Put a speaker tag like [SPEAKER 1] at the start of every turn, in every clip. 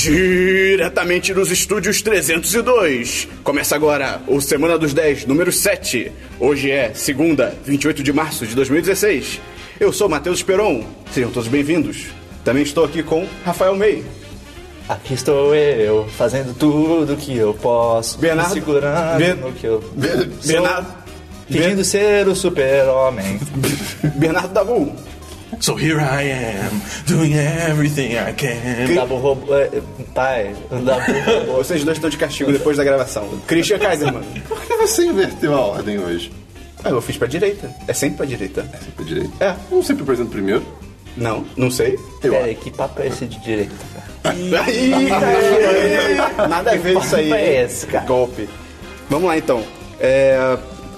[SPEAKER 1] Diretamente dos estúdios 302. Começa agora o Semana dos 10, número 7. Hoje é segunda, 28 de março de 2016. Eu sou Matheus Peron. Sejam todos bem-vindos. Também estou aqui com Rafael May.
[SPEAKER 2] Aqui estou eu, fazendo tudo que eu posso,
[SPEAKER 1] Bernardo-
[SPEAKER 2] me segurando
[SPEAKER 1] Ben-
[SPEAKER 2] no que eu... sou,
[SPEAKER 1] Bernardo-
[SPEAKER 2] Fingindo
[SPEAKER 1] Ben-
[SPEAKER 2] ser o super-homem.
[SPEAKER 1] Bernardo Dabu.
[SPEAKER 3] So here I am, doing everything I can.
[SPEAKER 2] Dabu robô... é, Pai, Dabu robô.
[SPEAKER 1] Vocês dois estão de castigo depois da gravação. Christian Kaiserman.
[SPEAKER 4] Por que você inverteu a ordem hoje?
[SPEAKER 1] Ah, eu fiz pra direita. É sempre pra direita.
[SPEAKER 4] Sempre direito?
[SPEAKER 1] É.
[SPEAKER 4] Eu sempre apresento primeiro.
[SPEAKER 1] Não, não sei.
[SPEAKER 4] Eu
[SPEAKER 2] Peraí,
[SPEAKER 4] acho.
[SPEAKER 2] que papo é esse de direito, cara?
[SPEAKER 1] Ih, Nada a ver isso aí.
[SPEAKER 2] papo é esse, cara?
[SPEAKER 1] Golpe. Vamos lá então. É,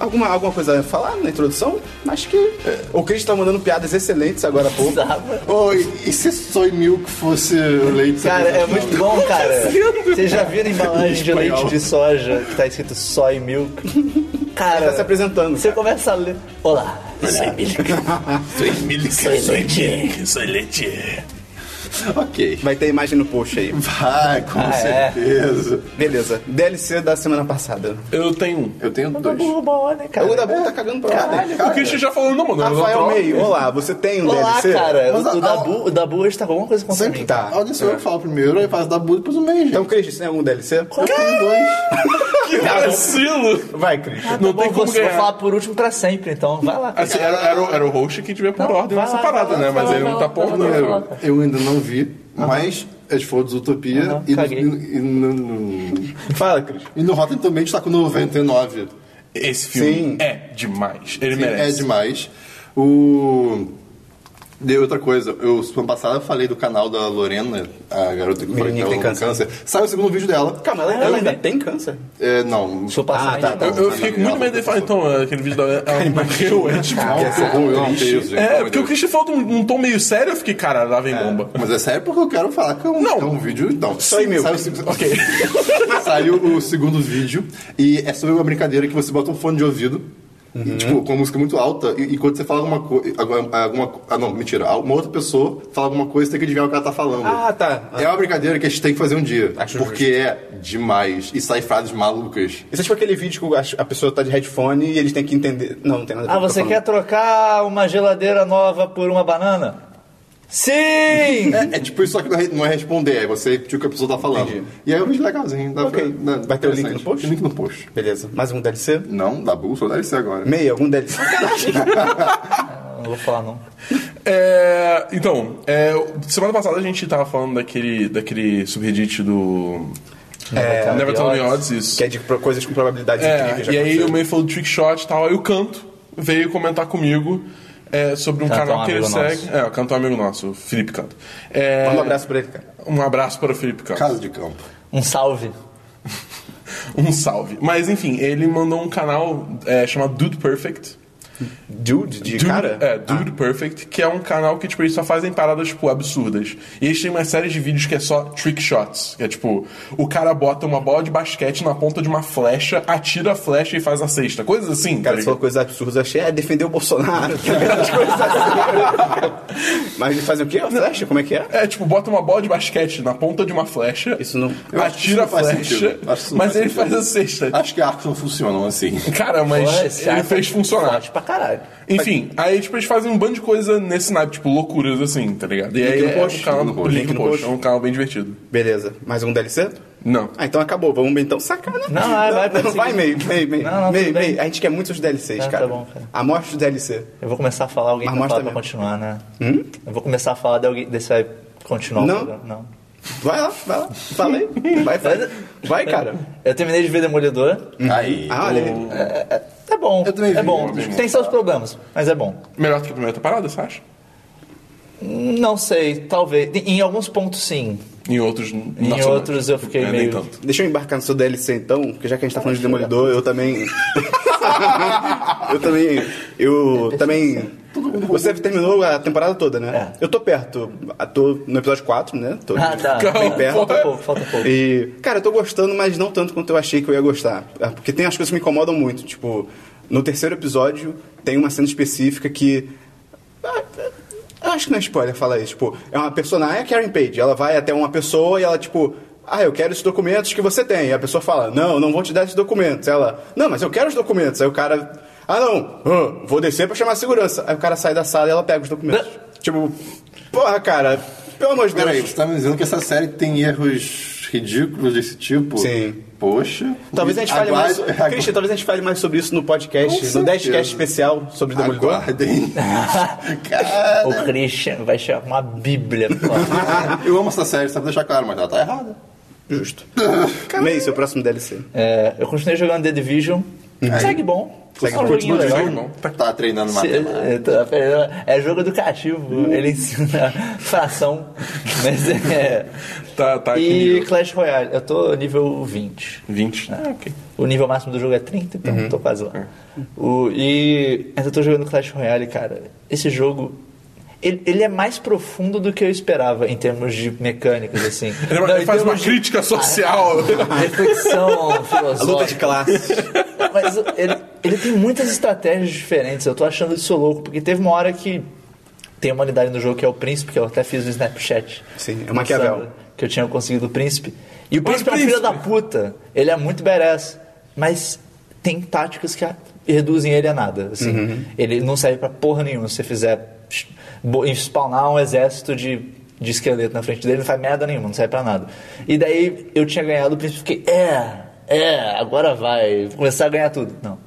[SPEAKER 1] alguma, alguma coisa a falar na introdução? Acho que. O Chris tá mandando piadas excelentes agora há pouco.
[SPEAKER 2] Precisava.
[SPEAKER 4] Oi, e se soy milk fosse o leite?
[SPEAKER 2] Cara, é muito bom, cara. Vocês já viram a embalagem de
[SPEAKER 4] Espanhol.
[SPEAKER 2] leite de soja que tá escrito soy milk? Cara,
[SPEAKER 1] Tá se apresentando,
[SPEAKER 2] Você
[SPEAKER 1] cara.
[SPEAKER 2] começa a ler... Olá, soy milk.
[SPEAKER 3] Soy milk,
[SPEAKER 2] Soy
[SPEAKER 3] soy
[SPEAKER 2] leche.
[SPEAKER 3] milk, soy leche.
[SPEAKER 4] Ok.
[SPEAKER 1] Vai ter imagem no post aí.
[SPEAKER 4] Vai, com
[SPEAKER 2] Ah, é?
[SPEAKER 4] certeza.
[SPEAKER 1] Beleza. DLC da semana passada.
[SPEAKER 3] Eu tenho um.
[SPEAKER 4] Eu tenho dois.
[SPEAKER 2] Dabu robô, né, cara?
[SPEAKER 1] O Dabu tá cagando pra nada.
[SPEAKER 3] O Christian já falou, não, mano. eu não
[SPEAKER 1] Rafael
[SPEAKER 3] troco.
[SPEAKER 1] Meio, olá, você tem um
[SPEAKER 2] Olá,
[SPEAKER 1] DLC?
[SPEAKER 2] cara.
[SPEAKER 4] Mas
[SPEAKER 2] O, o
[SPEAKER 4] a-
[SPEAKER 2] Dabu, o Dabu hoje tá com alguma coisa contra
[SPEAKER 4] Sempre
[SPEAKER 2] mim.
[SPEAKER 1] Tá.
[SPEAKER 4] tá. Olha só, eu falo primeiro, aí faço da e depois o meio, gente.
[SPEAKER 1] Então, Chris, você tem algum DLC?
[SPEAKER 4] eu tenho dois.
[SPEAKER 3] Que vacilo!
[SPEAKER 1] Vai, Chris.
[SPEAKER 3] Não
[SPEAKER 2] Tá Bom,
[SPEAKER 3] tem como
[SPEAKER 2] você vai falar
[SPEAKER 3] ganhar.
[SPEAKER 2] por último pra sempre, então vai lá.
[SPEAKER 3] Assim, era, era, o- era o host que tiver por ordem
[SPEAKER 2] vai
[SPEAKER 3] nessa
[SPEAKER 2] lá,
[SPEAKER 3] parada,
[SPEAKER 2] vai lá,
[SPEAKER 3] né? Mas
[SPEAKER 2] vai
[SPEAKER 3] ele
[SPEAKER 2] lá,
[SPEAKER 3] não tá
[SPEAKER 2] vai
[SPEAKER 3] por
[SPEAKER 2] lá,
[SPEAKER 3] ordem.
[SPEAKER 2] vai lá.
[SPEAKER 3] Eu-
[SPEAKER 4] Eu ainda não vi, mas as fotos Utopia
[SPEAKER 2] Aham,
[SPEAKER 4] e, no,
[SPEAKER 2] caguei.
[SPEAKER 4] e, e no, no,
[SPEAKER 1] Fala, Chris.
[SPEAKER 4] e no Rotten Tomatoes tá com 99.
[SPEAKER 3] Esse filme
[SPEAKER 1] Sim.
[SPEAKER 3] é demais. Ele
[SPEAKER 4] Sim, é
[SPEAKER 3] merece.
[SPEAKER 4] demais. O. De outra coisa, eu semana passada eu falei do canal da Lorena, a garota que foi
[SPEAKER 1] Menina que tem câncer.
[SPEAKER 4] Sai o segundo vídeo dela.
[SPEAKER 1] Calma, ela, ela ainda tem câncer?
[SPEAKER 4] É, não.
[SPEAKER 2] Deixa eu passar então.
[SPEAKER 1] Ah, tá,
[SPEAKER 2] ainda.
[SPEAKER 4] tá.
[SPEAKER 3] Eu, eu fiquei com muito medo dele falar, então, aquele vídeo da. Ela morreu, é tipo.
[SPEAKER 4] Ah, que horror, eu não tenho isso, gente. Pelo
[SPEAKER 3] É, porque o
[SPEAKER 4] amor de
[SPEAKER 3] Christian falou de um, um tom meio sério, eu fiquei, cara, lá vem bomba.
[SPEAKER 4] Deus. Mas é sério porque eu quero falar que é um,
[SPEAKER 3] Não.
[SPEAKER 4] é um vídeo. Não,
[SPEAKER 1] Só e-mail.
[SPEAKER 4] Sai o, seg- ok. Saiu o segundo vídeo e é sobre uma brincadeira que você bota um fone de ouvido.
[SPEAKER 1] Uhum.
[SPEAKER 4] e, Tipo, com uma música muito alta, e, e quando você fala alguma coisa. Alguma, ah, não, mentira. Uma outra pessoa fala alguma coisa, você tem que adivinhar o que ela tá falando.
[SPEAKER 1] Ah, tá.
[SPEAKER 4] É uma brincadeira que a gente tem que fazer um dia.
[SPEAKER 1] Acho
[SPEAKER 4] porque é demais. E sai frases malucas.
[SPEAKER 1] Isso é tipo aquele vídeo que a- a pessoa tá de headphone e eles têm que entender. Não, não tem nada a
[SPEAKER 2] Ah,
[SPEAKER 1] ver com o que
[SPEAKER 2] você
[SPEAKER 1] eu tô
[SPEAKER 2] quer trocar uma geladeira nova por uma banana? Sim!
[SPEAKER 4] É, é tipo isso, só que não é- não é responder, é você repetir o que a pessoa tá falando.
[SPEAKER 1] Entendi.
[SPEAKER 4] E aí é um vídeo legalzinho. Dá
[SPEAKER 1] Ok.
[SPEAKER 4] pra, dá-
[SPEAKER 1] Vai ter o link
[SPEAKER 4] interessante.
[SPEAKER 1] no post?
[SPEAKER 4] Link no post.
[SPEAKER 1] falando. Beleza. Mais um DLC?
[SPEAKER 4] Não, da bolsa, deve ser agora.
[SPEAKER 1] Meio, algum DLC?
[SPEAKER 2] Não vou falar, não.
[SPEAKER 3] É, então, é, semana passada a gente tava falando daquele, daquele subreddit do.
[SPEAKER 2] É,
[SPEAKER 3] Never Tell Me Odds, isso.
[SPEAKER 1] que é de pro- coisas com probabilidades
[SPEAKER 3] É,
[SPEAKER 1] incríveis. de
[SPEAKER 3] e aí
[SPEAKER 1] acontecer.
[SPEAKER 3] o meio falou do trick shot e tal, aí o canto veio comentar comigo é, sobre um
[SPEAKER 2] Canto é um
[SPEAKER 3] canal que ele
[SPEAKER 2] amigo nosso.
[SPEAKER 3] segue. É, o canto é um amigo nosso, o Felipe Canto. É,
[SPEAKER 1] Manda um abraço pra ele, cara.
[SPEAKER 3] um abraço para o Felipe Canto.
[SPEAKER 4] Casa de campo.
[SPEAKER 2] Um salve.
[SPEAKER 3] Um salve. Mas enfim, ele mandou um canal é, chamado Dude Perfect.
[SPEAKER 1] Dude, de
[SPEAKER 3] Dude,
[SPEAKER 1] cara?
[SPEAKER 3] É, Dude Perfect, que é um canal que, tipo, eles só fazem paradas, tipo, absurdas. E eles têm uma série de vídeos que é só trick shots. Que é, tipo, o cara bota uma bola de basquete na ponta de uma flecha, atira a flecha e faz a cesta. Coisas assim,
[SPEAKER 1] Cara,
[SPEAKER 3] tá
[SPEAKER 1] você
[SPEAKER 3] ligado?
[SPEAKER 1] falou coisas absurdas. Eu achei, é, defender o Bolsonaro. tá ligado? As coisas assim. Mas eles fazem o quê? A flecha? Como é que é?
[SPEAKER 3] É, tipo, bota uma bola de basquete na ponta de uma flecha.
[SPEAKER 1] Isso não-
[SPEAKER 4] Eu acho que isso
[SPEAKER 3] atira
[SPEAKER 4] não
[SPEAKER 3] a
[SPEAKER 4] faz
[SPEAKER 3] flecha,
[SPEAKER 4] sentido. Acho que isso não
[SPEAKER 3] mas
[SPEAKER 4] faz
[SPEAKER 3] ele
[SPEAKER 4] sentido.
[SPEAKER 3] faz a cesta.
[SPEAKER 4] Acho que arcos não funcionam assim.
[SPEAKER 3] Cara, mas
[SPEAKER 2] Pô, esse
[SPEAKER 3] ele
[SPEAKER 2] arco
[SPEAKER 3] fez
[SPEAKER 2] é
[SPEAKER 3] funcionar.
[SPEAKER 2] Forte pra caralho.
[SPEAKER 3] Enfim, aí, tipo, eles fazem um bando de coisa nesse naipe, tipo, loucuras assim, tá ligado? E aí
[SPEAKER 1] no
[SPEAKER 3] é
[SPEAKER 1] post,
[SPEAKER 3] um canal
[SPEAKER 4] link no post.
[SPEAKER 3] link no post. É um canal bem divertido.
[SPEAKER 1] Beleza. Mais um DLC?
[SPEAKER 3] Não.
[SPEAKER 1] Ah, então acabou. Vamos então. Sacanagem.
[SPEAKER 2] Não, é, vai,
[SPEAKER 1] não,
[SPEAKER 2] vai, vai,
[SPEAKER 1] vai
[SPEAKER 2] seguir.
[SPEAKER 1] meio, meio, meio.
[SPEAKER 2] Não, não,
[SPEAKER 1] meio,
[SPEAKER 2] tudo bem.
[SPEAKER 1] meio. A gente quer muitos DLCs,
[SPEAKER 2] Ah, tá
[SPEAKER 1] cara.
[SPEAKER 2] bom, cara.
[SPEAKER 1] Amostra os DLC.
[SPEAKER 2] Eu vou começar a falar alguém
[SPEAKER 1] Mas
[SPEAKER 2] vai
[SPEAKER 1] mostra
[SPEAKER 2] falar pra
[SPEAKER 1] mesmo.
[SPEAKER 2] continuar, né? Eu vou começar a falar de alguém desse vai continuar. o
[SPEAKER 1] Não?
[SPEAKER 2] programa. Não.
[SPEAKER 1] Vai lá, vai lá. Fala aí. Vai, vai. Vai, cara.
[SPEAKER 2] Eu terminei de ver Demolidor.
[SPEAKER 4] Aí.
[SPEAKER 1] Ah, olha aí.
[SPEAKER 2] É bom.
[SPEAKER 4] Eu também
[SPEAKER 2] é
[SPEAKER 4] vi,
[SPEAKER 2] bom.
[SPEAKER 4] eu vi.
[SPEAKER 2] Tem seus problemas, mas é bom.
[SPEAKER 3] Melhor do que a primeira parada, você acha?
[SPEAKER 2] Não sei, talvez. Em alguns pontos sim.
[SPEAKER 3] Em outros.
[SPEAKER 2] Em outros eu fiquei
[SPEAKER 3] é,
[SPEAKER 2] meio.
[SPEAKER 3] Nem tanto.
[SPEAKER 1] Deixa eu embarcar no seu DLC então, porque já que a gente tá falando de Demolidor, eu também. eu também. Eu também. Você terminou a temporada toda, né? Eu tô perto. Ah, Tô no episódio 4, né? Tô
[SPEAKER 2] É. Ah, tá.
[SPEAKER 1] bem perto.
[SPEAKER 2] Falta pouco, falta um pouco.
[SPEAKER 1] E, cara, eu tô gostando, mas não tanto quanto eu achei que eu ia gostar. Ah, Porque tem as coisas que me incomodam muito. Tipo, no terceiro episódio, tem uma cena específica que. ah, Eu acho que não é spoiler falar isso. Tipo, é uma personagem, é a Karen Page. Ela vai até uma pessoa e ela, tipo, ah, eu quero esses documentos que você tem. E a pessoa fala, não, não vou te dar esses documentos. Ela, não, mas eu quero os documentos. Aí o cara, ah, não, ah, vou descer pra chamar a segurança. Aí o cara sai da sala e ela pega os documentos. Tipo, porra, cara, pelo amor de Deus.
[SPEAKER 4] Peraí, você tá me dizendo que essa série tem erros ridículos desse tipo?
[SPEAKER 1] Sim.
[SPEAKER 4] Poxa.
[SPEAKER 1] Talvez a gente fale mais.
[SPEAKER 4] Aguarde- agu-
[SPEAKER 1] Christian, talvez a gente fale mais sobre isso no
[SPEAKER 4] Com
[SPEAKER 1] podcast, no
[SPEAKER 4] certeza.
[SPEAKER 1] 10cast especial sobre o Demolidor.
[SPEAKER 4] Aguardem. Cara,
[SPEAKER 2] O Christian vai chamar uma bíblia. pô.
[SPEAKER 4] eu amo essa série, só pra deixar claro, mas ela tá errada.
[SPEAKER 1] Justo. Meio, seu próximo DLC.
[SPEAKER 2] É, eu continuei jogando The Division.
[SPEAKER 3] Uhum.
[SPEAKER 2] Segue bom.
[SPEAKER 4] Segue
[SPEAKER 2] é um
[SPEAKER 4] bom.
[SPEAKER 2] joguinho
[SPEAKER 4] Continua
[SPEAKER 2] legal.
[SPEAKER 3] Vai, irmão.
[SPEAKER 4] Tá treinando
[SPEAKER 2] Se-
[SPEAKER 4] matemática.
[SPEAKER 2] é, tá, é, é jogo educativo,
[SPEAKER 3] Uhum.
[SPEAKER 2] ele ensina fração. Mas é.
[SPEAKER 3] Tá, tá aqui.
[SPEAKER 2] E
[SPEAKER 3] nível.
[SPEAKER 2] Clash Royale, eu tô nível 20.
[SPEAKER 3] 20. Ah, ok. Uhum.
[SPEAKER 2] O nível máximo do jogo é 30, então tô quase lá. O, e mas eu tô jogando Clash Royale, cara. Esse jogo. Ele, ele é mais profundo do que eu esperava em termos de mecânicas, assim.
[SPEAKER 3] Ele
[SPEAKER 2] Não, em
[SPEAKER 3] faz uma
[SPEAKER 2] termos de
[SPEAKER 3] crítica social.
[SPEAKER 2] reflexão
[SPEAKER 1] A luta de
[SPEAKER 2] filosófica.
[SPEAKER 1] classes.
[SPEAKER 2] Mas ele, ele tem muitas estratégias diferentes. Eu tô achando isso louco, porque teve uma hora que tem uma unidade no jogo que é o príncipe, que eu até fiz no Snapchat.
[SPEAKER 1] Sim, é o Maquiavel.
[SPEAKER 2] Mostrando Que eu tinha conseguido o príncipe. E o
[SPEAKER 3] Mas
[SPEAKER 2] príncipe é um
[SPEAKER 3] príncipe.
[SPEAKER 2] filho da puta. Ele é muito badass. Mas tem táticas que a- reduzem ele a nada. assim.
[SPEAKER 1] Uhum.
[SPEAKER 2] Ele não serve pra porra nenhuma. Se você fizer bo- spawnar um exército de, de esqueleto na frente dele, não faz merda nenhuma, não serve pra nada. E daí eu tinha ganhado o príncipe fiquei, é, é, agora vai. Vou começar a ganhar tudo. Não.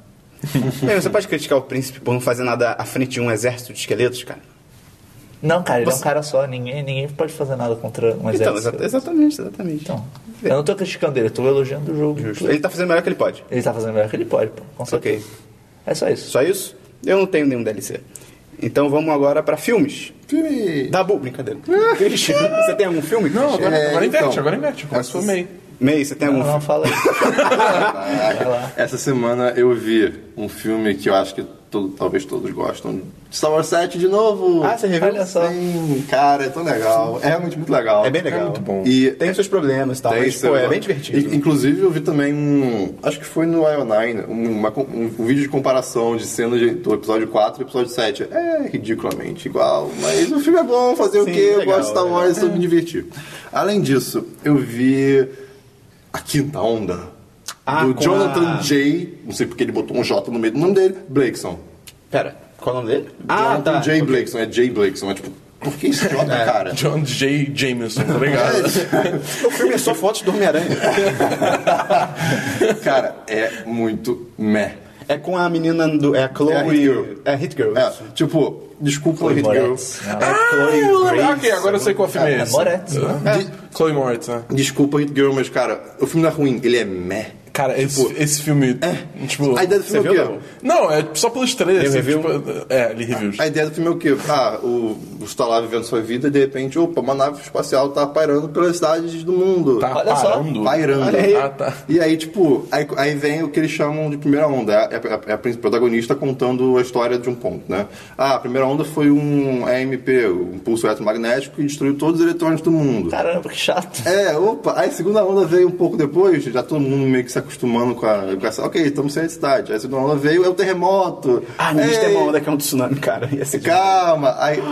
[SPEAKER 1] Meio, É, você pode criticar o príncipe por não fazer nada à frente de um exército de esqueletos, cara?
[SPEAKER 2] Não, cara, ele é um cara só. Ninguém, ninguém pode fazer nada contra
[SPEAKER 1] Então,
[SPEAKER 2] um
[SPEAKER 1] exa-
[SPEAKER 2] exército.
[SPEAKER 1] exatamente, exatamente.
[SPEAKER 2] Então, eu não tô criticando ele, eu tô elogiando o jogo.
[SPEAKER 1] Justo. Ele tá fazendo o melhor que ele pode.
[SPEAKER 2] Ele tá fazendo o melhor que ele pode, pô. Com
[SPEAKER 1] Ok.
[SPEAKER 2] certeza. É só isso.
[SPEAKER 1] Só isso? Eu não tenho nenhum DLC. Então vamos agora pra filmes.
[SPEAKER 4] Filme.
[SPEAKER 1] Dabu, brincadeira. Christian, você tem algum filme?
[SPEAKER 3] Não,
[SPEAKER 1] Christian?
[SPEAKER 3] agora,
[SPEAKER 4] É,
[SPEAKER 3] agora inverte,
[SPEAKER 4] então.
[SPEAKER 3] agora inverte. Começa por
[SPEAKER 4] Essas-
[SPEAKER 3] meio.
[SPEAKER 1] Meio, você tem algum
[SPEAKER 2] Não, não
[SPEAKER 1] filme?
[SPEAKER 2] fala isso.
[SPEAKER 4] Caraca. Essa semana eu vi um filme que eu acho que to- talvez todos gostam. Star Wars 7 de novo.
[SPEAKER 1] Ah, você reviu?
[SPEAKER 2] Olha só.
[SPEAKER 4] Sim, cara, é tão legal. É realmente muito legal.
[SPEAKER 1] É bem legal.
[SPEAKER 3] É muito bom.
[SPEAKER 4] E
[SPEAKER 1] Tem os seus problemas e tal,
[SPEAKER 4] Tem
[SPEAKER 1] mas,
[SPEAKER 4] seu-
[SPEAKER 1] pô, é bem divertido.
[SPEAKER 4] In- Inclusive, eu vi também um. Acho que foi no IO9, um, uma com- um- um vídeo de comparação de cenas de- do episódio 4 e episódio 7. É ridiculamente igual, mas o filme é bom, fazer
[SPEAKER 1] Sim,
[SPEAKER 4] o quê? eu
[SPEAKER 1] legal, é
[SPEAKER 4] gosto de Star
[SPEAKER 1] legal.
[SPEAKER 4] Wars, eu me divertir. Além disso, eu vi. A Quinta Onda.
[SPEAKER 1] Ah,
[SPEAKER 4] do
[SPEAKER 1] com
[SPEAKER 4] Jonathan
[SPEAKER 1] a-
[SPEAKER 4] J. Não sei porque ele botou um J no meio do nome dele, Blakeson.
[SPEAKER 1] Pera, qual é o nome dele? Ah,
[SPEAKER 4] Jonathan
[SPEAKER 1] tá. É.
[SPEAKER 4] J. Blakeson, é J. Blakeson. É tipo, por que esse J, cara?
[SPEAKER 3] John J. Jameson, tá ligado?
[SPEAKER 1] O filme é só fotos do Homem-Aranha.
[SPEAKER 4] cara, é muito meh.
[SPEAKER 1] É com a menina do... É a Chloe...
[SPEAKER 4] É a Hit Girl.
[SPEAKER 1] É a Hit Girl.
[SPEAKER 4] É,
[SPEAKER 1] isso.
[SPEAKER 4] tipo, desculpa, Hit Girl.
[SPEAKER 2] Moretz.
[SPEAKER 1] É a
[SPEAKER 3] Ah, eu
[SPEAKER 1] Chloe
[SPEAKER 3] lembro.
[SPEAKER 1] Grace.
[SPEAKER 3] Ok, agora eu sei qual filme é
[SPEAKER 2] É
[SPEAKER 3] esse.
[SPEAKER 2] Moretz, né?
[SPEAKER 4] De-
[SPEAKER 3] Chloe Moritz, né?
[SPEAKER 4] Desculpa, Hit Girl, mas, cara, o filme não é ruim, ele é meh.
[SPEAKER 3] Cara, esse, esse filme. Tipo.
[SPEAKER 4] A ideia do
[SPEAKER 1] Você
[SPEAKER 4] filme
[SPEAKER 1] viu,
[SPEAKER 4] é o
[SPEAKER 1] Dabu?
[SPEAKER 4] quê?
[SPEAKER 3] Não, é só pelos trailers.
[SPEAKER 1] Ele
[SPEAKER 3] assim, tipo, é, ele reviews.
[SPEAKER 4] A ideia do filme é o quê? Ah, o, você tá lá vivendo sua vida e de repente, opa, uma nave espacial tá pairando pelas cidades do mundo.
[SPEAKER 3] Tá
[SPEAKER 2] Olha só.
[SPEAKER 3] parando.
[SPEAKER 4] Pairando.
[SPEAKER 1] Olha aí.
[SPEAKER 3] Ah, tá.
[SPEAKER 4] E aí, tipo, aí, aí vem o que eles chamam de primeira onda. É a, é a prin- protagonista contando a história de um ponto, né? Ah, a primeira onda foi um EMP, um pulso eletromagnético, que destruiu todos os eletrônicos do mundo.
[SPEAKER 2] Caramba, que chato.
[SPEAKER 4] É, opa, aí a segunda onda veio um pouco depois, já todo mundo meio que se acostumando com, a, com essa. Ok, estamos sem eletricidade. Aí a segunda onda veio, é o terremoto.
[SPEAKER 1] Ah, ninguém tem
[SPEAKER 4] Ei,
[SPEAKER 1] uma onda que é um tsunami, cara. Ia ser
[SPEAKER 4] Calma, aí.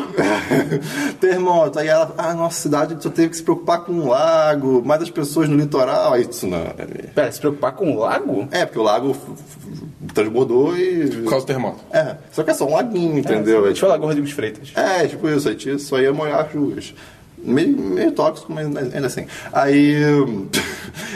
[SPEAKER 4] terremoto. Aí ela, ah, nossa a cidade só teve que se preocupar com o lago, mais as pessoas no litoral. Aí tsunami.
[SPEAKER 1] Pera, se preocupar com o lago?
[SPEAKER 4] É, porque o lago f- f- transbordou e.
[SPEAKER 3] Por causa do terremoto.
[SPEAKER 4] É, só que é só um laguinho, entendeu? É,
[SPEAKER 1] Deixa eu
[SPEAKER 4] tipo,
[SPEAKER 1] falar com o Rodrigues Freitas.
[SPEAKER 4] é, tipo isso, aí tinha- só ia molhar as ruas. Meio, meio tóxico, mas ainda assim. Aí.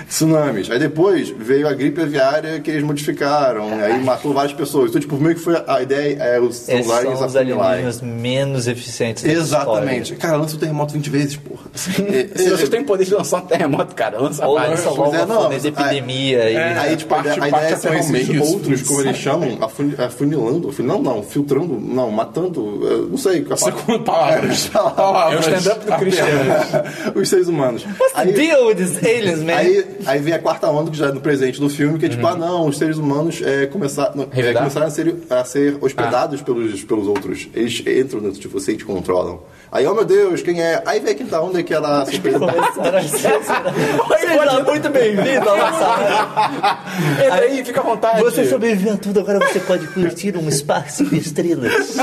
[SPEAKER 4] tsunamis. Aí depois veio a gripe aviária que eles modificaram, né? aí matou várias pessoas. Então, tipo, meio que foi a ideia, é, os
[SPEAKER 2] Esses
[SPEAKER 4] celulares
[SPEAKER 2] são os alienígenas menos eficientes da
[SPEAKER 4] Exatamente. Cara, lança o terremoto 20 vezes, porra. É,
[SPEAKER 1] Se
[SPEAKER 4] é,
[SPEAKER 1] você tem poder de lançar um terremoto, cara, lança
[SPEAKER 2] história. Ou
[SPEAKER 1] vários.
[SPEAKER 2] lança
[SPEAKER 4] mas-
[SPEAKER 2] logo
[SPEAKER 4] mas é,
[SPEAKER 2] uma
[SPEAKER 4] não,
[SPEAKER 2] foda de
[SPEAKER 4] mas-
[SPEAKER 2] epidemia aí.
[SPEAKER 3] é.
[SPEAKER 4] Aí, tipo,
[SPEAKER 3] Parte-
[SPEAKER 4] a ideia, a
[SPEAKER 3] parte
[SPEAKER 4] ideia
[SPEAKER 3] até
[SPEAKER 4] são esses
[SPEAKER 3] Romeiros.
[SPEAKER 4] outros, como eles chamam, afun- afunilando, afun- não, não, filtrando, não, matando, eh, não sei.
[SPEAKER 3] Você com palavras.
[SPEAKER 4] É, palavras.
[SPEAKER 3] palavras.
[SPEAKER 1] É o stand-up do
[SPEAKER 3] A
[SPEAKER 4] Os seres humanos.
[SPEAKER 2] What's the deal with these aliens, man?
[SPEAKER 4] Aí, aí vem a quarta onda, que já é no presente do filme, que é tipo, ah não, os seres humanos é, começar, não, é,
[SPEAKER 2] Revidar?
[SPEAKER 4] começaram a ser, a ser hospedados pelos, pelos outros. Eles entram dentro de você e te controlam. Aí, oh meu Deus, quem é? Aí vem a quinta onda que ela surpresa.
[SPEAKER 2] Começaram a ser- Seja muito bem-vindo à nossa
[SPEAKER 5] Entra aí, fica à vontade.
[SPEAKER 1] é
[SPEAKER 2] Você sobreviveu a tudo, agora você pode curtir um espaço de estrelas.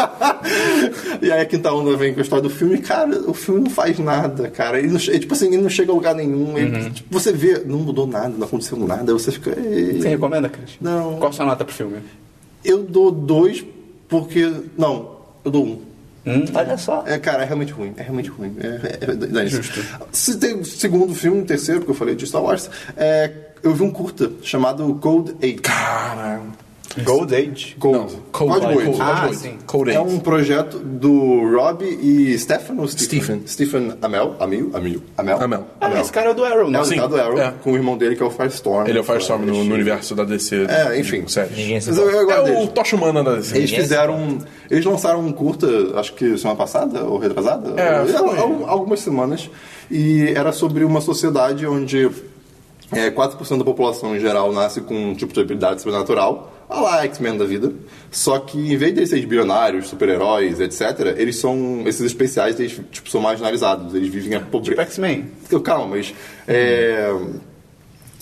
[SPEAKER 4] e aí a quinta onda vem com a história do filme, e, cara, o filme não faz nada, cara. Ele não, che- tipo assim, ele não chega a lugar nenhum. Ele- tipo, você vê, não mudou nada, não aconteceu nada, aí você fica. "Ei".
[SPEAKER 5] Você recomenda, Cris?
[SPEAKER 4] Não.
[SPEAKER 5] Qual a sua nota pro filme?
[SPEAKER 4] Eu dou dois, porque. Não, eu dou um.
[SPEAKER 2] Olha só.
[SPEAKER 4] É, cara, é realmente ruim. É realmente ruim. É, é, é, é isso. Se tem o segundo filme, o terceiro, porque eu falei de Star Wars, é, eu vi um curta chamado Cold Eight.
[SPEAKER 3] Caralho.
[SPEAKER 1] Gold Age.
[SPEAKER 4] Cold.
[SPEAKER 3] Cold
[SPEAKER 4] Código
[SPEAKER 3] White.
[SPEAKER 4] Oito.
[SPEAKER 3] Cold
[SPEAKER 5] Ah,
[SPEAKER 3] White.
[SPEAKER 5] sim.
[SPEAKER 3] Cold
[SPEAKER 4] É
[SPEAKER 3] Eight.
[SPEAKER 4] um projeto do Rob e Stephen ou Stephen?
[SPEAKER 3] Stephen.
[SPEAKER 4] Stephen Amel. Amil? Amil. Amel.
[SPEAKER 3] Amel.
[SPEAKER 4] Amel.
[SPEAKER 1] Ah, esse cara é o do Arrow,
[SPEAKER 4] É
[SPEAKER 1] não?
[SPEAKER 4] o cara do Arrow,
[SPEAKER 3] é.
[SPEAKER 4] com o irmão dele que é o Firestorm.
[SPEAKER 3] Ele é o Firestorm no, no universo da DC.
[SPEAKER 4] É, enfim.
[SPEAKER 3] Sério.
[SPEAKER 2] Ninguém se
[SPEAKER 4] Mas eu, eu
[SPEAKER 3] É
[SPEAKER 4] gosto
[SPEAKER 3] o
[SPEAKER 4] dele.
[SPEAKER 3] Tocha Humana da DC.
[SPEAKER 4] Eles fizeram. um- Eles lançaram um curta, acho que semana passada, ou retrasada?
[SPEAKER 3] É,
[SPEAKER 4] Ou-
[SPEAKER 3] foi.
[SPEAKER 4] al- algumas semanas. E era sobre uma sociedade onde é, 4% da população em geral nasce com um tipo de habilidade sobrenatural. A lá, X-Men da vida. Só que em vez de ser bilionários, super-heróis, etc., eles são. Esses especiais, eles tipo, são marginalizados. Eles vivem a
[SPEAKER 3] É, tipo
[SPEAKER 4] pobreza.
[SPEAKER 1] X-Men.
[SPEAKER 4] Eu, calma, mas. É,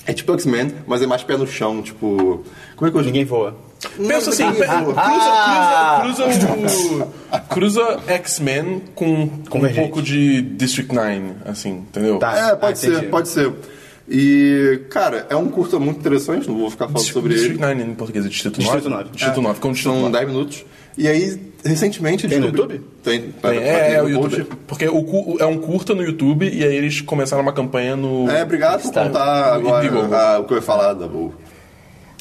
[SPEAKER 4] é tipo X-Men, mas é mais pé no chão, tipo. Como é que eu
[SPEAKER 1] Ninguém voa.
[SPEAKER 3] Pensa assim, pe-
[SPEAKER 2] Ah!
[SPEAKER 3] cruza, cruza, cruza, o- cruza X-Men com, com um
[SPEAKER 1] Convergente.
[SPEAKER 3] pouco de District 9, assim, entendeu?
[SPEAKER 1] Tá.
[SPEAKER 4] É, pode
[SPEAKER 1] Ah,
[SPEAKER 4] ser,
[SPEAKER 1] entendi.
[SPEAKER 4] pode ser. E, cara, é um curta muito interessante, não vou ficar falando
[SPEAKER 3] Dist-
[SPEAKER 4] sobre
[SPEAKER 3] District
[SPEAKER 4] ele.
[SPEAKER 3] 9 em português é Distrito 9.
[SPEAKER 1] Distrito 9.
[SPEAKER 3] Distrito 9, como Distrito
[SPEAKER 4] São
[SPEAKER 3] 9.
[SPEAKER 4] 10 minutos. E aí, recentemente...
[SPEAKER 1] Tem no
[SPEAKER 4] descobri-
[SPEAKER 1] YouTube?
[SPEAKER 4] Tem.
[SPEAKER 3] Tem,
[SPEAKER 4] vai- vai
[SPEAKER 3] é,
[SPEAKER 4] ter
[SPEAKER 3] é,
[SPEAKER 4] no
[SPEAKER 3] o
[SPEAKER 4] post.
[SPEAKER 3] YouTube. Porque o, cu- é um curta no YouTube e aí eles começaram uma campanha no.
[SPEAKER 4] É, obrigado por
[SPEAKER 2] Está-
[SPEAKER 4] contar
[SPEAKER 3] no Indigo.
[SPEAKER 4] agora ah, o que eu ia falar, Dabu.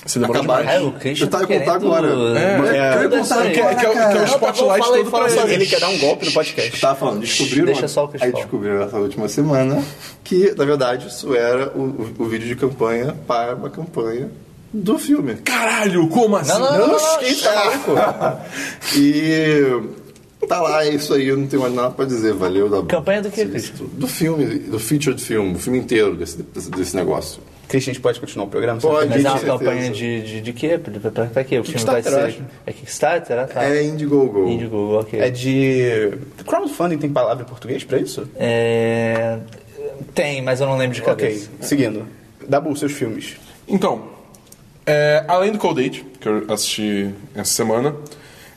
[SPEAKER 3] Se demorou
[SPEAKER 4] Acabar.
[SPEAKER 2] É,
[SPEAKER 3] demais.
[SPEAKER 2] o Christian
[SPEAKER 4] Eu tava
[SPEAKER 2] tá
[SPEAKER 4] contar
[SPEAKER 2] querendo-
[SPEAKER 4] agora.
[SPEAKER 3] É,
[SPEAKER 4] Mas-
[SPEAKER 1] é.
[SPEAKER 4] eu ia contar
[SPEAKER 3] Que, é-
[SPEAKER 4] agora,
[SPEAKER 3] que é o- que é o
[SPEAKER 4] cara.
[SPEAKER 3] spotlight
[SPEAKER 5] fala aí,
[SPEAKER 3] todo
[SPEAKER 5] fala
[SPEAKER 3] pra
[SPEAKER 5] aí.
[SPEAKER 3] ele.
[SPEAKER 1] Ele quer dar um golpe no
[SPEAKER 4] Eu
[SPEAKER 1] podcast.
[SPEAKER 4] Tava falando, descobriram.
[SPEAKER 2] Deixa só o Chris
[SPEAKER 4] Aí
[SPEAKER 2] falar.
[SPEAKER 4] descobriram essa última semana que, na verdade, isso era o, o- o vídeo de campanha para uma campanha do filme.
[SPEAKER 3] Caralho, como assim?
[SPEAKER 2] Não, não, não, não.
[SPEAKER 1] Oxe, que isso, tá maluco?
[SPEAKER 4] E tá lá, é isso aí, eu não tenho mais nada pra dizer. Valeu, da
[SPEAKER 2] Campanha do quê,
[SPEAKER 4] Sinistro. Do filme, do featured film, o filme inteiro desse, desse, desse negócio.
[SPEAKER 1] Christian, a gente pode continuar o programa?
[SPEAKER 4] Pode.
[SPEAKER 2] Mas é uma
[SPEAKER 4] certeza.
[SPEAKER 2] campanha de, de, de quê? Pra, pra, pra quê? O filme vai
[SPEAKER 1] Kickstarter,
[SPEAKER 2] ser. É Kickstarter? Ah, tá.
[SPEAKER 4] É Indiegogo.
[SPEAKER 2] Indiegogo, ok.
[SPEAKER 1] É de. Crowdfunding tem palavra em português pra isso?
[SPEAKER 2] É, Tem, mas eu não lembro de
[SPEAKER 1] Ok,
[SPEAKER 2] cabeça.
[SPEAKER 1] seguindo. Dabu, seus filmes.
[SPEAKER 3] Então, é, além do Cold Date, que eu assisti essa semana,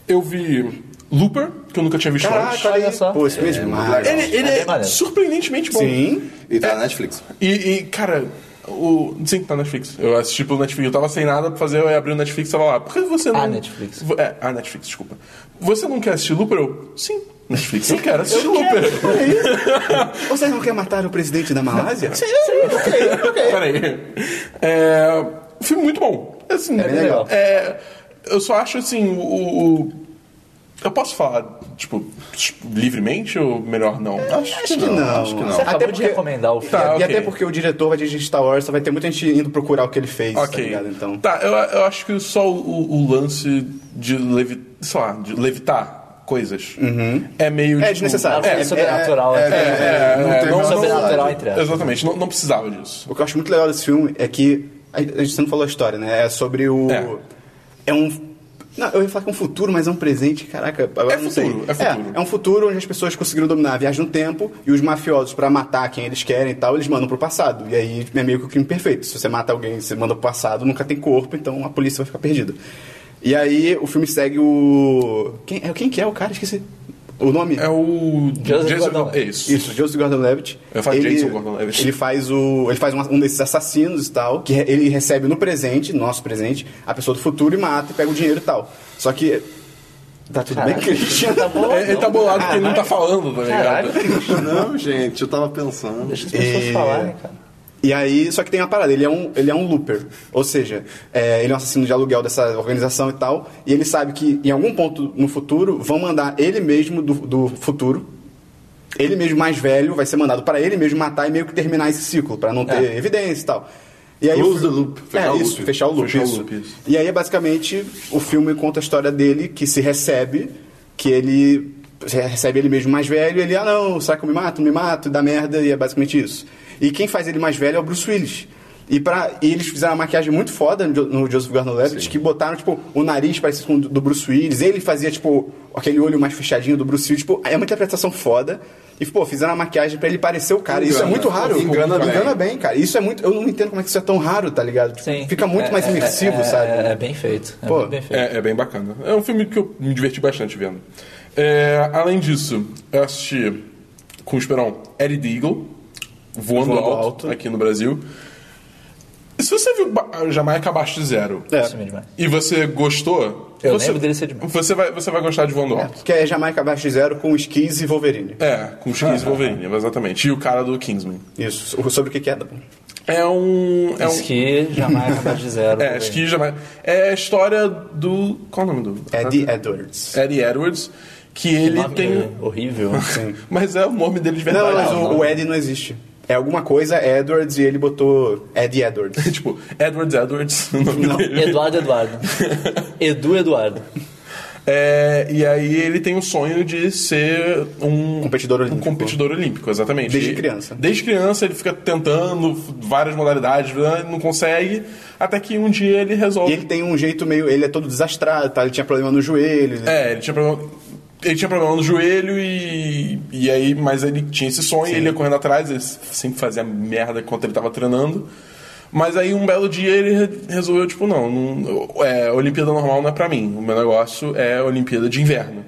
[SPEAKER 3] eu vi Looper, que eu nunca tinha visto antes.
[SPEAKER 2] olha só.
[SPEAKER 1] Pô, esse mesmo.
[SPEAKER 4] muito legal.
[SPEAKER 3] Ele, ele
[SPEAKER 2] É
[SPEAKER 3] é,
[SPEAKER 2] bem maneiro.
[SPEAKER 3] surpreendentemente bom.
[SPEAKER 1] Sim.
[SPEAKER 4] E tá na Netflix.
[SPEAKER 3] E, e, cara, o. Sim, tá na Netflix. Eu assisti pelo Netflix. Eu tava sem nada pra fazer, eu abri o Netflix e tava lá. Por que você não.
[SPEAKER 2] A Netflix.
[SPEAKER 3] Vo- É, a Netflix, desculpa. Você não quer assistir Looper? Eu. Sim, Netflix. Eu quero assistir Looper.
[SPEAKER 1] Vocês não querem matar o presidente da Malásia? Sim.
[SPEAKER 3] Peraí. É. Um filme muito bom. Assim, é
[SPEAKER 2] bem legal.
[SPEAKER 3] é, eu só acho assim, o- o. o- eu posso falar, tipo, livremente ou melhor não? Ah, Acho
[SPEAKER 1] Acho que não.
[SPEAKER 4] acho que não.
[SPEAKER 2] Você acabou
[SPEAKER 1] Até
[SPEAKER 2] de
[SPEAKER 1] porque-
[SPEAKER 2] recomendar o filme.
[SPEAKER 3] Tá. Ah,
[SPEAKER 1] E
[SPEAKER 3] ok.
[SPEAKER 1] até porque o diretor vai dirigir Star Wars, só vai ter muita gente indo procurar o que ele fez,
[SPEAKER 3] Ok.
[SPEAKER 1] tá ligado? Então.
[SPEAKER 3] Tá, eu, eu acho que só o, o- o lance de, levi, sei lá, de levitar coisas é meio.
[SPEAKER 1] É
[SPEAKER 3] tipo,
[SPEAKER 1] desnecessário.
[SPEAKER 2] É,
[SPEAKER 3] É,
[SPEAKER 2] sobrenatural.
[SPEAKER 4] é,
[SPEAKER 2] entre-
[SPEAKER 4] é,
[SPEAKER 3] é,
[SPEAKER 4] não
[SPEAKER 3] é,
[SPEAKER 4] tem
[SPEAKER 3] não-
[SPEAKER 4] mais
[SPEAKER 2] sobrenatural
[SPEAKER 4] nada.
[SPEAKER 2] entre aspas.
[SPEAKER 3] Exatamente, não, não precisava disso.
[SPEAKER 1] O que eu acho muito legal desse filme é que. A a gente não falou a história, né? É sobre o.
[SPEAKER 3] É.
[SPEAKER 1] É, um. Não, eu ia falar que é um futuro, mas é um presente, caraca. Agora
[SPEAKER 3] É
[SPEAKER 1] eu não
[SPEAKER 3] futuro,
[SPEAKER 1] sei.
[SPEAKER 3] é futuro.
[SPEAKER 1] É, um futuro onde as pessoas conseguiram dominar a viagem no tempo e os mafiosos, pra matar quem eles querem e tal, eles mandam pro passado. E aí é meio que o crime perfeito. Se você mata alguém, você manda pro passado, nunca tem corpo, então a polícia vai ficar perdida. E aí o filme segue o. Quem, é, quem que é o cara? Esqueci. O nome?
[SPEAKER 3] É o.
[SPEAKER 2] Joseph Gordon.
[SPEAKER 3] É isso.
[SPEAKER 1] Isso, Joseph Gordon-Levitt.
[SPEAKER 3] Eu falo
[SPEAKER 1] Ele-
[SPEAKER 3] Jason Gordon-Levitt. é-"
[SPEAKER 1] Ele faz o, ele faz um, um desses assassinos e tal, que re- ele recebe no presente, nosso presente, a pessoa do futuro e mata e pega o dinheiro e tal. Só que tá tudo bem,
[SPEAKER 2] Caraca.
[SPEAKER 1] Christian, tá bom?
[SPEAKER 3] É, ele tá bolado porque ele não tá falando, tá ligado?
[SPEAKER 2] Caralho,
[SPEAKER 4] não, gente, eu tava pensando.
[SPEAKER 2] deixa as pessoas
[SPEAKER 1] É.
[SPEAKER 2] falarem, cara.
[SPEAKER 1] E aí, só que tem uma parada, ele é um, ele é um looper. Ou seja, é, ele é um assassino de aluguel dessa organização e tal. E ele sabe que em algum ponto no futuro vão mandar ele mesmo do, do futuro. Ele mesmo mais velho vai ser mandado pra ele mesmo matar e meio que terminar esse ciclo, pra não ter
[SPEAKER 2] É.
[SPEAKER 1] evidência e tal. E aí,
[SPEAKER 4] Close
[SPEAKER 1] o
[SPEAKER 4] the
[SPEAKER 1] fi-
[SPEAKER 4] loop,
[SPEAKER 1] É,
[SPEAKER 4] fechar o
[SPEAKER 1] isso,
[SPEAKER 4] loop.
[SPEAKER 1] fechar o loop.
[SPEAKER 3] Fechar o
[SPEAKER 1] isso.
[SPEAKER 3] loop, isso.
[SPEAKER 1] é E aí, basicamente, o filme conta a história dele que se recebe, que ele Você recebe ele mesmo mais velho e ele, ah não, será que eu me mato? Me mato, dá merda, e é basicamente isso. E quem faz ele mais velho é o Bruce Willis. E, pra, e eles fizeram uma maquiagem muito foda no, Jo- no Joseph Gordon-Levitt, que botaram, tipo, o nariz parecido com o do do Bruce Willis. Ele fazia, tipo, aquele olho mais fechadinho do Bruce Willis. Tipo, é uma interpretação foda. E, pô, fizeram a maquiagem pra ele parecer o cara. Isso é
[SPEAKER 4] Engana.
[SPEAKER 1] muito raro.
[SPEAKER 4] Engana bem.
[SPEAKER 1] Engana bem, cara. Isso é muito... Eu não entendo como é que isso é tão raro, tá ligado? Tipo,
[SPEAKER 2] Sim.
[SPEAKER 1] Fica muito
[SPEAKER 2] É-
[SPEAKER 1] mais
[SPEAKER 2] é-
[SPEAKER 1] imersivo,
[SPEAKER 2] é-
[SPEAKER 1] sabe?
[SPEAKER 2] É, é bem feito. É
[SPEAKER 1] Pô,
[SPEAKER 2] muito bem feito.
[SPEAKER 3] É, é bem bacana. É um filme que eu me diverti bastante vendo. É, além disso, eu assisti com o Esperão Eddie Deagle, voando,
[SPEAKER 1] Voando
[SPEAKER 3] alto,
[SPEAKER 1] Alto.
[SPEAKER 3] aqui no Brasil. E se você viu Ba- Jamaica abaixo de zero
[SPEAKER 1] É.
[SPEAKER 2] Isso mesmo, é.
[SPEAKER 3] e você gostou,
[SPEAKER 2] Eu
[SPEAKER 3] você,
[SPEAKER 2] lembro dele ser demais.
[SPEAKER 3] você vai, você vai gostar de voando alto.
[SPEAKER 1] Que é Jamaica abaixo de zero com skis e Wolverine.
[SPEAKER 3] É, com os 15 Wolverine, exatamente. E o cara do Kingsman.
[SPEAKER 1] Isso. O- Sobre o que que é, Dabu?
[SPEAKER 3] É um. É um
[SPEAKER 2] Esqui, jamais acabar de zero.
[SPEAKER 3] é, acho que jamais. É a história do. Qual é o nome do.
[SPEAKER 1] Eddie É Edwards.
[SPEAKER 3] Eddie Edwards, que ele
[SPEAKER 2] Nome
[SPEAKER 3] tem.
[SPEAKER 2] Horrível.
[SPEAKER 1] um-
[SPEAKER 3] Mas é o nome dele de
[SPEAKER 1] Não,
[SPEAKER 3] verdade.
[SPEAKER 1] mas
[SPEAKER 3] né?
[SPEAKER 1] o, o Eddie não existe. É alguma coisa Edwards e ele botou Eddie Edwards.
[SPEAKER 3] tipo, Edwards Edwards, o nome dele.
[SPEAKER 2] Eduardo Eduardo. Edu Eduardo.
[SPEAKER 3] É, e aí ele tem o sonho de ser um
[SPEAKER 1] Competidor
[SPEAKER 3] um
[SPEAKER 1] olímpico.
[SPEAKER 3] competidor olímpico, exatamente.
[SPEAKER 1] Desde
[SPEAKER 3] E-
[SPEAKER 1] criança.
[SPEAKER 3] Desde criança ele fica tentando várias modalidades, né, não consegue, até que um dia ele
[SPEAKER 1] E
[SPEAKER 3] resolve.
[SPEAKER 1] ele tem um jeito meio. Ele é todo desastrado, tá? Ele tinha problema no joelho. né?
[SPEAKER 3] É, ele tinha problema. Ele tinha problema no joelho e. E aí, mas ele tinha esse sonho, ele ia correndo atrás, ele sempre fazia merda enquanto ele tava treinando. Mas aí um belo dia ele re- resolveu, tipo, não, não é, Olimpíada normal não é pra mim. O meu negócio é Olimpíada de inverno.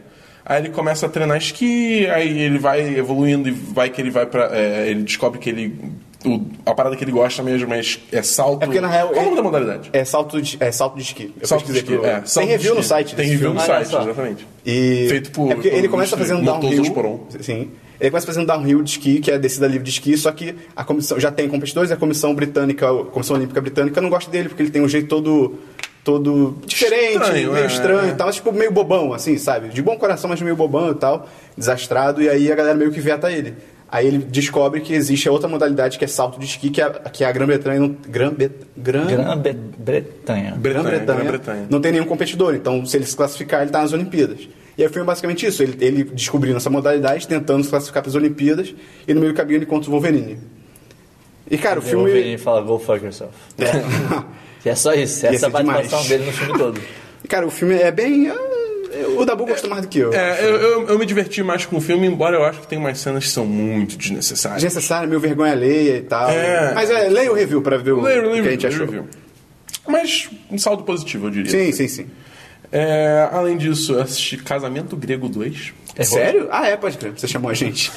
[SPEAKER 3] Aí ele começa a treinar esqui, aí ele vai evoluindo e vai que ele vai pra. é, ele descobre que ele. o- a parada que ele gosta mesmo é, es- é salto.
[SPEAKER 1] É porque, na real,
[SPEAKER 3] Qual o
[SPEAKER 1] ele-
[SPEAKER 3] nome da modalidade?
[SPEAKER 1] É salto de, é salto de esqui. Eu
[SPEAKER 3] salto de
[SPEAKER 1] pesquisei
[SPEAKER 3] esqui.
[SPEAKER 1] pro-
[SPEAKER 3] é,
[SPEAKER 1] tem
[SPEAKER 3] salto de
[SPEAKER 1] review no
[SPEAKER 3] esqui.
[SPEAKER 1] site.
[SPEAKER 3] Tem
[SPEAKER 1] desse
[SPEAKER 3] review no
[SPEAKER 1] filme.
[SPEAKER 3] site,
[SPEAKER 2] só.
[SPEAKER 3] exatamente.
[SPEAKER 1] E...
[SPEAKER 3] Feito por-
[SPEAKER 1] É porque
[SPEAKER 3] por
[SPEAKER 1] ele começa
[SPEAKER 3] Luiz
[SPEAKER 1] fazendo
[SPEAKER 3] Felipe, Montoso Esporon.
[SPEAKER 1] downhill. Sim. Ele começa fazendo downhill de esqui, que é descida livre de esqui, só que a comissão já tem competidores, e a comissão britânica, a comissão olímpica britânica não gosta dele porque ele tem um jeito todo todo diferente,
[SPEAKER 3] Estranho,
[SPEAKER 1] meio
[SPEAKER 3] é,
[SPEAKER 1] estranho
[SPEAKER 3] é.
[SPEAKER 1] e tal, mas, tipo meio bobão assim, sabe? De bom coração, mas meio bobão e tal, desastrado e aí a galera meio que veta ele. Aí ele descobre que existe a outra modalidade que é salto de esqui, que a, que é a Grã-Bretanha não Grã-Bet- Grã-
[SPEAKER 2] Grã-Bretanha.
[SPEAKER 1] Grã-Bretanha
[SPEAKER 3] Grã-Bretanha.
[SPEAKER 1] não tem nenhum competidor, então se ele se classificar, ele tá nas Olimpíadas. E aí foi basicamente isso, ele, ele descobrindo essa modalidade, tentando se classificar para as Olimpíadas, e no meio do caminho ele encontra o Wolverine. E cara, o
[SPEAKER 2] Eu
[SPEAKER 1] filme.
[SPEAKER 2] ouvi ele falar, go fuck yourself.
[SPEAKER 1] É.
[SPEAKER 2] E é só isso. Essa é
[SPEAKER 1] ser
[SPEAKER 2] a participação
[SPEAKER 1] demais.
[SPEAKER 2] dele no filme todo.
[SPEAKER 1] cara, o filme é bem. ah, O Dabu gosta mais do que eu.
[SPEAKER 3] É, eu, eu, eu me diverti mais com o filme, embora eu acho que tem umas cenas que são muito desnecessárias.
[SPEAKER 1] Desnecessário, meio vergonha alheia e tal.
[SPEAKER 3] É.
[SPEAKER 1] Mas é, leia o review para ver o,
[SPEAKER 3] Leio,
[SPEAKER 1] o
[SPEAKER 3] leio,
[SPEAKER 1] que a gente
[SPEAKER 3] leio
[SPEAKER 1] achou.
[SPEAKER 3] review. Mas um saldo positivo, eu diria.
[SPEAKER 1] Sim, sim, sim.
[SPEAKER 3] É, além disso, eu assisti Casamento Grego 2.
[SPEAKER 1] Sério? Ah, é, pode crer. Você chamou a gente.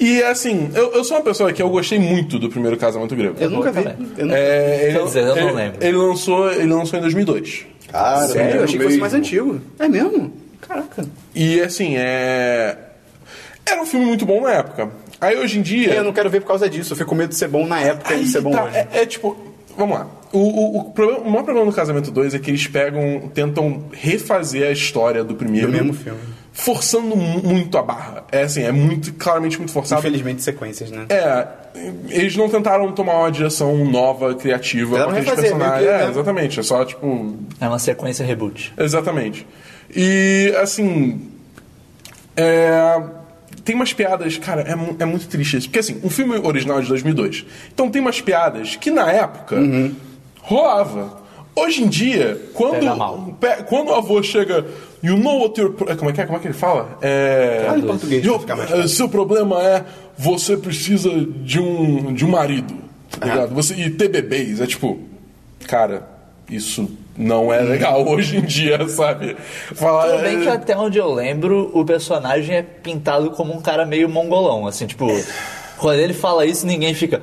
[SPEAKER 3] E assim, eu, eu sou uma pessoa que eu gostei muito do primeiro Casamento Grego.
[SPEAKER 1] Eu nunca vi.
[SPEAKER 2] também.
[SPEAKER 1] Eu nunca-
[SPEAKER 3] É, ele,
[SPEAKER 2] Quer dizer, eu não
[SPEAKER 3] ele-
[SPEAKER 2] lembro.
[SPEAKER 3] Ele lançou, ele lançou em 2002.
[SPEAKER 4] Cara,
[SPEAKER 1] Sério? Eu achei que fosse
[SPEAKER 4] mesmo.
[SPEAKER 1] mais antigo. É mesmo? Caraca.
[SPEAKER 3] E assim, é. Era um filme muito bom na época. Aí hoje em dia.
[SPEAKER 1] É, Eu não quero ver por causa disso. Eu fico com medo de ser bom na época e
[SPEAKER 3] Aí
[SPEAKER 1] de ser bom
[SPEAKER 3] tá,
[SPEAKER 1] hoje.
[SPEAKER 3] é, é tipo, vamos lá. O, o, o, problema, o maior problema do Casamento 2 é que eles pegam, tentam refazer a história do primeiro.
[SPEAKER 1] Do mesmo filme.
[SPEAKER 3] Forçando mu- muito a barra. É assim, é muito, claramente muito forçado.
[SPEAKER 1] Infelizmente, sequências, né?
[SPEAKER 3] É, eles não tentaram tomar uma direção nova, criativa,
[SPEAKER 1] Tentaram
[SPEAKER 3] com aqueles
[SPEAKER 1] refazer, meio que,
[SPEAKER 3] personagens. É,
[SPEAKER 1] né?
[SPEAKER 3] exatamente. É só, tipo,
[SPEAKER 2] É uma sequência reboot.
[SPEAKER 3] Exatamente. E, assim. é, Tem umas piadas, cara, é, mu- é muito triste isso. Porque, assim, o filme original é de 2002. Então tem umas piadas que na época
[SPEAKER 1] Uhum.
[SPEAKER 3] rolava. Hoje em dia, quando.
[SPEAKER 2] Pega mal.
[SPEAKER 3] pe- quando o avô chega. You know what your. pro-" Como é que é? Como é que ele fala? É.
[SPEAKER 1] Fala em português,
[SPEAKER 3] "Your-
[SPEAKER 1] pra ficar mais
[SPEAKER 3] eh, seu problema é você precisa de um, de um marido. Tá ligado? Você, e ter bebês. É tipo, cara, isso não é legal hoje em dia, sabe? Falar.
[SPEAKER 2] Tudo bem que
[SPEAKER 3] é,
[SPEAKER 2] até onde eu lembro, o personagem é pintado como um cara meio mongolão, assim, tipo... Quando ele fala isso, ninguém fica...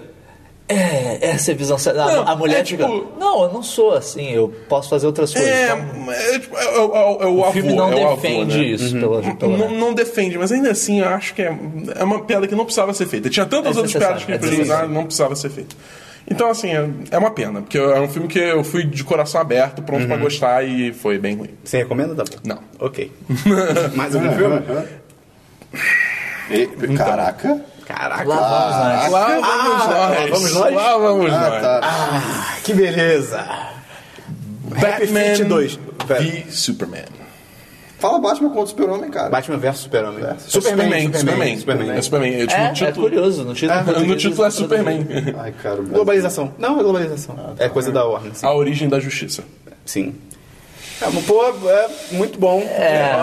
[SPEAKER 2] É, essa é a visão... certa." A,
[SPEAKER 3] Não,
[SPEAKER 2] a mulher
[SPEAKER 3] é
[SPEAKER 2] fica...
[SPEAKER 3] tipo-
[SPEAKER 2] Não, eu não sou assim, eu posso fazer outras coisas.
[SPEAKER 3] é,
[SPEAKER 2] Então,
[SPEAKER 3] é, tipo, é, o- é o- é o
[SPEAKER 2] o
[SPEAKER 3] avô.
[SPEAKER 2] filme não
[SPEAKER 3] é o avô,
[SPEAKER 2] defende
[SPEAKER 3] né?
[SPEAKER 2] isso, pelo, pelo
[SPEAKER 3] Não,
[SPEAKER 2] menos.
[SPEAKER 3] não defende, mas ainda assim eu acho que é, é uma piada que não precisava ser feita. Tinha tantas
[SPEAKER 2] É
[SPEAKER 3] outras piadas que
[SPEAKER 2] desnecessário, é
[SPEAKER 3] precisava não precisava ser feita. Então, assim, é, é uma pena, porque é um filme que eu fui de coração aberto, pronto
[SPEAKER 2] Uhum.
[SPEAKER 3] pra gostar, e foi bem ruim.
[SPEAKER 1] Você recomenda, Dabu?
[SPEAKER 3] Não.
[SPEAKER 1] Ok. mais algum filme?
[SPEAKER 4] E- Caraca.
[SPEAKER 1] Caraca.
[SPEAKER 2] Lá vamos nós.
[SPEAKER 3] Lá vamos
[SPEAKER 1] lá
[SPEAKER 3] nós!
[SPEAKER 1] Ah, vamos nós?
[SPEAKER 3] Lá vamos nós!
[SPEAKER 4] Ah, tá.
[SPEAKER 1] Ah, que beleza. Happy Feet 2. Pera.
[SPEAKER 3] v tá. Superman.
[SPEAKER 4] Fala Batman contra o Super-Homem, cara.
[SPEAKER 1] Batman versus Super-Homem.
[SPEAKER 3] Superman, Superman. É Superman. É, tipo,
[SPEAKER 2] É,
[SPEAKER 3] o título,
[SPEAKER 2] é curioso. No título, em
[SPEAKER 3] no
[SPEAKER 2] português,
[SPEAKER 3] título é
[SPEAKER 2] eles não traduziram.
[SPEAKER 3] Superman.
[SPEAKER 4] Ai, cara, o Brasil.
[SPEAKER 1] Globalização. Não, é globalização. É coisa da Warner. Sim.
[SPEAKER 3] A origem da justiça.
[SPEAKER 1] Sim. É, mas, pô, é muito bom.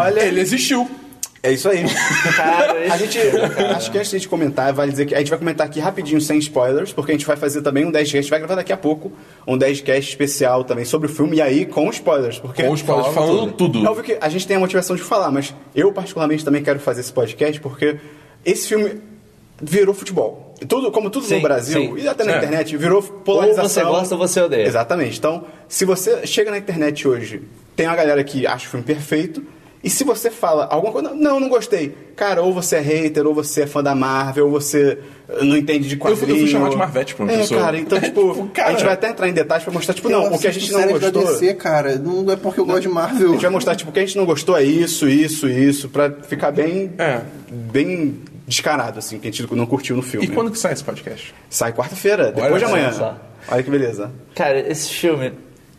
[SPEAKER 1] Olha,
[SPEAKER 3] Ele existiu.
[SPEAKER 1] é isso aí.
[SPEAKER 2] Cara,
[SPEAKER 1] A gente, acho que antes de a gente comentar, vale dizer que a gente vai comentar aqui rapidinho, sem spoilers, porque a gente vai fazer também um 10cast, vai gravar daqui a pouco, um 10cast especial também sobre o filme, e aí com spoilers, porque...
[SPEAKER 3] Com os pais falando tudo.
[SPEAKER 1] É óbvio que a gente tem a motivação de falar, mas eu particularmente também quero fazer esse podcast porque esse filme virou futebol. Tudo, como tudo
[SPEAKER 2] Sim,
[SPEAKER 1] no Brasil
[SPEAKER 2] sim.
[SPEAKER 1] e até na
[SPEAKER 3] É.
[SPEAKER 1] internet, virou
[SPEAKER 2] Ou
[SPEAKER 1] polarização.
[SPEAKER 2] você gosta ou você odeia.
[SPEAKER 1] Exatamente. Então, se você chega na internet hoje, tem uma galera que acha o filme perfeito, e se você fala alguma coisa, não, não gostei. Cara, ou você é hater, ou você é fã da Marvel, ou você eh, não entende de
[SPEAKER 3] Eu fui- eu
[SPEAKER 1] quadrinho.
[SPEAKER 3] fui chamar de Marvete pra uma
[SPEAKER 1] É,
[SPEAKER 3] pessoa.
[SPEAKER 1] cara, então, tipo,
[SPEAKER 3] cara.
[SPEAKER 1] a gente vai até entrar em detalhes pra mostrar, tipo, não, o que a gente não
[SPEAKER 4] Da
[SPEAKER 1] gostou...
[SPEAKER 4] DC, cara. Não é porque eu gosto de Marvel.
[SPEAKER 1] A gente vai mostrar, tipo, o que a gente não gostou é isso, isso, isso, pra ficar bem.
[SPEAKER 3] É.
[SPEAKER 1] Bem descarado, assim, que a gente não curtiu no filme.
[SPEAKER 3] E quando que sai esse podcast?
[SPEAKER 1] Sai quarta-feira, depois
[SPEAKER 3] Olha
[SPEAKER 1] de amanhã.
[SPEAKER 2] só.
[SPEAKER 1] Olha que beleza.
[SPEAKER 2] Cara, esse filme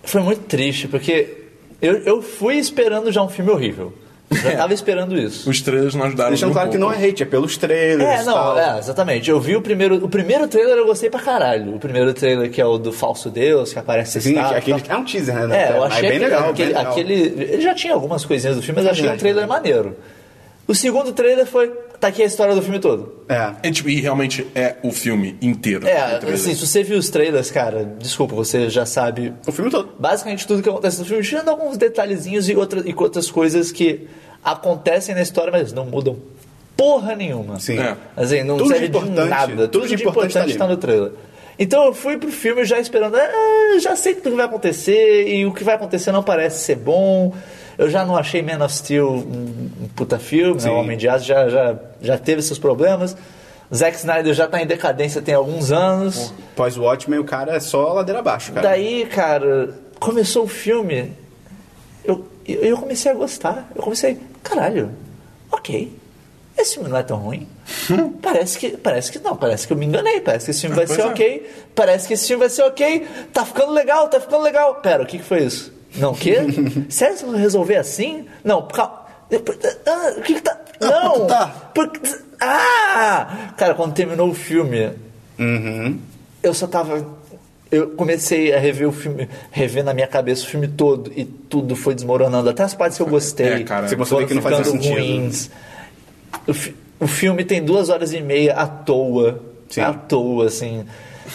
[SPEAKER 2] foi muito triste, porque eu, eu fui esperando já um filme horrível.
[SPEAKER 3] É.
[SPEAKER 2] Já tava esperando isso.
[SPEAKER 3] Os trailers não ajudaram
[SPEAKER 1] Deixando
[SPEAKER 3] nem um
[SPEAKER 1] claro que não
[SPEAKER 3] pouco.
[SPEAKER 1] é hate, é pelos trailers.
[SPEAKER 2] É,
[SPEAKER 1] e
[SPEAKER 2] não,
[SPEAKER 1] tal.
[SPEAKER 2] é, exatamente. Eu vi o primeiro. O primeiro trailer eu gostei pra caralho. O primeiro trailer que é o do Falso Deus, que aparece
[SPEAKER 1] Sim,
[SPEAKER 2] estátua.
[SPEAKER 1] aquele- é um teaser, né? na
[SPEAKER 2] Tá, É,
[SPEAKER 1] tela,
[SPEAKER 2] eu
[SPEAKER 1] mas
[SPEAKER 2] achei
[SPEAKER 1] é bem
[SPEAKER 2] aquele,
[SPEAKER 1] legal,
[SPEAKER 2] aquele,
[SPEAKER 1] bem legal. Tá
[SPEAKER 2] aquele- Ele já tinha algumas coisinhas do filme, mas eu achei um
[SPEAKER 1] Verdade,
[SPEAKER 2] trailer maneiro. O segundo trailer foi. Tá aqui a história do filme todo.
[SPEAKER 1] É.
[SPEAKER 3] É, tipo, e realmente é o filme
[SPEAKER 1] Tá,
[SPEAKER 3] inteiro.
[SPEAKER 2] É,
[SPEAKER 3] O trailer.
[SPEAKER 2] assim, se você viu os trailers, cara, desculpa, você já sabe
[SPEAKER 1] O filme todo.
[SPEAKER 2] basicamente tudo que acontece no filme, tirando alguns detalhezinhos e, outra- e outras coisas que acontecem na história, mas não mudam porra nenhuma.
[SPEAKER 1] Sim.
[SPEAKER 3] É.
[SPEAKER 2] Assim, não
[SPEAKER 1] Tudo de
[SPEAKER 2] serve de,
[SPEAKER 1] importante,
[SPEAKER 2] nada. Tudo, de importante,
[SPEAKER 1] tá ali.
[SPEAKER 2] está no trailer. Então eu fui pro filme já esperando, ah, já sei tudo que vai acontecer e o que vai acontecer não parece ser bom. Eu já não achei Man of Steel um um puta filme, né? o Homem de Aço já, já, já teve seus problemas. Zack Snyder já tá em decadência tem alguns anos.
[SPEAKER 1] Pós Watchmen, o cara é só ladeira abaixo, cara.
[SPEAKER 2] Daí, cara, começou o filme, eu, eu, eu comecei a gostar. Eu comecei, caralho, ok. Esse filme não é tão ruim. parece que parece que não, parece que eu me enganei. Parece que esse filme vai
[SPEAKER 3] pois
[SPEAKER 2] ser
[SPEAKER 3] é.
[SPEAKER 2] ok. Parece que esse filme vai ser ok. Tá ficando legal, tá ficando legal. Pera, o que, que foi isso? Não, o quê? Sério, se eu resolver assim? Não, calma. Ah, o que que tá. Não!
[SPEAKER 4] puta, tá.
[SPEAKER 2] Porque... Ah! Cara, quando terminou o filme, eu só tava. Eu comecei a rever o filme, rever na minha cabeça o filme todo e tudo foi desmoronando. Até as partes que eu gostei.
[SPEAKER 3] É, cara. Você
[SPEAKER 1] começou a ver que não
[SPEAKER 2] foram
[SPEAKER 1] fazia
[SPEAKER 2] ficando
[SPEAKER 1] sentido.
[SPEAKER 2] ruins. O, fi- o filme tem duas horas e meia à toa.
[SPEAKER 1] Sim.
[SPEAKER 2] À toa, assim.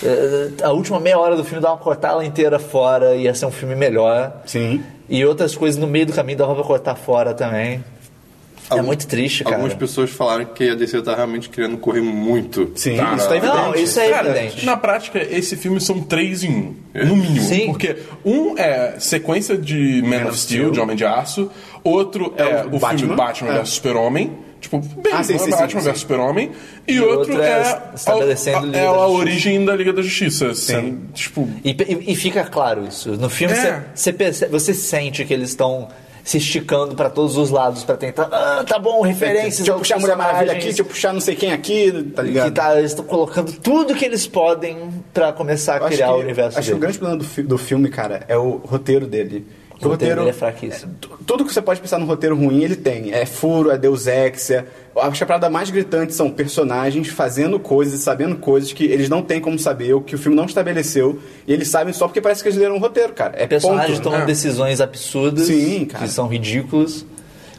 [SPEAKER 2] Eh, A última meia hora do filme dava pra cortar ela inteira fora, ia ser um filme melhor.
[SPEAKER 1] Sim.
[SPEAKER 2] E outras coisas no meio do caminho dava pra cortar fora também. é
[SPEAKER 4] Algum-
[SPEAKER 2] muito triste, cara.
[SPEAKER 4] Algumas pessoas falaram que a DC tá realmente querendo correr muito.
[SPEAKER 1] Sim,
[SPEAKER 4] Tá,
[SPEAKER 1] isso
[SPEAKER 4] não.
[SPEAKER 1] tá evidente.
[SPEAKER 2] Não, isso é
[SPEAKER 3] Cara,
[SPEAKER 2] evidente.
[SPEAKER 3] na prática, esse filme são três em um, no mínimo.
[SPEAKER 2] Sim.
[SPEAKER 3] Porque um é sequência de Man, of Steel, de Homem de Aço, outro é,
[SPEAKER 1] o
[SPEAKER 3] o filme
[SPEAKER 1] Batman.
[SPEAKER 3] Batman
[SPEAKER 1] É.
[SPEAKER 3] vs Super-Homem. Tipo, bem,
[SPEAKER 1] Ah, sim,
[SPEAKER 3] não é
[SPEAKER 1] sim, sim,
[SPEAKER 3] Batman
[SPEAKER 1] sim.
[SPEAKER 3] vs Super-Homem. E, outro,
[SPEAKER 2] outro é
[SPEAKER 3] é,
[SPEAKER 2] estabelecendo
[SPEAKER 3] a,
[SPEAKER 2] Liga
[SPEAKER 3] é
[SPEAKER 2] da
[SPEAKER 3] a
[SPEAKER 2] Justiça.
[SPEAKER 3] origem da Liga da Justiça. sendo, tipo,
[SPEAKER 2] E, pe- e- e fica claro isso. No filme
[SPEAKER 3] É.
[SPEAKER 2] cê- cê perce- você sente que eles estão se esticando pra todos os lados pra tentar. Ah, tá bom, referências.
[SPEAKER 1] Deixa eu Tipo, puxar a
[SPEAKER 2] aos
[SPEAKER 1] Mulher Maravilha aqui,
[SPEAKER 2] personagens",
[SPEAKER 1] deixa eu puxar não sei quem aqui, tá ligado?
[SPEAKER 2] que tá- eles estão colocando tudo que eles podem pra começar
[SPEAKER 1] Eu
[SPEAKER 2] a
[SPEAKER 1] acho
[SPEAKER 2] criar
[SPEAKER 1] que-
[SPEAKER 2] o universo
[SPEAKER 1] Acho que o
[SPEAKER 2] dele.
[SPEAKER 1] grande problema do, fi- do filme, cara, é o roteiro dele.
[SPEAKER 2] O roteiro dele é fraquíssimo.
[SPEAKER 1] tu- Tudo que você pode pensar num roteiro ruim, ele tem. É furo, é Deus Ex, é... Acho que a parada mais gritante são personagens fazendo coisas e sabendo coisas que eles não têm como saber, o que o filme não estabeleceu, e eles sabem só porque parece que eles leram um roteiro, cara. É
[SPEAKER 2] Personagens
[SPEAKER 1] ponto.
[SPEAKER 2] tomam
[SPEAKER 3] É.
[SPEAKER 2] decisões absurdas
[SPEAKER 1] Sim, cara.
[SPEAKER 2] que são ridículas.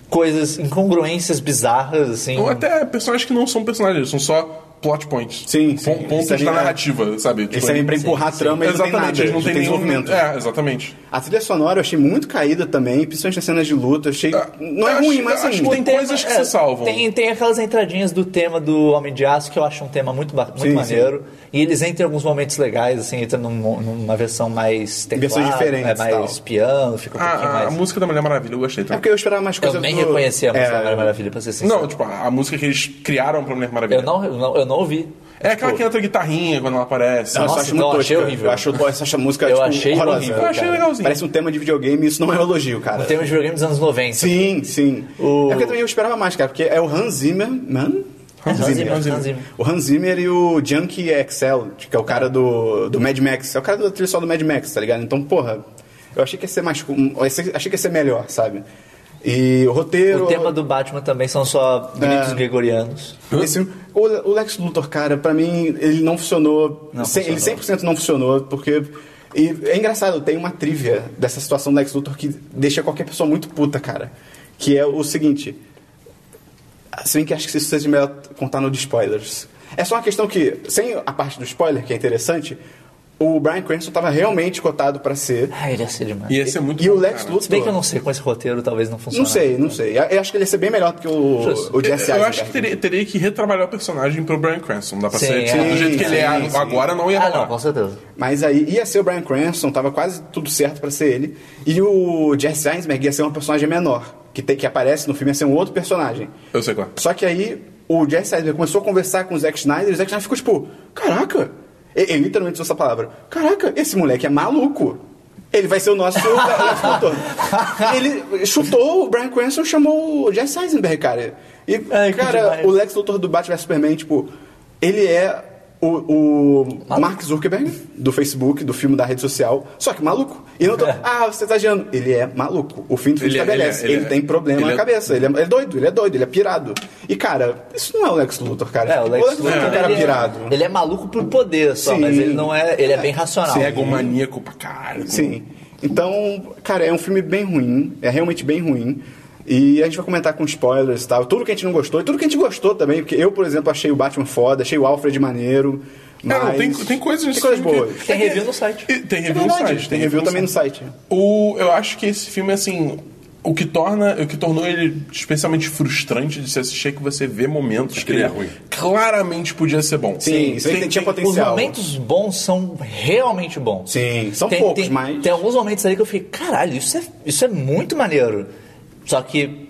[SPEAKER 2] Coisas, incongruências bizarras, assim.
[SPEAKER 3] ou até personagens que não são personagens, são só plot points.
[SPEAKER 1] Sim, sim.
[SPEAKER 3] Pon- Pontos
[SPEAKER 1] Isso é
[SPEAKER 3] da
[SPEAKER 1] nem-
[SPEAKER 3] narrativa, sabe? Tipo,
[SPEAKER 1] Eles sabem é pra empurrar a trama, eles não têm
[SPEAKER 3] Exatamente,
[SPEAKER 1] nada,
[SPEAKER 3] eles não têm nenhum...
[SPEAKER 1] desenvolvimento.
[SPEAKER 3] É, exatamente.
[SPEAKER 1] A trilha sonora eu achei muito caída também, principalmente as cenas de luta. eu Achei...
[SPEAKER 3] Ah,
[SPEAKER 1] não é
[SPEAKER 3] acho-
[SPEAKER 1] ruim, mas
[SPEAKER 3] acho
[SPEAKER 1] assim...
[SPEAKER 3] que tem coisas que se salvam.
[SPEAKER 2] é, Tem, tem aquelas entradinhas do tema do Homem de Aço que eu acho um tema muito, ba- muito
[SPEAKER 1] Sim,
[SPEAKER 2] maneiro. E eles entram em alguns momentos legais, assim, entram num- numa versão mais teclado,
[SPEAKER 1] Versões diferentes
[SPEAKER 2] né, mais
[SPEAKER 1] tal.
[SPEAKER 2] piano, fica um
[SPEAKER 3] Ah,
[SPEAKER 2] pouquinho
[SPEAKER 3] a, a
[SPEAKER 2] mais...
[SPEAKER 3] música da Mulher Maravilha eu gostei
[SPEAKER 1] É
[SPEAKER 3] também.
[SPEAKER 1] porque eu esperava mais coisa
[SPEAKER 2] Eu nem
[SPEAKER 1] do-
[SPEAKER 2] reconhecia a música da Mulher
[SPEAKER 1] É,
[SPEAKER 2] Maravilha, pra ser sincero.
[SPEAKER 3] Não, tipo, a, a música que eles criaram pra Mulher Maravilha.
[SPEAKER 2] eu, não, eu, não, eu não ouvi.
[SPEAKER 3] É aquela que entra guitarrinha quando ela aparece.
[SPEAKER 1] Nossa,
[SPEAKER 2] Nossa,
[SPEAKER 1] eu acho muito
[SPEAKER 2] não, achei
[SPEAKER 1] tosca.
[SPEAKER 2] horrível.
[SPEAKER 1] Eu acho eu acho essa música
[SPEAKER 2] Eu
[SPEAKER 1] tipo,
[SPEAKER 2] achei
[SPEAKER 1] horrorosa.
[SPEAKER 2] horrível,
[SPEAKER 3] Eu achei
[SPEAKER 2] cara.
[SPEAKER 3] legalzinho.
[SPEAKER 1] Parece um tema de videogame e isso não é um elogio, cara.
[SPEAKER 2] O tema de videogame dos anos 90.
[SPEAKER 1] Sim, sim.
[SPEAKER 2] O-
[SPEAKER 1] É porque também eu esperava mais, cara, porque é o Hans Zimmer, man?
[SPEAKER 3] Hans
[SPEAKER 2] Hans Zimmer,
[SPEAKER 3] Zimmer,
[SPEAKER 2] Hans
[SPEAKER 3] Hans
[SPEAKER 2] Zimmer.
[SPEAKER 1] O Hans Zimmer e o Junkie Excel, que é o cara do, do Mad Max. É o cara da trilha só do Mad Max, tá ligado? Então, porra, eu achei que ia ser mais. cu- um, eu achei- Achei que ia ser melhor, sabe? E o roteiro.
[SPEAKER 2] O tema do Batman também são só gritos
[SPEAKER 1] É.
[SPEAKER 2] gregorianos.
[SPEAKER 1] Esse- o, o Lex Luthor, cara, pra mim, ele não funcionou.
[SPEAKER 2] Não
[SPEAKER 1] Cem- Ele
[SPEAKER 2] funcionou.
[SPEAKER 1] 100% não funcionou, porque. E é engraçado, tem uma trivia dessa situação do Lex Luthor que deixa qualquer pessoa muito puta, cara. Que é o seguinte. Se bem que acho que isso seja melhor contar no de spoilers. É só uma questão que, sem a parte do spoiler, que é interessante, o Brian Cranston tava realmente cotado pra ser.
[SPEAKER 2] Ah, ele ia ser demais.
[SPEAKER 3] Ia ser é muito
[SPEAKER 1] e
[SPEAKER 3] bom,
[SPEAKER 1] o Lex
[SPEAKER 3] cara.
[SPEAKER 1] Luthor.
[SPEAKER 2] Se bem que eu não né? sei, com esse roteiro talvez não funcione.
[SPEAKER 1] Não sei, não sei. Eu acho que ele ia ser bem melhor do que o, o Jesse
[SPEAKER 3] Eu, eu
[SPEAKER 1] Eisenberg.
[SPEAKER 3] acho que teria, teria que retrabalhar o personagem pro Brian Cranston. Dá pra
[SPEAKER 2] Sim,
[SPEAKER 3] ser tipo,
[SPEAKER 2] é.
[SPEAKER 3] do jeito que ele é
[SPEAKER 1] Sim, sim.
[SPEAKER 3] agora, não ia
[SPEAKER 2] Ah,
[SPEAKER 3] rolar.
[SPEAKER 2] não, com certeza.
[SPEAKER 1] Mas aí ia ser o Brian Cranston, tava quase tudo certo pra ser ele. E o Jesse Eisenberg ia ser um personagem menor, que, tem, que aparece no filme, ia ser um outro personagem.
[SPEAKER 3] Eu sei qual. é.
[SPEAKER 1] Só que aí o Jesse Eisenberg começou a conversar com o Zack Snyder e o Zack Snyder ficou tipo: Caraca! Ele, ele literalmente usou essa palavra: Caraca, esse moleque é maluco! Ele vai ser o nosso o nosso motor. Ele chutou o Brian Cranston e chamou o Jesse Eisenberg, cara. E,
[SPEAKER 2] Ai, É, que
[SPEAKER 1] cara,
[SPEAKER 2] demais.
[SPEAKER 1] o Lex Luthor do Batman vs Superman, tipo, ele é o, o Mark Zuckerberg do Facebook, do filme da rede social, só que maluco. E não tô,
[SPEAKER 2] É.
[SPEAKER 1] ah, você tá adiando. Ele é maluco. O fim do filme
[SPEAKER 3] Ele é-
[SPEAKER 1] estabelece.
[SPEAKER 3] ele
[SPEAKER 1] Ele,
[SPEAKER 3] é- ele é-
[SPEAKER 1] tem problema
[SPEAKER 3] ele
[SPEAKER 1] na
[SPEAKER 3] é-
[SPEAKER 1] cabeça. Ele é, ele é doido, ele é doido, ele é pirado. E, cara, isso não é o Lex Luthor, cara.
[SPEAKER 2] É, o Lex Luthor,
[SPEAKER 1] é um cara
[SPEAKER 2] ele,
[SPEAKER 1] pirado.
[SPEAKER 2] é, ele é maluco por poder só,
[SPEAKER 1] Sim.
[SPEAKER 2] mas ele não é... Ele é bem racional.
[SPEAKER 3] Cego, maníaco pra
[SPEAKER 2] um
[SPEAKER 3] caralho.
[SPEAKER 1] Sim. Então, cara, é um filme bem ruim. É realmente bem ruim. E a gente vai comentar com spoilers e tal. Tudo que a gente não gostou e tudo que a gente gostou também. Porque eu, por exemplo, achei o Batman foda, achei o Alfred maneiro.
[SPEAKER 3] É, não,
[SPEAKER 1] Mas...
[SPEAKER 3] tem, tem coisas
[SPEAKER 1] Tem coisas
[SPEAKER 3] assim que-
[SPEAKER 1] boas.
[SPEAKER 2] Tem review no site.
[SPEAKER 3] E Tem
[SPEAKER 1] É
[SPEAKER 3] review no
[SPEAKER 1] verdade,
[SPEAKER 3] site.
[SPEAKER 1] tem review também no site.
[SPEAKER 3] O, eu acho que esse filme, assim, o que torna, o que tornou ele especialmente frustrante de se assistir é que você vê momentos que
[SPEAKER 4] ele
[SPEAKER 3] ele
[SPEAKER 4] é ruim.
[SPEAKER 3] claramente podia ser bom.
[SPEAKER 1] Sim, isso aí tem- tinha
[SPEAKER 2] Os
[SPEAKER 1] potencial.
[SPEAKER 2] momentos bons são realmente bons.
[SPEAKER 1] Sim, são poucos,
[SPEAKER 2] tem,
[SPEAKER 1] mas-
[SPEAKER 2] Tem alguns momentos ali que eu fiquei, caralho, isso é, isso é muito maneiro. Só que.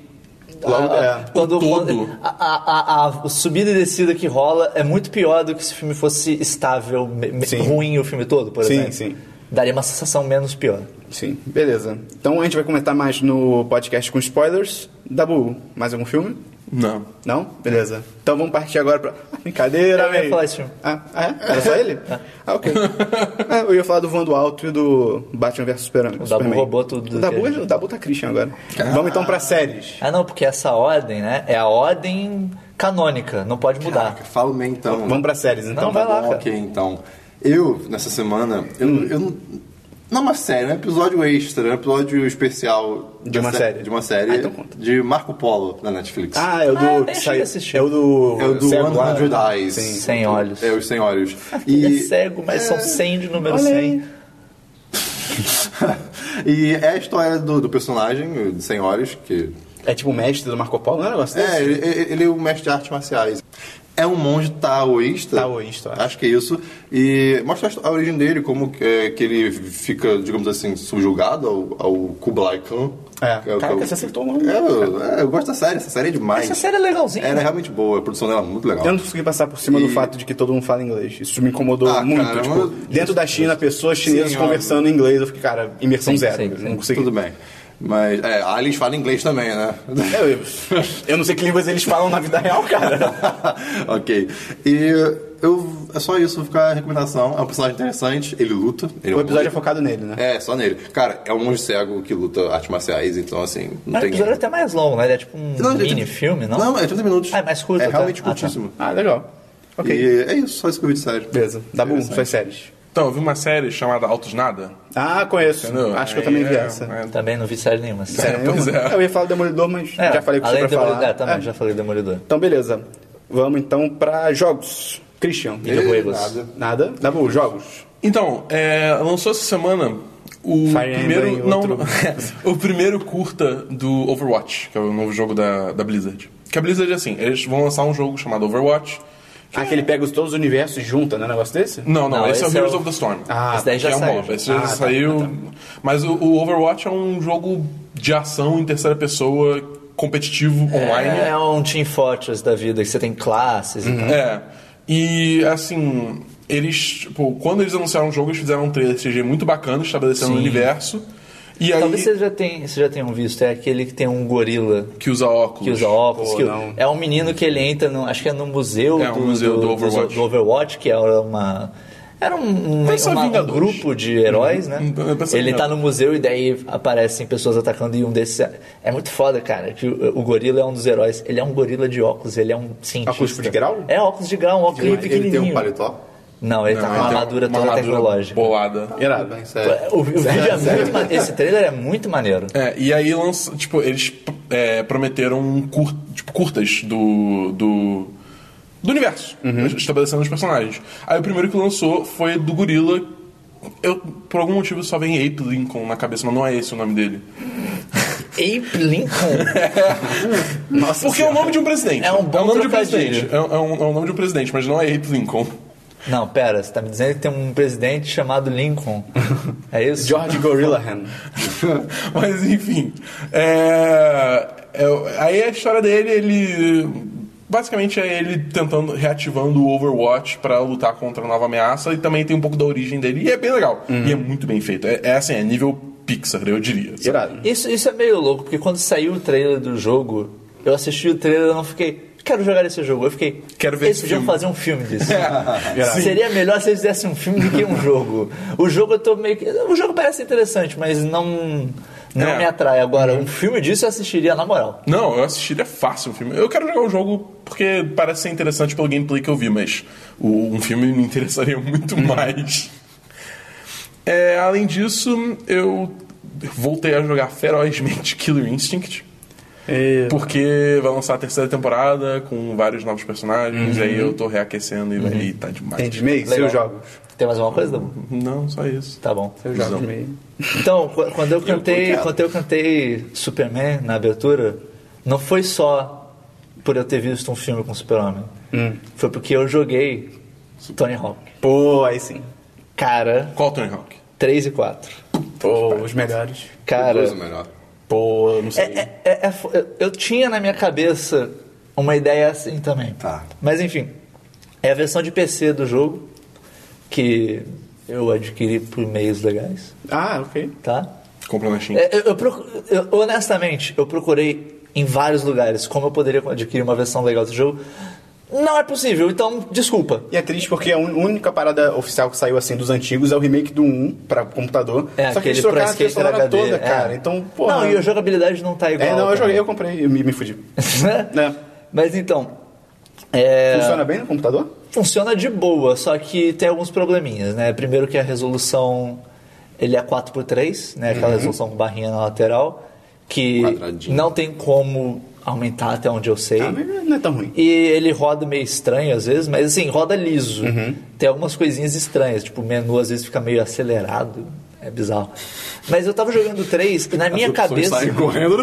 [SPEAKER 1] Logo,
[SPEAKER 2] a-
[SPEAKER 1] é.
[SPEAKER 2] quando,
[SPEAKER 3] O todo.
[SPEAKER 2] quando- a, a- a- a subida e descida que rola é muito pior do que se o filme fosse estável, me- me-
[SPEAKER 1] Sim.
[SPEAKER 2] ruim o filme todo, por
[SPEAKER 1] Sim,
[SPEAKER 2] exemplo.
[SPEAKER 1] sim.
[SPEAKER 2] Daria uma sensação menos pior.
[SPEAKER 1] Sim, beleza. Então a gente vai comentar mais no podcast com spoilers. Dabu, mais algum filme?
[SPEAKER 3] Não.
[SPEAKER 1] Não? Beleza. Então vamos partir agora pra. Ah, Brincadeira,
[SPEAKER 2] Eu ia
[SPEAKER 1] véi.
[SPEAKER 2] falar Tá. esse filme.
[SPEAKER 1] Ah, ah, é? Era só ele? ah, ok. Ah, eu ia falar do Voando Alto e do Batman vs Superman.
[SPEAKER 2] O Dabu roubou tudo do
[SPEAKER 1] O Dabu,
[SPEAKER 2] que a gente-
[SPEAKER 1] o Dabu tá Christian agora. Vamos então pra séries.
[SPEAKER 2] Ah, não, porque essa ordem, né? É a ordem canônica, não pode mudar.
[SPEAKER 4] Fala o meu então.
[SPEAKER 1] Vamos pra séries então.
[SPEAKER 2] Não, vai lá,
[SPEAKER 4] Bom,
[SPEAKER 2] cara. Hum.
[SPEAKER 4] Ok, então. Eu, nessa semana, eu, eu não. Não é uma série, é um episódio extra, é um episódio especial
[SPEAKER 1] De
[SPEAKER 4] da
[SPEAKER 1] uma
[SPEAKER 4] sé-
[SPEAKER 1] série.
[SPEAKER 4] De uma série
[SPEAKER 1] Ah, então conta.
[SPEAKER 4] de Marco Polo na Netflix.
[SPEAKER 1] Ah, é o do.
[SPEAKER 2] Ah, eu nem
[SPEAKER 1] que
[SPEAKER 2] cheguei
[SPEAKER 1] saiu-
[SPEAKER 2] a assistir.
[SPEAKER 1] É o do.
[SPEAKER 4] é o do
[SPEAKER 1] Cego lá,
[SPEAKER 4] 100
[SPEAKER 1] né?
[SPEAKER 4] Eyes.
[SPEAKER 1] Sim.
[SPEAKER 2] Sem olhos.
[SPEAKER 4] É, os 100 olhos.
[SPEAKER 2] Ele é
[SPEAKER 4] E,
[SPEAKER 2] cego, mas são 100 de número
[SPEAKER 1] Olha aí.
[SPEAKER 2] 100.
[SPEAKER 4] e é a história do, do personagem, o de 100 olhos, que
[SPEAKER 1] É tipo o mestre do Marco Polo, não é um negócio
[SPEAKER 4] É,
[SPEAKER 1] desse?
[SPEAKER 4] ele, ele- ele é um mestre de artes marciais. É um monge taoísta.
[SPEAKER 1] Taoísta, acho.
[SPEAKER 4] acho. que é isso. E mostra a origem dele, como que, é, que ele fica, digamos assim, subjugado ao, ao Kublai Khan.
[SPEAKER 1] É.
[SPEAKER 4] Que o-
[SPEAKER 1] Caraca,
[SPEAKER 4] que o-
[SPEAKER 1] você acertou o nome.
[SPEAKER 4] É, eu, é, eu gosto da série, essa série é demais.
[SPEAKER 2] Essa série é legalzinha.
[SPEAKER 4] Ela é realmente boa, a produção dela é muito legal.
[SPEAKER 1] Eu não consegui passar por cima do
[SPEAKER 4] E-
[SPEAKER 1] fato de que todo mundo fala inglês. Isso me incomodou
[SPEAKER 4] Ah,
[SPEAKER 1] muito.
[SPEAKER 4] cara,
[SPEAKER 1] tipo,
[SPEAKER 4] mas-
[SPEAKER 1] dentro da China, pessoas chinesas
[SPEAKER 4] Sim,
[SPEAKER 1] conversando em inglês. Eu fiquei, cara, imersão
[SPEAKER 2] Sim,
[SPEAKER 1] zero.
[SPEAKER 2] sim, sim.
[SPEAKER 1] Não consegui.
[SPEAKER 4] Tudo bem. Mas, é, aliens falam inglês também, né?
[SPEAKER 1] É, Eu, eu não sei que línguas eles falam na vida real, cara.
[SPEAKER 4] ok. E eu, é só isso, ficar a recomendação. É um personagem interessante, ele luta. Ele é
[SPEAKER 1] O
[SPEAKER 4] um
[SPEAKER 1] episódio é
[SPEAKER 4] monge.
[SPEAKER 1] focado nele, né?
[SPEAKER 4] É, só nele. Cara, é um monge cego que luta artes marciais, então assim, não
[SPEAKER 2] Mas o
[SPEAKER 4] tem.
[SPEAKER 2] episódio é até mais longo, né? Ele é tipo um
[SPEAKER 4] Não, é trinta-
[SPEAKER 2] mini filme, não?
[SPEAKER 4] Não, é 30 minutos.
[SPEAKER 2] Ah, é mais curto
[SPEAKER 4] É
[SPEAKER 2] até.
[SPEAKER 4] realmente
[SPEAKER 2] Ah, tá.
[SPEAKER 4] curtíssimo.
[SPEAKER 1] Ah, legal. Ok.
[SPEAKER 4] E é isso, só isso que eu vi de série.
[SPEAKER 1] Beleza. Dá bom,
[SPEAKER 4] Interessante.
[SPEAKER 1] suas séries.
[SPEAKER 3] Então, eu vi uma série chamada Altos Nada.
[SPEAKER 1] Ah, conheço.
[SPEAKER 3] entendeu?
[SPEAKER 1] Acho que eu também vi
[SPEAKER 3] É,
[SPEAKER 1] essa.
[SPEAKER 3] é,
[SPEAKER 2] Também não vi série nenhuma. assim.
[SPEAKER 3] é, pois é.
[SPEAKER 1] Eu ia falar do Demolidor, mas
[SPEAKER 2] É,
[SPEAKER 1] já falei com você pra
[SPEAKER 2] além do Demolidor,
[SPEAKER 1] falar.
[SPEAKER 2] é, também,
[SPEAKER 1] É.
[SPEAKER 2] já falei do Demolidor.
[SPEAKER 1] Então, beleza. Vamos então pra jogos. Christian.
[SPEAKER 2] Videojuegos.
[SPEAKER 4] nada.
[SPEAKER 1] Nada? Dá bom, jogos.
[SPEAKER 3] Então, é, lançou essa semana o
[SPEAKER 1] Fire
[SPEAKER 3] primeiro.
[SPEAKER 1] Emblem,
[SPEAKER 3] não,
[SPEAKER 1] outro.
[SPEAKER 3] não, o primeiro curta do Overwatch, que é o novo jogo da, da Blizzard. Que a Blizzard é assim, eles vão lançar um jogo chamado Overwatch.
[SPEAKER 1] Ah, que ele pega os- todos os universos e junta, né? Um negócio desse?
[SPEAKER 3] Não, não,
[SPEAKER 2] Não, esse
[SPEAKER 3] esse, é
[SPEAKER 2] é
[SPEAKER 3] o Heroes
[SPEAKER 2] o-
[SPEAKER 3] of the Storm.
[SPEAKER 1] Ah,
[SPEAKER 2] Esse daí já
[SPEAKER 3] que é um
[SPEAKER 2] saiu.
[SPEAKER 3] MOBA. Esse
[SPEAKER 1] Ah,
[SPEAKER 3] já
[SPEAKER 1] tá,
[SPEAKER 3] saiu. Mas o, o Overwatch é um jogo de ação em terceira pessoa, competitivo, online.
[SPEAKER 2] É um Team Fortress da vida, que você tem classes e tal.
[SPEAKER 3] É. E assim, eles, tipo, quando eles anunciaram o jogo, eles fizeram um trailer CG muito bacana, estabelecendo o
[SPEAKER 2] Sim.
[SPEAKER 3] universo. E aí
[SPEAKER 2] Talvez você já, tenha, você já tenha visto, é aquele que tem um gorila
[SPEAKER 3] que usa óculos.
[SPEAKER 2] que usa óculos.
[SPEAKER 1] Pô,
[SPEAKER 2] que
[SPEAKER 1] não.
[SPEAKER 2] é um menino que ele entra, no, acho que é no museu,
[SPEAKER 3] É, um museu do Overwatch.
[SPEAKER 2] do Overwatch, que era uma. Era um, um,
[SPEAKER 3] Pensa
[SPEAKER 2] uma- um
[SPEAKER 3] Vingadores.
[SPEAKER 2] grupo de heróis, né?
[SPEAKER 3] Uhum. Pensa
[SPEAKER 2] Ele tá
[SPEAKER 3] Vingadores.
[SPEAKER 2] no museu e daí aparecem pessoas atacando e um desses. é- É muito foda, cara, que o, o gorila é um dos heróis. Ele é um gorila de óculos, ele é um cientista.
[SPEAKER 1] Óculos de grau?
[SPEAKER 2] É óculos de grau, um óculos
[SPEAKER 4] Ele, ele tem
[SPEAKER 2] pequenininho.
[SPEAKER 4] um paletó?
[SPEAKER 2] Não,
[SPEAKER 3] É,
[SPEAKER 2] ele tá com uma armadura toda tecnológica.
[SPEAKER 3] então Bolada.
[SPEAKER 1] Irado.
[SPEAKER 4] Bem, sério.
[SPEAKER 2] O, o vídeo é muito ma- Esse trailer é muito maneiro.
[SPEAKER 3] É, e aí lança, tipo, eles é, prometeram um cur- tipo, curtas do. do. do universo,
[SPEAKER 2] Uhum.
[SPEAKER 3] estabelecendo os personagens. Aí o primeiro que lançou foi do gorila. Eu, por algum motivo, só vem Ape Lincoln na cabeça, mas não é esse o nome dele.
[SPEAKER 2] Ape Lincoln.
[SPEAKER 1] Nossa
[SPEAKER 3] Porque é o nome de um presidente.
[SPEAKER 2] É um bom
[SPEAKER 3] o nome de um
[SPEAKER 2] trocadilho.
[SPEAKER 3] presidente. É, um- é um, é um nome de um presidente, mas não é Ape Lincoln.
[SPEAKER 2] Não, pera, você tá me dizendo que tem um presidente chamado Lincoln. É isso?
[SPEAKER 1] George Gorillahan.
[SPEAKER 3] Mas enfim. é- é- aí a história dele, ele. Basicamente é ele tentando, reativando o Overwatch pra lutar contra a nova ameaça e também tem um pouco da origem dele. E é bem legal. E é muito bem feito. É, é assim, é nível Pixar, eu diria. sabe?
[SPEAKER 1] Irado.
[SPEAKER 2] Isso, isso é meio louco, porque quando saiu o trailer do jogo, eu assisti o trailer e não fiquei. Quero jogar esse jogo. Eu fiquei.
[SPEAKER 3] Quero ver
[SPEAKER 2] Eles
[SPEAKER 3] esse
[SPEAKER 2] podiam
[SPEAKER 3] filme." É,
[SPEAKER 2] fazer um filme disso.
[SPEAKER 1] Irado.
[SPEAKER 2] Seria melhor se eles fizessem um filme do que um jogo. O jogo eu tô meio que. O jogo parece interessante, mas não. Não
[SPEAKER 3] É.
[SPEAKER 2] me atrai. Agora, um filme disso eu assistiria na moral.
[SPEAKER 3] Não, eu assistiria fácil o filme. Eu quero jogar o jogo porque parece ser interessante pelo gameplay que eu vi, mas o- um filme me interessaria muito mais. É, além disso, eu voltei a jogar ferozmente Killer Instinct. Porque vai lançar a terceira temporada com vários novos personagens,
[SPEAKER 2] Uhum.
[SPEAKER 3] aí eu tô reaquecendo e, vai e tá demais.
[SPEAKER 1] Tem de meio,
[SPEAKER 2] Legal.
[SPEAKER 1] seus jogos.
[SPEAKER 2] Tem mais alguma coisa, Dabu?
[SPEAKER 3] Não, só isso.
[SPEAKER 2] Tá bom.
[SPEAKER 1] Seus jogos meio.
[SPEAKER 2] Então, qu- quando eu cantei,
[SPEAKER 3] quero.
[SPEAKER 2] quando eu cantei Superman na abertura, não foi só por eu ter visto um filme com Super-Homem. Foi porque eu joguei Tony Hawk.
[SPEAKER 1] Pô, aí sim.
[SPEAKER 2] Cara,
[SPEAKER 3] Qual Tony Hawk?
[SPEAKER 2] 3 e 4.
[SPEAKER 1] Pô, os melhores.
[SPEAKER 2] Cara,
[SPEAKER 4] Coisa melhor.
[SPEAKER 1] Pô, não sei.
[SPEAKER 2] é- é- é- é fo- eu- eu tinha na minha cabeça uma ideia assim também.
[SPEAKER 4] Tá.
[SPEAKER 2] Mas enfim, é a versão de PC do jogo que eu adquiri por meios legais,
[SPEAKER 1] Ah, ok.
[SPEAKER 2] tá?
[SPEAKER 3] Compra na Steam.
[SPEAKER 2] É, eu- eu procu- eu- honestamente, eu procurei em vários lugares como eu poderia adquirir uma versão legal do jogo. Não é possível, então desculpa.
[SPEAKER 1] E é triste porque a un- única parada oficial que saiu assim dos antigos é o remake do 1 pra computador.
[SPEAKER 2] É,
[SPEAKER 1] só que eles
[SPEAKER 2] aquele Pro
[SPEAKER 1] trocaram a trilha
[SPEAKER 2] Skater
[SPEAKER 1] sonora
[SPEAKER 2] HD,
[SPEAKER 1] toda,
[SPEAKER 2] é.
[SPEAKER 1] cara. Então, pô.
[SPEAKER 2] Não, e a jogabilidade não tá igual.
[SPEAKER 1] É, não, eu
[SPEAKER 2] cara.
[SPEAKER 1] joguei, eu comprei e me, me fudi.
[SPEAKER 2] Né? Mas então. é,
[SPEAKER 1] Funciona bem no computador?
[SPEAKER 2] Funciona de boa, só que tem alguns probleminhas, né? Primeiro que a resolução ele é 4x3, né?
[SPEAKER 1] Uhum.
[SPEAKER 2] Aquela resolução com barrinha na lateral, que
[SPEAKER 4] Quadradinho.
[SPEAKER 2] não tem como aumentar até onde eu sei.
[SPEAKER 1] Ah, mas não é tão
[SPEAKER 4] Uhum.
[SPEAKER 1] ruim.
[SPEAKER 2] E ele roda meio estranho às vezes, mas assim, roda liso.
[SPEAKER 4] Uhum.
[SPEAKER 2] Tem algumas coisinhas estranhas, tipo, o menu às vezes fica meio acelerado. É bizarro. Mas eu tava jogando 3 e na minha
[SPEAKER 4] Opções
[SPEAKER 2] cabeça.
[SPEAKER 4] saem correndo.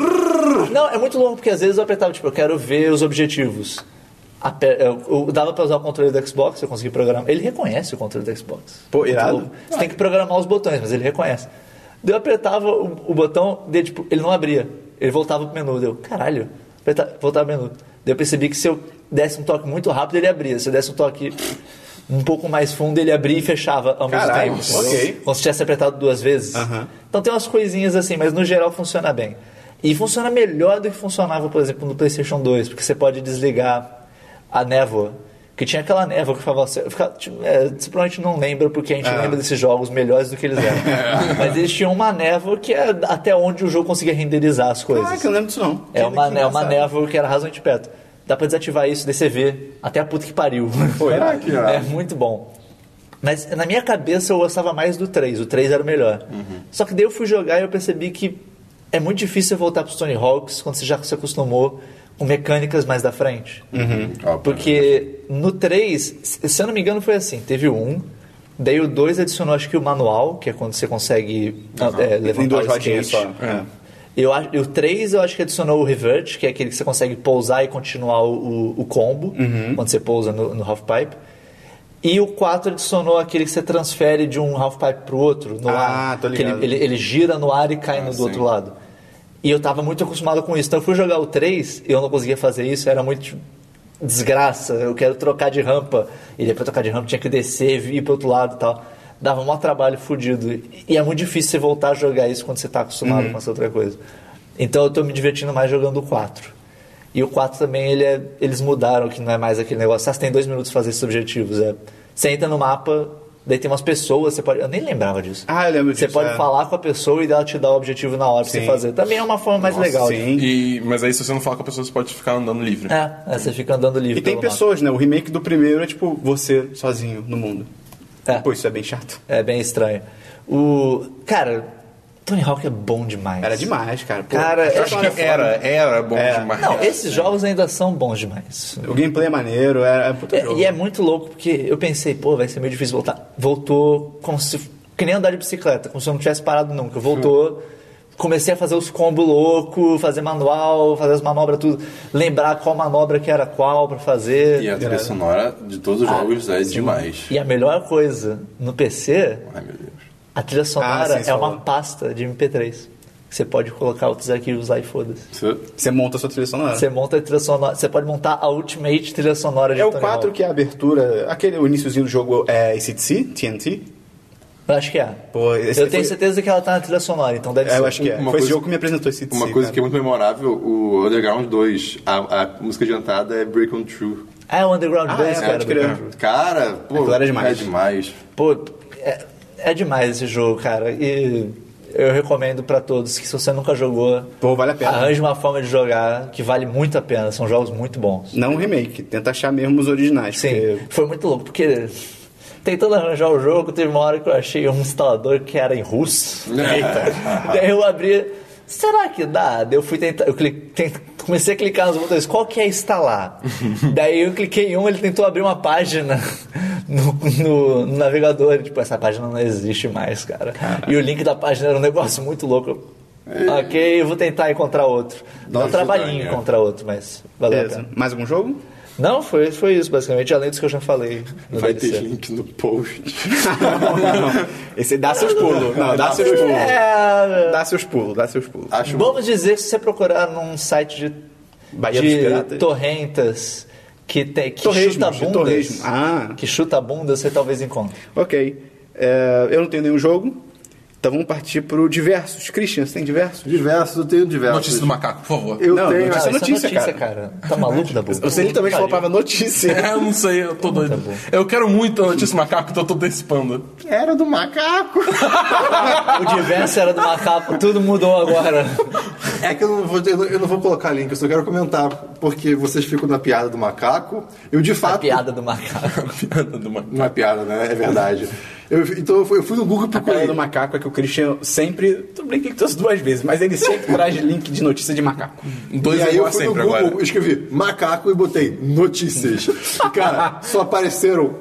[SPEAKER 2] Não, é muito louco porque às vezes eu apertava, tipo, eu quero ver os objetivos. Ape- Eu, eu dava pra usar o controle do Xbox, eu consegui programar. Ele reconhece o controle do Xbox.
[SPEAKER 1] Pô,
[SPEAKER 2] Muito
[SPEAKER 1] irado.
[SPEAKER 2] louco. Você tem que programar os botões, mas ele reconhece. Daí eu apertava o, o botão, daí, tipo, ele não abria. Ele voltava pro menu. Deu, caralho, aperta- voltava pro menu. Daí eu percebi que se eu desse um toque muito rápido, ele abria. Se eu desse um toque um pouco mais fundo, ele abria e fechava ao mesmo
[SPEAKER 1] Caralho,
[SPEAKER 2] tempo.
[SPEAKER 1] ok.
[SPEAKER 2] Como se tivesse apertado duas vezes. Então tem umas coisinhas assim, mas no geral funciona bem. E funciona melhor do que funcionava, por exemplo, no PlayStation 2, porque você pode desligar a névoa. Que tinha aquela névoa que falava assim. eu Ficava, tipo, é, você provavelmente não lembra, porque a gente lembra desses jogos melhores do que eles eram. Mas eles tinham uma névoa que é até onde o jogo conseguia renderizar as coisas.
[SPEAKER 1] Ah, que eu não lembro disso não.
[SPEAKER 2] É uma,
[SPEAKER 1] Que
[SPEAKER 2] é uma
[SPEAKER 1] engraçado.
[SPEAKER 2] névoa que era razoavelmente perto. Dá pra desativar isso, daí você vê até a puta que pariu.
[SPEAKER 4] Caraca,
[SPEAKER 2] é
[SPEAKER 4] irado.
[SPEAKER 2] muito bom. Mas na minha cabeça eu gostava mais do 3, o 3 era o melhor.
[SPEAKER 1] Uhum.
[SPEAKER 2] Só que daí eu fui jogar e eu percebi que é muito difícil você voltar pros Tony Hawks quando você já se acostumou com mecânicas mais da frente.
[SPEAKER 1] Uhum.
[SPEAKER 2] Porque no 3, se se eu não me engano, foi assim: teve o 1, daí o 2 adicionou acho que o manual, que é quando você consegue é, levantar
[SPEAKER 1] Tem duas
[SPEAKER 2] o skate. É.
[SPEAKER 1] rodinhas só. É.
[SPEAKER 2] Eu, acho- o 3 eu acho que adicionou o revert, que é aquele que você consegue pousar e continuar o, o combo
[SPEAKER 1] Uhum.
[SPEAKER 2] quando você pousa no, no halfpipe. E o 4 adicionou aquele que você transfere de um halfpipe pro outro no
[SPEAKER 1] Ah,
[SPEAKER 2] ar.
[SPEAKER 1] tô
[SPEAKER 2] que ele,
[SPEAKER 1] ligado.
[SPEAKER 2] ele, ele gira no ar e cai no do
[SPEAKER 3] sim.
[SPEAKER 2] outro lado. E eu tava muito acostumado com isso. Então eu fui jogar o 3 e eu não conseguia fazer isso, era muito tipo, desgraça. Eu quero trocar de rampa. E depois trocar de rampa tinha que descer, vir pro outro lado e tal. Dava um maior trabalho fudido. E- E é muito difícil você voltar a jogar isso quando você tá acostumado com essa outra coisa. Então eu tô me divertindo mais jogando o 4. E o 4 também, ele é- eles mudaram, que não é mais aquele negócio. Ah, você tem dois minutos pra fazer esses objetivos. É, você entra no mapa, Daí tem umas pessoas, você pode. Eu nem lembrava disso.
[SPEAKER 1] Ah, eu lembro
[SPEAKER 2] Você
[SPEAKER 1] disso,
[SPEAKER 2] pode
[SPEAKER 1] é.
[SPEAKER 2] falar com a pessoa e ela te dá o objetivo na hora pra
[SPEAKER 1] Sim.
[SPEAKER 2] você fazer. Também é uma forma mais
[SPEAKER 1] Nossa,
[SPEAKER 2] legal. de-
[SPEAKER 1] Sim.
[SPEAKER 3] E, mas aí se você não falar com a pessoa, você pode ficar andando livre.
[SPEAKER 2] É, é, você fica andando livre.
[SPEAKER 1] E tem
[SPEAKER 2] pelo mapa.
[SPEAKER 1] pessoas, né? O remake do primeiro é tipo você sozinho no mundo.
[SPEAKER 2] É.
[SPEAKER 1] Pô, isso é bem chato.
[SPEAKER 2] É bem estranho. O. Cara, Tony Hawk é bom demais.
[SPEAKER 1] Era demais, cara. Pô,
[SPEAKER 2] Cara,
[SPEAKER 1] essa
[SPEAKER 3] Eu acho
[SPEAKER 1] história
[SPEAKER 3] que
[SPEAKER 1] é
[SPEAKER 3] era,
[SPEAKER 1] foda.
[SPEAKER 3] era bom
[SPEAKER 1] É.
[SPEAKER 3] demais.
[SPEAKER 2] Não, esses jogos ainda são bons demais.
[SPEAKER 1] O gameplay é maneiro, era. é puta
[SPEAKER 2] É,
[SPEAKER 1] jogo.
[SPEAKER 2] e é muito louco porque eu pensei, pô, vai ser meio difícil voltar. Voltou como se. Que nem andar de bicicleta, como se eu não tivesse parado nunca. Voltou. Comecei a fazer os combos louco, fazer manual, fazer as manobras, tudo. Lembrar qual manobra que era qual pra fazer.
[SPEAKER 1] é
[SPEAKER 6] E a trilha sonora de todos os
[SPEAKER 2] Ah,
[SPEAKER 6] jogos é demais.
[SPEAKER 2] E a melhor coisa, no PC,
[SPEAKER 6] Ai, meu Deus.
[SPEAKER 2] a trilha sonora
[SPEAKER 1] Ah, sim,
[SPEAKER 2] é
[SPEAKER 1] só-
[SPEAKER 2] uma pasta de MP3. que Você pode colocar outros arquivos lá e foda-se.
[SPEAKER 4] é
[SPEAKER 6] Você-
[SPEAKER 1] Você monta a sua trilha sonora.
[SPEAKER 2] Você monta a trilha sonora. Você pode montar a Ultimate trilha sonora de
[SPEAKER 1] É o
[SPEAKER 2] Tony
[SPEAKER 1] 4
[SPEAKER 2] Hawk.
[SPEAKER 1] que é a abertura. Aquele, o iníciozinho do jogo é ACDC, TNT.
[SPEAKER 2] Eu acho que é.
[SPEAKER 1] Pô, esse
[SPEAKER 2] eu tenho
[SPEAKER 1] foi-
[SPEAKER 2] certeza que ela tá na trilha sonora, então deve
[SPEAKER 1] É,
[SPEAKER 2] ser.
[SPEAKER 1] eu acho que é.
[SPEAKER 6] Uma
[SPEAKER 1] Foi
[SPEAKER 6] coisa-
[SPEAKER 1] esse jogo que me apresentou esse
[SPEAKER 6] Uma coisa que é muito memorável, o Underground 2, a, a música adiantada é Break On True.
[SPEAKER 2] Ah, é o Underground
[SPEAKER 1] Ah,
[SPEAKER 2] 2,
[SPEAKER 1] é,
[SPEAKER 2] cara.
[SPEAKER 1] pode crer.
[SPEAKER 2] do-
[SPEAKER 6] Cara, pô,
[SPEAKER 1] Aquilo era demais.
[SPEAKER 6] é demais.
[SPEAKER 2] Pô, é, é demais esse jogo, cara. E eu recomendo pra todos que se você nunca jogou,
[SPEAKER 1] Pô, vale a pena.
[SPEAKER 2] arranje uma forma de jogar que vale muito a pena. São jogos muito bons.
[SPEAKER 1] Não um remake, tenta achar mesmo os originais.
[SPEAKER 2] Sim,
[SPEAKER 1] porque-
[SPEAKER 2] foi muito louco, porque tentando arranjar o jogo, teve uma hora que eu achei um instalador que era em russo. Eita. Daí eu abri, será que dá? Daí eu fui tentar, eu cliquei, tent- comecei a clicar nos botões, qual que é instalar? Daí eu cliquei em um, ele tentou abrir uma página no, no- no navegador, e, tipo, essa página não existe mais, cara. E o link da página era um negócio muito louco. Eu, Ok, eu vou tentar encontrar outro. Dá um
[SPEAKER 6] ajuda,
[SPEAKER 2] trabalhinho
[SPEAKER 6] né?
[SPEAKER 2] encontrar outro, mas valeu a
[SPEAKER 1] Beleza.
[SPEAKER 2] pena.
[SPEAKER 1] é, Mais algum jogo?
[SPEAKER 2] Não, foi, foi isso, basicamente, além dos que eu já falei. no
[SPEAKER 6] Vai
[SPEAKER 2] DLC.
[SPEAKER 6] ter link no post.
[SPEAKER 1] não, não. Esse dá seus pulos. Não, dá seus pulos.
[SPEAKER 2] É,
[SPEAKER 1] Dá seus pulos, dá seus pulos.
[SPEAKER 6] Acho
[SPEAKER 2] vamos dizer que se você procurar num site de,
[SPEAKER 1] Bahia dos
[SPEAKER 2] de
[SPEAKER 1] Piratas.
[SPEAKER 2] torrentas que, tem que
[SPEAKER 1] Torresmo,
[SPEAKER 2] chuta
[SPEAKER 1] de
[SPEAKER 2] bundas,
[SPEAKER 1] torresmo. Ah.
[SPEAKER 2] que chuta bundas, você talvez encontre.
[SPEAKER 1] Ok. É, eu não tenho nenhum jogo. Então vamos partir pro diversos. Christian, você tem diversos?
[SPEAKER 4] Diversos, eu tenho diversos.
[SPEAKER 3] Notícia do macaco, por favor.
[SPEAKER 4] Eu
[SPEAKER 1] Não,
[SPEAKER 4] tenho.
[SPEAKER 1] notícia-
[SPEAKER 2] Não,
[SPEAKER 1] é
[SPEAKER 2] é notícia, cara. Tá maluco da boca?
[SPEAKER 1] Você literalmente
[SPEAKER 2] Pariu.
[SPEAKER 1] colocava notícia.
[SPEAKER 3] É, eu não sei, eu tô doido.
[SPEAKER 2] bom.
[SPEAKER 3] eu quero muito a notícia do macaco, então eu tô antecipando.
[SPEAKER 4] Era do macaco.
[SPEAKER 2] O diverso era do macaco, tudo mudou agora.
[SPEAKER 4] É que eu não, vou, eu, não, eu não vou colocar link, eu só quero comentar, porque vocês ficam na piada do macaco. Eu de
[SPEAKER 2] A
[SPEAKER 4] fato.
[SPEAKER 2] piada do macaco.
[SPEAKER 3] Piada do macaco.
[SPEAKER 4] Não é piada, né? É verdade. Eu- então eu fui, eu fui no Google e
[SPEAKER 1] A piada
[SPEAKER 4] procurei.
[SPEAKER 1] do macaco é que o Christian sempre. Tudo bem que ele trouxe duas vezes, mas ele sempre traz link de notícia de macaco.
[SPEAKER 3] Dois
[SPEAKER 4] e aí
[SPEAKER 3] é igual
[SPEAKER 4] eu
[SPEAKER 3] a
[SPEAKER 4] fui no
[SPEAKER 3] sempre
[SPEAKER 4] Google,
[SPEAKER 3] agora.
[SPEAKER 4] escrevi macaco e botei notícias. E, cara, só apareceram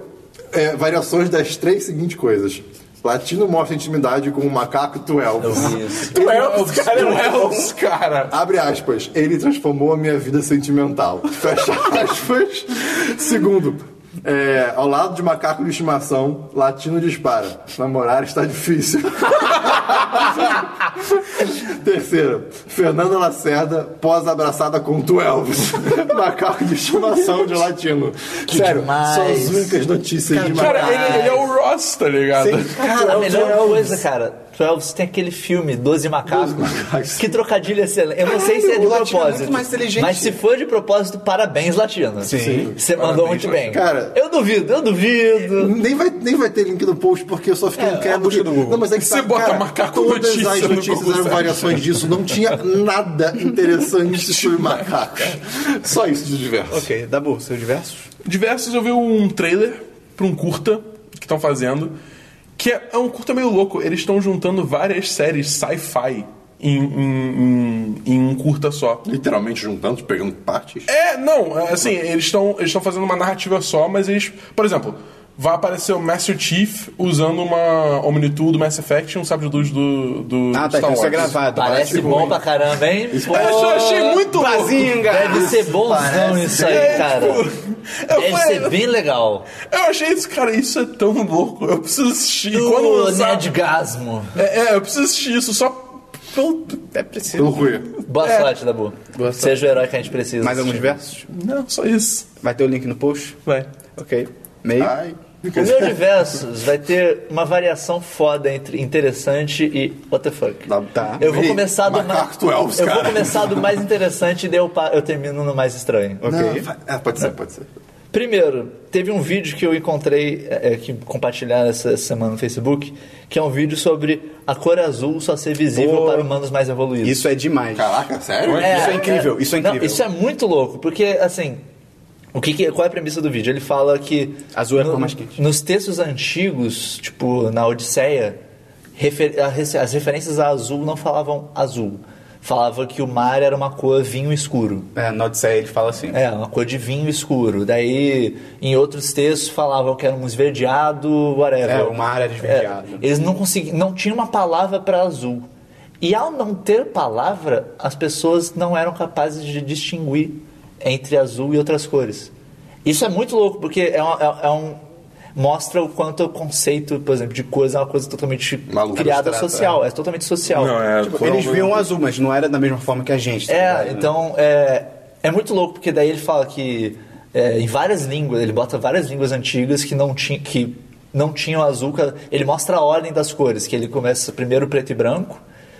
[SPEAKER 4] é, variações das três seguintes coisas. Latino mostra intimidade com o macaco Twelve.
[SPEAKER 3] Tu
[SPEAKER 4] é
[SPEAKER 3] elves, tu
[SPEAKER 4] né?
[SPEAKER 3] elves, cara.
[SPEAKER 4] Abre aspas. Ele transformou a minha vida sentimental. Fecha aspas. Segundo. é, ao lado de macaco de estimação, latino dispara. Namorar está difícil. Terceiro, Fernanda Lacerda pós abraçada com tu Elvis. macaco de estimação de latino. Sério, são
[SPEAKER 2] demais.
[SPEAKER 4] as únicas notícias de macaco.
[SPEAKER 3] Cara, ele, ele é o Ross, tá ligado?
[SPEAKER 2] Cara, a melhor coisa, cara, Twelves tem aquele filme, Doze Macacos. Que trocadilho excelente. Eu não sei se é de
[SPEAKER 1] O latino é
[SPEAKER 2] propósito.
[SPEAKER 1] muito mais inteligente.
[SPEAKER 2] Mas se for de propósito, parabéns, Latino.
[SPEAKER 1] Sim.
[SPEAKER 2] Você mandou
[SPEAKER 3] Parabéns,
[SPEAKER 2] muito bem.
[SPEAKER 4] Cara-
[SPEAKER 2] eu duvido, eu duvido.
[SPEAKER 4] Nem vai, nem vai ter link no post, porque eu só fiquei
[SPEAKER 1] a
[SPEAKER 4] querendo.
[SPEAKER 1] busca do Google.
[SPEAKER 4] Não, mas é que
[SPEAKER 3] Você bota macaco
[SPEAKER 4] todas
[SPEAKER 3] notícia
[SPEAKER 4] as
[SPEAKER 3] no
[SPEAKER 4] notícias
[SPEAKER 3] Google
[SPEAKER 4] eram
[SPEAKER 3] Search.
[SPEAKER 4] variações disso. Não tinha nada interessante sobre macacos. Só isso de diverso.
[SPEAKER 1] Ok, Dabu, seus diversos?
[SPEAKER 3] Diversos eu vi um trailer pra um curta que estão fazendo, que é, é um curta meio louco. Eles estão juntando várias séries sci-fi em, em- em- em um curta só.
[SPEAKER 6] Literalmente juntando, pegando partes.
[SPEAKER 3] É, não, é, assim, eles estão eles estão fazendo uma narrativa só, mas eles. Por exemplo, vai aparecer o Master Chief usando uma Omnitool do Mass Effect e um sabre de luz do, do
[SPEAKER 1] Ah, tá,
[SPEAKER 3] Star
[SPEAKER 1] então isso é
[SPEAKER 3] Wars.
[SPEAKER 1] gravado.
[SPEAKER 2] Parece bom pra caramba, hein? Pô,
[SPEAKER 3] Eu achei- achei muito louco.
[SPEAKER 1] Bazinga!
[SPEAKER 2] Deve ser bonzão isso
[SPEAKER 3] É,
[SPEAKER 2] aí, cara.
[SPEAKER 3] tipo, eu
[SPEAKER 2] Deve
[SPEAKER 3] falei-
[SPEAKER 2] ser bem legal.
[SPEAKER 3] Eu achei isso, cara, isso é tão louco. Eu preciso assistir. Quando
[SPEAKER 2] Do
[SPEAKER 3] lançar-
[SPEAKER 2] Nedgasmo.
[SPEAKER 3] É, é, eu preciso assistir isso só pelo.
[SPEAKER 1] É preciso.
[SPEAKER 4] Pelo ruim.
[SPEAKER 2] Boa sorte, Dabu.
[SPEAKER 1] sorte.
[SPEAKER 2] Seja o herói que a gente precisa.
[SPEAKER 1] Mais alguns
[SPEAKER 2] Sim.
[SPEAKER 1] diversos?
[SPEAKER 3] Não, né, só isso.
[SPEAKER 1] Vai ter o link no post?
[SPEAKER 3] Vai.
[SPEAKER 1] Ok. Meio?
[SPEAKER 4] Ai.
[SPEAKER 2] O meu diversos vai ter uma variação foda entre interessante e what the fuck.
[SPEAKER 1] Tá.
[SPEAKER 2] Eu vou
[SPEAKER 4] Ei,
[SPEAKER 2] começar do mais.
[SPEAKER 4] macaco Elvis,
[SPEAKER 2] eu vou
[SPEAKER 4] cara.
[SPEAKER 2] começar do mais interessante e daí eu, pa- eu termino no mais estranho.
[SPEAKER 1] Ok.
[SPEAKER 4] Não, fa- é, ah, pode ser, pode ser.
[SPEAKER 2] Primeiro, teve um vídeo que eu encontrei, é, é, que compartilharam essa semana no Facebook, que é um vídeo sobre a cor azul só ser visível
[SPEAKER 1] Pô.
[SPEAKER 2] para humanos mais evoluídos.
[SPEAKER 1] Isso é demais.
[SPEAKER 6] Caraca, sério?
[SPEAKER 1] Isso é incrível, isso é
[SPEAKER 2] Não,
[SPEAKER 1] incrível.
[SPEAKER 2] isso é muito louco, porque assim. O que, que- qual é a premissa do vídeo? Ele fala que.
[SPEAKER 1] Azul é a cor mais quente.
[SPEAKER 2] Nos textos antigos, tipo na Odisseia, refer- a rece- as referências a azul não falavam azul. Falava que o mar era uma cor vinho escuro.
[SPEAKER 1] É, na Odisseia ele fala assim.
[SPEAKER 2] É, uma cor de vinho escuro. Daí, em outros textos, falavam que era um esverdeado, whatever.
[SPEAKER 1] É, uma área de esverdeado.
[SPEAKER 2] É, eles não conseguiam, não tinham uma palavra para azul. E ao não ter palavra, as pessoas não eram capazes de distinguir entre azul e outras cores. Isso é muito louco, porque é, um- é- é um. Mostra o quanto o conceito, por exemplo, de coisa é uma coisa totalmente
[SPEAKER 6] Maluco,
[SPEAKER 2] criada
[SPEAKER 1] abstrata,
[SPEAKER 2] social. É. totalmente social.
[SPEAKER 3] Não, é. foram-
[SPEAKER 1] Eles viam azul, mas não era da mesma forma que a gente. tá
[SPEAKER 2] É,
[SPEAKER 1] ligado?
[SPEAKER 2] então é, é muito louco, porque daí ele fala que é, em várias línguas, ele bota várias línguas antigas que não, ti, que não tinham azul, que- ele mostra a ordem das cores, que ele começa primeiro preto e branco,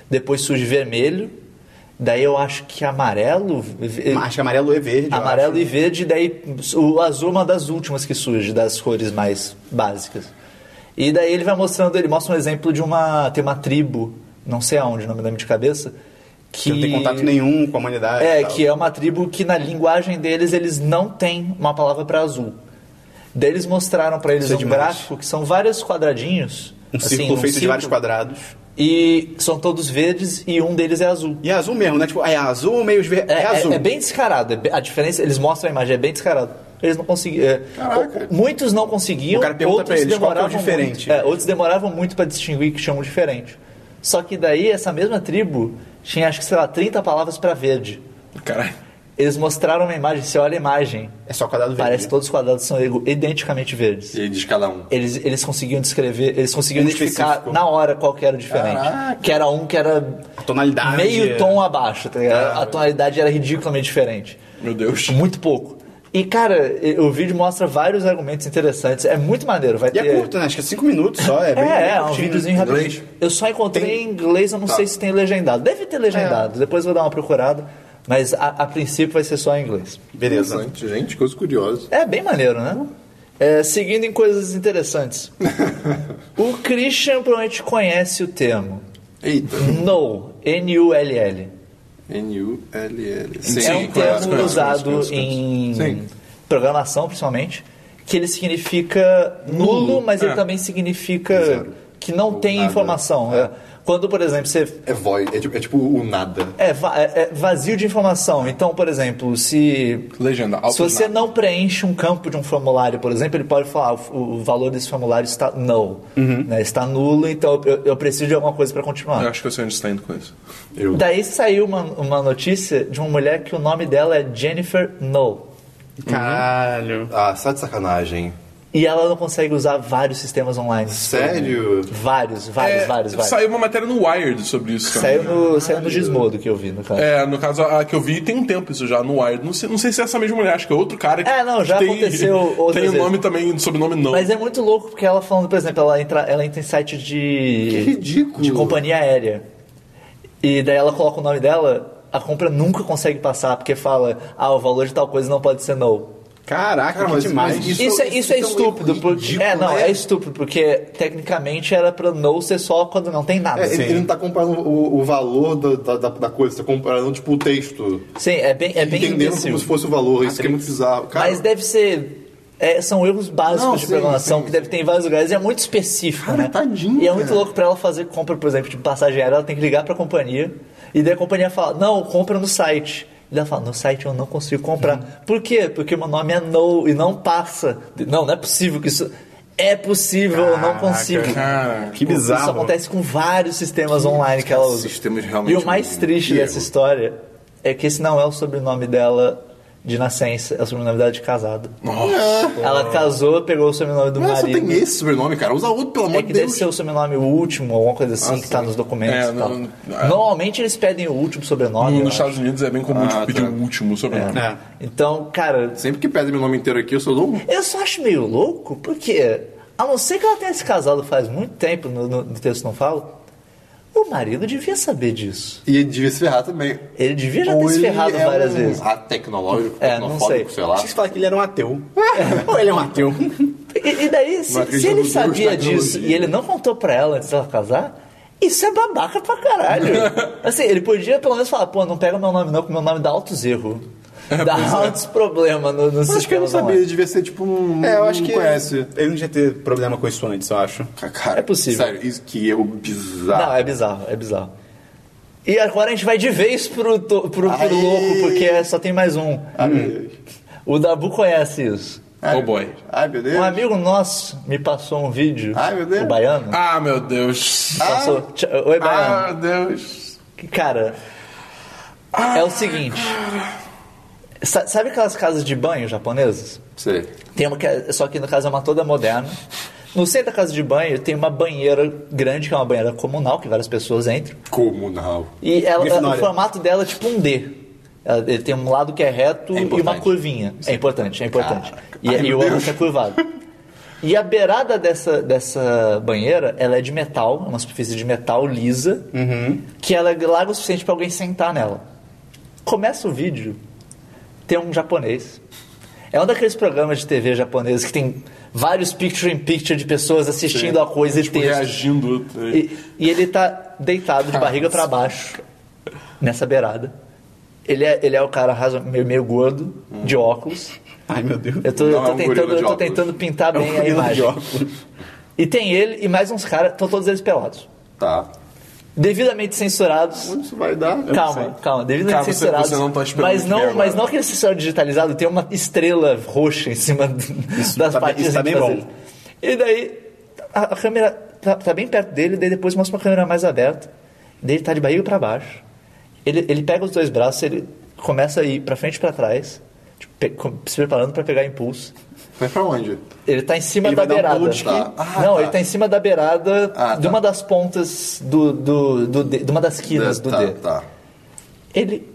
[SPEAKER 2] depois surge vermelho, daí eu acho que amarelo. ve-
[SPEAKER 1] Acho que amarelo é verde. eu
[SPEAKER 2] Amarelo
[SPEAKER 1] acho.
[SPEAKER 2] e verde, daí o azul é uma das últimas que surge, das cores mais básicas. E daí ele vai mostrando, ele mostra um exemplo de uma. Tem uma tribo, não sei aonde, não me lembro de cabeça. Que
[SPEAKER 1] Que não tem contato nenhum com a humanidade.
[SPEAKER 2] é,
[SPEAKER 1] e tal.
[SPEAKER 2] que é uma tribo que na linguagem deles eles não têm uma palavra para azul. Daí eles mostraram para eles
[SPEAKER 1] Isso é
[SPEAKER 2] um
[SPEAKER 1] demais.
[SPEAKER 2] gráfico que são vários quadradinhos.
[SPEAKER 1] Um
[SPEAKER 2] assim,
[SPEAKER 1] círculo
[SPEAKER 2] num
[SPEAKER 1] feito de
[SPEAKER 2] círculo,
[SPEAKER 1] vários quadrados.
[SPEAKER 2] E são todos verdes e um deles é azul.
[SPEAKER 1] E é azul mesmo, né? Tipo, é azul, meio esverdeado. É,
[SPEAKER 2] É, é-
[SPEAKER 1] azul.
[SPEAKER 2] é bem descarado. é bem- a diferença, eles mostram a imagem, é bem descarado. Eles não conseguiam. é,
[SPEAKER 6] Caraca.
[SPEAKER 2] o- muitos não conseguiam.
[SPEAKER 1] O cara pergunta
[SPEAKER 2] outros
[SPEAKER 1] pra eles, qual que é o
[SPEAKER 2] demoravam
[SPEAKER 1] diferente?
[SPEAKER 2] muito. É, outros demoravam muito para distinguir que chamam diferente. Só que daí essa mesma tribo tinha, acho que, sei lá, 30 palavras para verde.
[SPEAKER 3] Caralho.
[SPEAKER 2] Eles mostraram uma imagem, você olha a imagem,
[SPEAKER 1] É só quadrado verde.
[SPEAKER 2] parece que todos os quadrados são igu- identicamente verdes.
[SPEAKER 6] E aí diz cada um.
[SPEAKER 2] Eles, eles conseguiam descrever, eles conseguiam
[SPEAKER 1] Um
[SPEAKER 2] identificar
[SPEAKER 1] específico.
[SPEAKER 2] na hora qual que era o diferente. Que era um que era
[SPEAKER 1] A tonalidade. é.
[SPEAKER 2] meio tom abaixo, tá ligado? A tonalidade era ridiculamente diferente.
[SPEAKER 3] Meu Deus.
[SPEAKER 2] Muito pouco. E, cara, e- o vídeo mostra vários argumentos interessantes. É muito maneiro, vai
[SPEAKER 1] E
[SPEAKER 2] ter...
[SPEAKER 1] é curto, né? Acho que é 5 minutos só. É, bem, bem
[SPEAKER 2] É, é, um
[SPEAKER 1] curtinho. Tá.
[SPEAKER 2] videozinho rapidinho.
[SPEAKER 6] Inglês?
[SPEAKER 2] Eu só encontrei em inglês, eu não sei se tem legendado. Deve ter legendado,
[SPEAKER 1] É.
[SPEAKER 2] depois eu vou dar uma procurada. Mas a, a princípio vai ser só em inglês.
[SPEAKER 1] Beleza.
[SPEAKER 2] Uhum.
[SPEAKER 6] Interessante, gente, coisa curiosa.
[SPEAKER 2] É bem maneiro, né? É, seguindo em coisas interessantes. o Christian provavelmente conhece o termo.
[SPEAKER 6] Eita,
[SPEAKER 2] No, N-U-L-L.
[SPEAKER 6] N-U-L-L.
[SPEAKER 2] é um
[SPEAKER 6] Sim,
[SPEAKER 2] termo
[SPEAKER 6] conheço, conheço,
[SPEAKER 2] usado
[SPEAKER 6] conheço, conheço.
[SPEAKER 2] em
[SPEAKER 6] Sim.
[SPEAKER 2] programação, principalmente, que ele significa nulo, mas ele
[SPEAKER 3] é.
[SPEAKER 2] também significa que não tem informação. É. Quando, por exemplo, você
[SPEAKER 4] É void, é tipo, é tipo o nada.
[SPEAKER 2] É, va- é- é vazio de informação. Então, por exemplo, se.
[SPEAKER 3] Legenda,
[SPEAKER 2] Se
[SPEAKER 3] alto
[SPEAKER 2] você
[SPEAKER 3] nada.
[SPEAKER 2] não preenche um campo de um formulário, por exemplo, ele pode falar: "Ah, o, o valor desse formulário está null. né? Está nulo, então eu, eu preciso de alguma coisa para continuar.
[SPEAKER 3] Uhum. Eu acho que eu sei onde você tá indo com isso.
[SPEAKER 2] Daí saiu uma, uma notícia de uma mulher que o nome dela é Jennifer Null.
[SPEAKER 1] Caralho.
[SPEAKER 4] Ah, sai de sacanagem.
[SPEAKER 2] E ela não consegue usar vários sistemas online.
[SPEAKER 4] Sério?
[SPEAKER 2] Vários, vários,
[SPEAKER 3] É,
[SPEAKER 2] vários, vários.
[SPEAKER 3] Saiu uma matéria no Wired sobre isso. também.
[SPEAKER 2] Saiu no, saiu no Gizmodo que eu vi, no caso.
[SPEAKER 3] É, no caso, a que eu vi tem um tempo isso já, no Wired. Não sei, não sei se é essa mesma mulher, acho que é outro cara que.
[SPEAKER 2] É, não, já
[SPEAKER 3] tem,
[SPEAKER 2] aconteceu outras
[SPEAKER 3] Tem o
[SPEAKER 2] vezes.
[SPEAKER 3] nome também, um sobrenome não.
[SPEAKER 2] Mas é muito louco porque ela falando, por exemplo, ela entra, ela entra em site de.
[SPEAKER 4] Que ridículo.
[SPEAKER 2] De companhia aérea. E daí ela coloca o nome dela, a compra nunca consegue passar, porque fala, ah, o valor de tal coisa não pode ser no.
[SPEAKER 1] Caraca, que demais.
[SPEAKER 2] Isso, é, isso é estúpido, porque.
[SPEAKER 4] né?
[SPEAKER 2] é, não, é estúpido, porque tecnicamente era pra no ser só quando não tem nada. assim.
[SPEAKER 4] É, ele, ele não tá comparando o, o valor da, da, da coisa, tá comparando, tipo, o texto.
[SPEAKER 2] Sim, é bem, é bem
[SPEAKER 4] entendendo
[SPEAKER 2] imbecil.
[SPEAKER 4] como se fosse o valor, isso que é muito bizarro. Cara,
[SPEAKER 2] Mas deve ser. é, são erros básicos
[SPEAKER 4] Não,
[SPEAKER 2] de
[SPEAKER 4] sim,
[SPEAKER 2] programação
[SPEAKER 4] sim,
[SPEAKER 2] que deve ter em vários lugares e é muito específico, né?
[SPEAKER 4] tadinha.
[SPEAKER 2] E é muito louco pra ela fazer compra, por exemplo, de passagem aérea, ela tem que ligar pra companhia e daí a companhia fala: "Não, compra no site". E ela fala: "No site eu não consigo comprar".
[SPEAKER 4] Uhum.
[SPEAKER 2] Por quê? Porque meu nome é no e não passa. Não, não é possível que isso é possível, eu não consigo.
[SPEAKER 3] Cara,
[SPEAKER 1] Que bizarro.
[SPEAKER 2] Isso acontece com vários sistemas online que ela usa.
[SPEAKER 6] sistemas realmente
[SPEAKER 2] e o mais
[SPEAKER 6] muito
[SPEAKER 2] triste
[SPEAKER 6] erro.
[SPEAKER 2] dessa história é que esse não é o sobrenome dela de nascença, é o sobrenome dela de casado. Ela casou, pegou o sobrenome do
[SPEAKER 6] Mas só
[SPEAKER 2] marido.
[SPEAKER 6] tem esse sobrenome, cara. Usa outro, pelo
[SPEAKER 2] né? É
[SPEAKER 6] amor
[SPEAKER 2] que
[SPEAKER 6] de
[SPEAKER 2] deve
[SPEAKER 6] Deus.
[SPEAKER 2] ser o sobrenome o último, alguma coisa assim que tá nos documentos
[SPEAKER 3] É,
[SPEAKER 2] e tal.
[SPEAKER 3] não- é.
[SPEAKER 2] Normalmente eles pedem o último sobrenome. eu
[SPEAKER 3] nos
[SPEAKER 2] acho.
[SPEAKER 3] Estados Unidos é bem comum tipo,
[SPEAKER 6] tá.
[SPEAKER 3] pedir o último sobrenome.
[SPEAKER 1] É.
[SPEAKER 2] Então, cara,
[SPEAKER 6] Sempre que pedem meu nome inteiro aqui, eu só dou um.
[SPEAKER 2] Eu só acho meio louco, porque a não ser que ela tenha se casado faz muito tempo, no, no- no texto não falo, o Meu marido devia saber disso.
[SPEAKER 6] E ele devia se ferrar também.
[SPEAKER 2] Ele devia já ter
[SPEAKER 6] Ou
[SPEAKER 2] se
[SPEAKER 6] ele
[SPEAKER 2] ferrado
[SPEAKER 6] é
[SPEAKER 2] várias
[SPEAKER 6] um
[SPEAKER 2] vezes.
[SPEAKER 6] Ah, tecnológico,
[SPEAKER 2] É, não
[SPEAKER 6] tecnofóbico,
[SPEAKER 2] sei.
[SPEAKER 6] sei lá.
[SPEAKER 1] Vocês falam que ele era um ateu. Ou ele é um ateu.
[SPEAKER 2] E, e daí, se,
[SPEAKER 6] acredito
[SPEAKER 2] se
[SPEAKER 6] no
[SPEAKER 2] ele
[SPEAKER 6] Deus,
[SPEAKER 2] sabia
[SPEAKER 6] tecnologia.
[SPEAKER 2] disso e ele não contou pra ela antes dela casar, isso é babaca pra caralho. assim, ele podia pelo menos falar, pô, não pega meu nome não, porque meu nome dá altos erros. Dá altos problemas no, no
[SPEAKER 6] É, Mas acho que
[SPEAKER 2] sistema
[SPEAKER 6] ele não sabia, ele devia ser tipo um.
[SPEAKER 1] É, eu acho
[SPEAKER 6] um
[SPEAKER 1] que.
[SPEAKER 6] Conhece.
[SPEAKER 1] Ele não ia ter problema com isso antes, eu acho.
[SPEAKER 6] Ah, Cara,
[SPEAKER 2] É possível.
[SPEAKER 6] Sério, isso que é o bizarro.
[SPEAKER 2] Não, é bizarro, é bizarro. E agora a gente vai de vez pro, to- pro, pro
[SPEAKER 6] Aí.
[SPEAKER 2] louco, porque é- só tem mais um.
[SPEAKER 6] Hum.
[SPEAKER 2] O Dabu conhece isso.
[SPEAKER 6] Ai,
[SPEAKER 3] Oh, boy.
[SPEAKER 6] Ai, meu Deus.
[SPEAKER 2] Um amigo nosso me passou um vídeo.
[SPEAKER 6] Ai, meu Deus.
[SPEAKER 2] O baiano.
[SPEAKER 3] Ah, meu Deus.
[SPEAKER 2] Passou. Tch- Oi, baiano.
[SPEAKER 3] Ah, meu Deus.
[SPEAKER 2] Que, Cara, é o seguinte. Sa- Sabe aquelas casas de banho japonesas?
[SPEAKER 6] Sei.
[SPEAKER 2] Tem uma que é, só que no caso é uma toda moderna. No centro da casa de banho tem uma banheira grande, que é uma banheira comunal, que várias pessoas entram.
[SPEAKER 6] Comunal.
[SPEAKER 2] E ela-
[SPEAKER 1] Grifinória.
[SPEAKER 2] o formato dela é tipo um D. Ela- Ele tem um lado que é reto
[SPEAKER 6] É
[SPEAKER 2] e uma
[SPEAKER 6] importante.
[SPEAKER 2] curvinha. É importante, é importante. E,
[SPEAKER 6] Ai,
[SPEAKER 2] e
[SPEAKER 6] meu
[SPEAKER 2] o outro
[SPEAKER 6] Deus.
[SPEAKER 2] que é curvado. E a beirada dessa, dessa banheira, ela é de metal, é uma superfície de metal lisa,
[SPEAKER 6] Uhum.
[SPEAKER 2] que ela é larga o suficiente pra alguém sentar nela. Começa o vídeo, tem um japonês. É um daqueles programas de TV japoneses que tem vários picture-in-picture de pessoas assistindo a coisa
[SPEAKER 6] Tipo,
[SPEAKER 2] e texto.
[SPEAKER 3] Reagindo.
[SPEAKER 2] E, e ele tá deitado de barriga pra baixo, nessa beirada. Ele é, ele é o cara razo- meio, meio gordo, de óculos.
[SPEAKER 1] Ai, meu Deus.
[SPEAKER 2] Eu tô,
[SPEAKER 6] Hum. Não,
[SPEAKER 2] eu tô
[SPEAKER 6] é um gorila
[SPEAKER 2] tentando,
[SPEAKER 6] de
[SPEAKER 2] eu tô
[SPEAKER 6] óculos. É um
[SPEAKER 2] tentando pintar bem a
[SPEAKER 1] gorila de
[SPEAKER 2] imagem. E tem ele e mais uns caras, estão todos eles pelados.
[SPEAKER 6] Tá.
[SPEAKER 2] devidamente censurados.
[SPEAKER 6] Isso vai dar.
[SPEAKER 2] Calma, calma, devidamente
[SPEAKER 3] Cara, você-
[SPEAKER 2] censurados.
[SPEAKER 3] você não tá esperando
[SPEAKER 2] mas
[SPEAKER 3] ver
[SPEAKER 2] não,
[SPEAKER 3] agora.
[SPEAKER 2] mas não aquele censurado digitalizado, tem uma estrela roxa em cima do- das
[SPEAKER 1] tá bem-
[SPEAKER 2] partes
[SPEAKER 1] isso tá bem
[SPEAKER 2] infravermelhas.
[SPEAKER 1] bom.
[SPEAKER 2] E daí a, a câmera tá, tá bem perto dele, daí depois mostra uma câmera mais aberta. Daí ele tá de barriga pra baixo. Ele, ele pega os dois braços, ele começa a ir pra frente e pra trás, tipo, pe- com- se preparando pra pegar impulso.
[SPEAKER 6] Vai pra onde?
[SPEAKER 2] Ele tá em cima
[SPEAKER 1] Ele
[SPEAKER 2] da
[SPEAKER 1] vai dar um
[SPEAKER 2] beirada.
[SPEAKER 1] pulo de
[SPEAKER 6] Tá.
[SPEAKER 2] Não,
[SPEAKER 6] que- Ah,
[SPEAKER 2] não,
[SPEAKER 6] tá.
[SPEAKER 2] ele tá em cima da beirada
[SPEAKER 6] Ah,
[SPEAKER 2] de
[SPEAKER 6] tá.
[SPEAKER 2] uma das pontas do, do, do de- de uma das quinas do
[SPEAKER 6] tá,
[SPEAKER 2] dedo.
[SPEAKER 6] tá.
[SPEAKER 2] Ele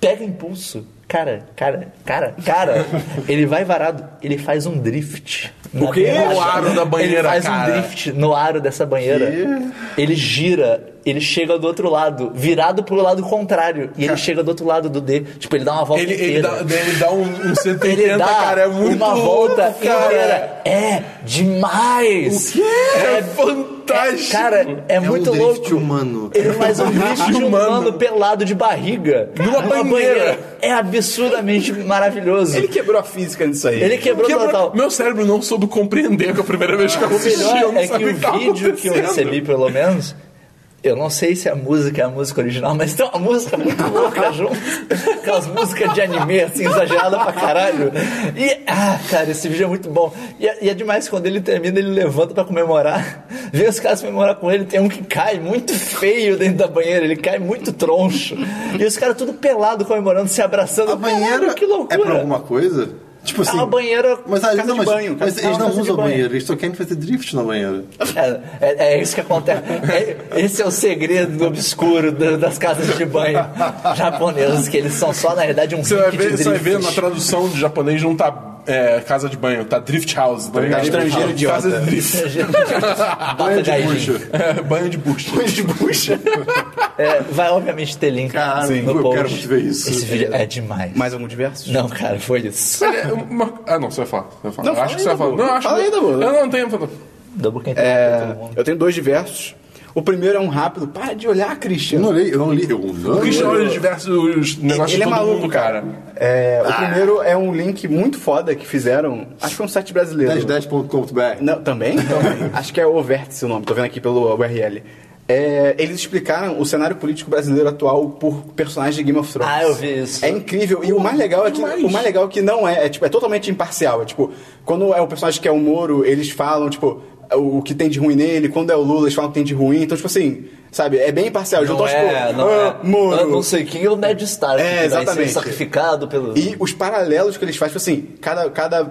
[SPEAKER 2] pega impulso. Cara, cara, cara, cara. ele vai varado. Ele faz um drift. O
[SPEAKER 3] quê? No aro da banheira,
[SPEAKER 2] Ele faz
[SPEAKER 3] cara.
[SPEAKER 2] um drift no aro dessa banheira. Ele gira. Ele chega do outro lado, virado pro lado contrário. E ele chega do outro lado do D. Tipo, ele dá uma volta
[SPEAKER 3] Ele,
[SPEAKER 2] inteira.
[SPEAKER 3] ele, dá, ele dá um, um 180,
[SPEAKER 2] Ele dá
[SPEAKER 3] cara. É muito
[SPEAKER 2] uma volta
[SPEAKER 3] louco, cara.
[SPEAKER 2] inteira. É demais.
[SPEAKER 3] É,
[SPEAKER 2] É
[SPEAKER 3] fantástico.
[SPEAKER 2] Cara, é, muito
[SPEAKER 6] um drift
[SPEAKER 2] louco.
[SPEAKER 6] humano.
[SPEAKER 2] Ele faz um drift
[SPEAKER 3] Humano.
[SPEAKER 2] humano. pelado de barriga
[SPEAKER 3] Numa banheira.
[SPEAKER 2] É absurdamente maravilhoso.
[SPEAKER 1] Ele
[SPEAKER 2] Ele,
[SPEAKER 1] quebrou a física nisso aí.
[SPEAKER 2] quebrou
[SPEAKER 3] Quebra-
[SPEAKER 2] total.
[SPEAKER 3] Meu cérebro não soube compreender com a primeira vez que eu
[SPEAKER 2] O
[SPEAKER 3] assisti. eu
[SPEAKER 2] melhor
[SPEAKER 3] não
[SPEAKER 2] é que
[SPEAKER 3] sabia
[SPEAKER 2] o
[SPEAKER 6] tá
[SPEAKER 3] o tava
[SPEAKER 2] vídeo que eu
[SPEAKER 3] acontecendo.
[SPEAKER 2] recebi, pelo menos, eu não sei se a música é a música original, mas tem uma música muito louca junto. Aquelas músicas de anime, assim, exagerada pra caralho. E, ah, cara, esse vídeo é muito bom. E é, e é demais que quando ele termina, ele levanta pra comemorar. Vê os caras comemorar com ele, tem um que cai muito feio dentro da banheira, ele cai muito troncho. E os caras tudo pelado comemorando, se abraçando.
[SPEAKER 6] A banheira
[SPEAKER 2] Caralho, que loucura.
[SPEAKER 6] é pra alguma coisa? Tipo assim.
[SPEAKER 2] É uma banheira.
[SPEAKER 6] Mas, ali,
[SPEAKER 1] Casa
[SPEAKER 6] não,
[SPEAKER 1] de
[SPEAKER 6] mas,
[SPEAKER 1] banho,
[SPEAKER 6] mas
[SPEAKER 1] casa-
[SPEAKER 2] não,
[SPEAKER 6] eles não,
[SPEAKER 2] casa de
[SPEAKER 6] usam
[SPEAKER 2] banho.
[SPEAKER 6] banheiro, eles só querem fazer drift na banheira.
[SPEAKER 2] É, é, é isso que acontece. É- esse é o segredo do obscuro da- das casas de banho japonesas, que eles são só, na verdade, um
[SPEAKER 3] Você vai,
[SPEAKER 2] rink de
[SPEAKER 3] ver, você vai
[SPEAKER 2] drift.
[SPEAKER 3] ver na tradução de japonês não tá é, casa de banho, tá drift house, tá ligado?
[SPEAKER 1] Estrangeiro idiota.
[SPEAKER 3] Casa de drift.
[SPEAKER 2] É, Bota
[SPEAKER 6] de
[SPEAKER 2] gaijin.
[SPEAKER 6] bucha.
[SPEAKER 3] É, banho de bucha.
[SPEAKER 2] É, vai, obviamente, ter link
[SPEAKER 6] Cara,
[SPEAKER 2] no
[SPEAKER 6] sim, eu
[SPEAKER 2] post.
[SPEAKER 6] quero muito ver isso.
[SPEAKER 2] Esse vídeo é demais.
[SPEAKER 1] Mais algum diverso?
[SPEAKER 2] Não, cara, foi isso.
[SPEAKER 3] Olha, uma- Ah, não, você vai falar. Você vai falar.
[SPEAKER 1] Não,
[SPEAKER 3] Eu
[SPEAKER 1] fala
[SPEAKER 3] acho que
[SPEAKER 1] aí,
[SPEAKER 3] você vai falar.
[SPEAKER 1] Dabu.
[SPEAKER 3] Não, eu acho
[SPEAKER 1] Fala
[SPEAKER 3] que...
[SPEAKER 1] aí, tá Dabu.
[SPEAKER 3] Eu não tenho. fala-
[SPEAKER 2] Double quem
[SPEAKER 1] É, eu tenho dois diversos. O primeiro é um rápido. Para de olhar,
[SPEAKER 6] Eu
[SPEAKER 1] Christian.
[SPEAKER 6] não olhei, eu não li. Eu não
[SPEAKER 3] O
[SPEAKER 6] li.
[SPEAKER 3] Christian olha os diversos negócios
[SPEAKER 1] Ele
[SPEAKER 3] de
[SPEAKER 1] é
[SPEAKER 3] todo
[SPEAKER 1] maluco,
[SPEAKER 3] mundo, cara.
[SPEAKER 1] É, o primeiro é um link muito foda que fizeram. Acho que foi um site brasileiro.
[SPEAKER 6] 1010.com.br.
[SPEAKER 1] É, Não, também? Também. Acho que é o Vértice o nome, tô vendo aqui pelo URL. É, eles explicaram o cenário político brasileiro atual por personagens de Game of Thrones.
[SPEAKER 2] Ah, eu vi isso.
[SPEAKER 1] É incrível. E o mais legal é que o mais legal é que não é, é, tipo, é totalmente imparcial. É tipo, quando é um personagem que é o Moro, eles falam, tipo, o que tem de ruim nele, quando é o Lula, eles falam o que tem de ruim. Então, tipo assim, sabe, é bem imparcial. Eles
[SPEAKER 2] Não
[SPEAKER 1] tão, tipo,
[SPEAKER 2] é, não
[SPEAKER 1] "Ah,
[SPEAKER 2] é.
[SPEAKER 1] Moro.
[SPEAKER 2] Eu não sei quem é o Ned Stark.
[SPEAKER 1] É,
[SPEAKER 2] que vai ser
[SPEAKER 1] exatamente.
[SPEAKER 2] sacrificado pelo...
[SPEAKER 1] E os paralelos que eles fazem, tipo assim, cada, cada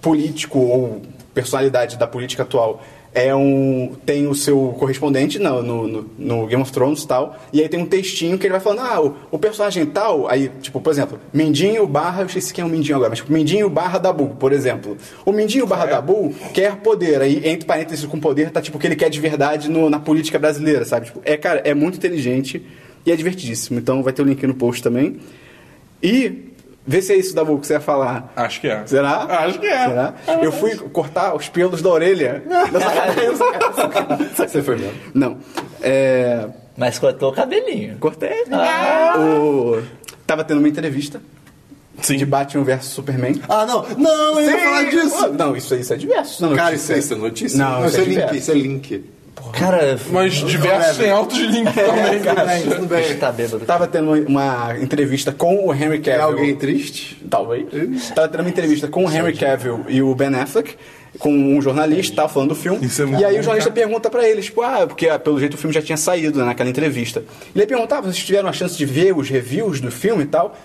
[SPEAKER 1] político ou personalidade da política atual é um tem o seu correspondente na- no, no, no Game of Thrones e tal, e aí tem um textinho que ele vai falando, ah, o, o personagem tal, aí, tipo, por exemplo, Mendinho barra, eu esqueci quem é o Mendinho agora, mas tipo, Mendinho barra Dabu, por exemplo. O Mendinho barra Dabu quer poder, aí entre parênteses com poder tá tipo o que ele quer de verdade no- na política brasileira, sabe? Tipo, é, cara, é muito inteligente e é divertidíssimo, então vai ter o link no post também. E vê se é isso, Dabu, que você ia falar.
[SPEAKER 3] Acho que é.
[SPEAKER 1] Será?
[SPEAKER 3] Acho que é.
[SPEAKER 1] Será? Eu fui cortar os pelos da orelha. Não, sacanagem, sacanagem.
[SPEAKER 4] Você foi mesmo.
[SPEAKER 1] Não. É,
[SPEAKER 2] Mas cortou o cabelinho.
[SPEAKER 1] Cortei.
[SPEAKER 4] Ah.
[SPEAKER 1] O... Tava tendo uma entrevista
[SPEAKER 3] Sim.
[SPEAKER 1] de Batman vs Superman.
[SPEAKER 4] Ah, não. Não, eu ia falar disso.
[SPEAKER 1] Não, isso, isso é diverso. Não,
[SPEAKER 4] Cara, isso,
[SPEAKER 1] notícia.
[SPEAKER 4] é- isso é notícia.
[SPEAKER 1] Não, isso
[SPEAKER 4] isso
[SPEAKER 1] é
[SPEAKER 4] é link.
[SPEAKER 1] diverso.
[SPEAKER 4] Isso é link.
[SPEAKER 2] Cara,
[SPEAKER 3] Mas diversos tem altos de link
[SPEAKER 1] É.
[SPEAKER 3] também.
[SPEAKER 4] Tudo
[SPEAKER 2] a gente
[SPEAKER 4] bem.
[SPEAKER 2] tá bêbado.
[SPEAKER 1] Tava tendo uma- uma entrevista com o Henry
[SPEAKER 4] É
[SPEAKER 1] Cavill.
[SPEAKER 4] alguém triste?
[SPEAKER 1] Talvez. Tava tendo uma entrevista com o Henry Cavill e o Ben Affleck, com um jornalista, tava falando do filme.
[SPEAKER 3] Isso é muito
[SPEAKER 1] e aí
[SPEAKER 3] bom,
[SPEAKER 1] o jornalista pergunta pra eles, tipo, ah, porque ah, pelo jeito o filme já tinha saído né, naquela entrevista. E ele pergunta, ah, vocês tiveram a chance de ver os reviews do filme e tal?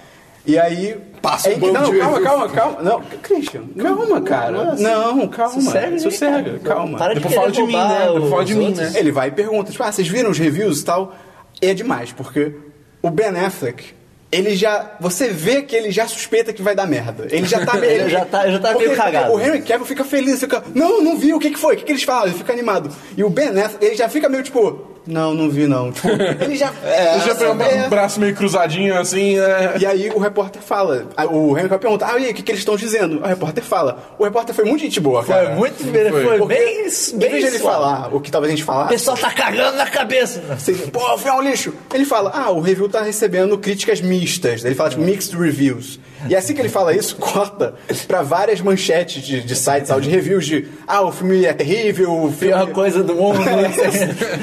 [SPEAKER 1] E aí.
[SPEAKER 4] Passa um
[SPEAKER 1] Ei,
[SPEAKER 4] bando
[SPEAKER 1] Não,
[SPEAKER 4] de
[SPEAKER 1] calma,
[SPEAKER 4] review.
[SPEAKER 1] calma, calma. Não, Christian, calma, cara. Não, calma.
[SPEAKER 2] Sossega, né,
[SPEAKER 1] Sossega,
[SPEAKER 2] gente.
[SPEAKER 1] calma.
[SPEAKER 2] Para de
[SPEAKER 3] Depois
[SPEAKER 2] querer
[SPEAKER 3] fala de mim,
[SPEAKER 2] roubar
[SPEAKER 3] né? Depois fala
[SPEAKER 2] os
[SPEAKER 3] de mim,
[SPEAKER 2] outros.
[SPEAKER 3] né?
[SPEAKER 1] Ele vai e pergunta, tipo, ah, vocês viram os reviews e tal? E é demais, porque o Ben Affleck, ele já. Você vê que ele já suspeita que vai dar merda. Ele já tá meio.
[SPEAKER 2] Ele já tá- já tá meio
[SPEAKER 1] Porque
[SPEAKER 2] cagado.
[SPEAKER 1] O Henry Cavill fica feliz, fica. Não, não vi, o que, que foi? O que, que eles falaram? Ele fica animado. E o Ben Affleck, ele já fica meio tipo. Não, não vi, não. Tipo, ele já.
[SPEAKER 2] É,
[SPEAKER 1] assim.
[SPEAKER 3] Eu já pegou um braço meio cruzadinho assim, né?
[SPEAKER 1] E aí o repórter fala, a- o Henry Cavill pergunta, ah, e aí, o que, que eles estão dizendo? O repórter fala. O repórter foi muito gente boa, cara.
[SPEAKER 2] Foi É muito foi, foi
[SPEAKER 1] Porque,
[SPEAKER 2] bem,
[SPEAKER 1] em
[SPEAKER 2] bem
[SPEAKER 1] vez de ele
[SPEAKER 2] suave.
[SPEAKER 1] falar o que talvez a gente
[SPEAKER 2] O
[SPEAKER 1] falasse,
[SPEAKER 2] pessoal tá cagando na cabeça.
[SPEAKER 1] Vocês, Pô, o filme é um lixo. Ele fala, ah, o review tá recebendo críticas mistas. Ele fala, tipo, mixed reviews. E assim que ele fala isso, corta pra várias manchetes de, de sites, de reviews de, ah, o filme é terrível, o filme... É,
[SPEAKER 2] Pior é coisa do mundo.
[SPEAKER 1] né?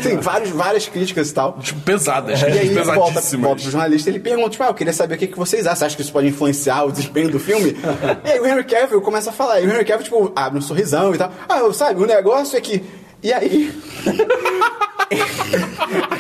[SPEAKER 1] Tem vários, várias críticas e tal.
[SPEAKER 3] Tipo, pesadas,
[SPEAKER 1] E aí volta,
[SPEAKER 3] pesadíssimas.
[SPEAKER 1] volta pro jornalista e ele pergunta, tipo, ah, eu queria saber o que, que vocês acham. Você acha que isso pode influenciar o desempenho do filme? e aí o Henry Cavill começa a falar. E o Henry Cavill, tipo, abre um sorrisão e tal. Ah, eu- sabe, o negócio é que... E aí,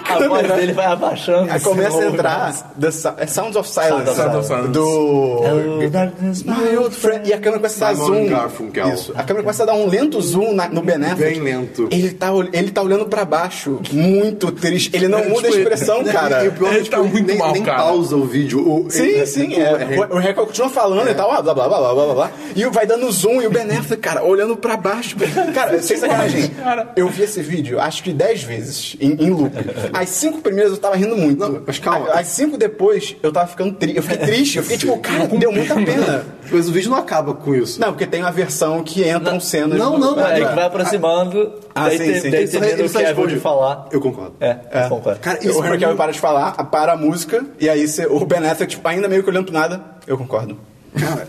[SPEAKER 2] A voz dele vai abaixando.
[SPEAKER 4] é
[SPEAKER 1] aí começa a
[SPEAKER 2] assim,
[SPEAKER 4] né?
[SPEAKER 1] entrar The Sa- é Sounds of Silence,
[SPEAKER 2] Sound
[SPEAKER 3] of Silence.
[SPEAKER 1] do...
[SPEAKER 2] Hello, É darkness,
[SPEAKER 1] My old friend. E a câmera começa a dar
[SPEAKER 4] Simon
[SPEAKER 1] zoom.
[SPEAKER 4] Garfunkel.
[SPEAKER 1] Isso. A câmera começa a dar um lento zoom na- no Ben Affleck.
[SPEAKER 4] Bem lento.
[SPEAKER 1] Ele tá, ol- ele tá olhando pra baixo, muito triste. Ele não muda a expressão, cara.
[SPEAKER 4] É, tipo, E o pior é
[SPEAKER 3] Ele
[SPEAKER 4] que
[SPEAKER 3] tá
[SPEAKER 4] tipo,
[SPEAKER 3] muito
[SPEAKER 4] nem,
[SPEAKER 3] mal,
[SPEAKER 4] nem
[SPEAKER 3] cara.
[SPEAKER 4] pausa o vídeo. O-
[SPEAKER 1] Sim,
[SPEAKER 4] ele-
[SPEAKER 1] sim,
[SPEAKER 4] o-
[SPEAKER 1] é. O, o Record continua falando e tal, ah, blá, blá, blá, blá, blá, blá, blá. E vai dando zoom e o Ben Affleck, cara, olhando pra baixo. Cara, sem sacanagem, eu vi esse vídeo acho que 10 vezes, em, em loop. As cinco primeiras eu tava rindo muito.
[SPEAKER 4] Não, mas calma.
[SPEAKER 1] As cinco depois eu tava ficando triste. Eu fiquei triste, eu fiquei tipo, cara, deu muita pena.
[SPEAKER 4] Mas o vídeo não acaba com isso.
[SPEAKER 1] Não, porque tem uma versão que entram cenas.
[SPEAKER 4] não, não,
[SPEAKER 2] É, ele
[SPEAKER 4] cara.
[SPEAKER 2] vai aproximando,
[SPEAKER 1] Ah,
[SPEAKER 2] daí,
[SPEAKER 1] sim,
[SPEAKER 2] tem,
[SPEAKER 1] sim.
[SPEAKER 2] daí
[SPEAKER 1] Ele
[SPEAKER 4] só-
[SPEAKER 2] termina
[SPEAKER 4] ele
[SPEAKER 2] o
[SPEAKER 4] só
[SPEAKER 2] Kevin
[SPEAKER 4] responde.
[SPEAKER 2] de falar.
[SPEAKER 4] Eu concordo.
[SPEAKER 2] É, eu concordo.
[SPEAKER 4] Cara,
[SPEAKER 1] o Henry
[SPEAKER 4] isso é
[SPEAKER 1] Cavill
[SPEAKER 4] muito-
[SPEAKER 1] para de falar, para a música, e aí você- o Ben Affleck, tipo, ainda meio que olhando pro nada. Eu concordo.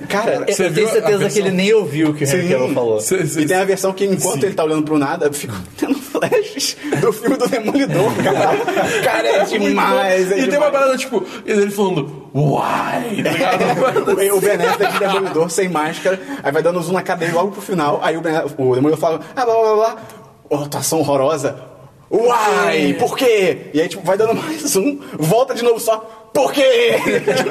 [SPEAKER 1] Cara,
[SPEAKER 2] Eu
[SPEAKER 3] Você viu
[SPEAKER 2] tenho
[SPEAKER 3] a
[SPEAKER 2] certeza que
[SPEAKER 3] versão-
[SPEAKER 2] ele nem ouviu o que o
[SPEAKER 1] Sim.
[SPEAKER 2] Henry Cavill falou.
[SPEAKER 3] Você- você-
[SPEAKER 1] E tem a versão que enquanto ele tá olhando pro nada, ficam tendo flashes do filme do Demolidor, cara. cara, é demais, é
[SPEAKER 3] E tem uma
[SPEAKER 1] demais.
[SPEAKER 3] parada, tipo, ele falando, why? Tá ligado?
[SPEAKER 1] O- O Ben Affleck de Demolidor sem máscara, aí vai dando zoom na cadeia logo pro final, aí o, ben, Affleck- o Demolidor fala, ah, blá blá blá, blá. Oh, atuação horrorosa, uai, por quê? E aí tipo, vai dando mais um, volta de novo só, por quê?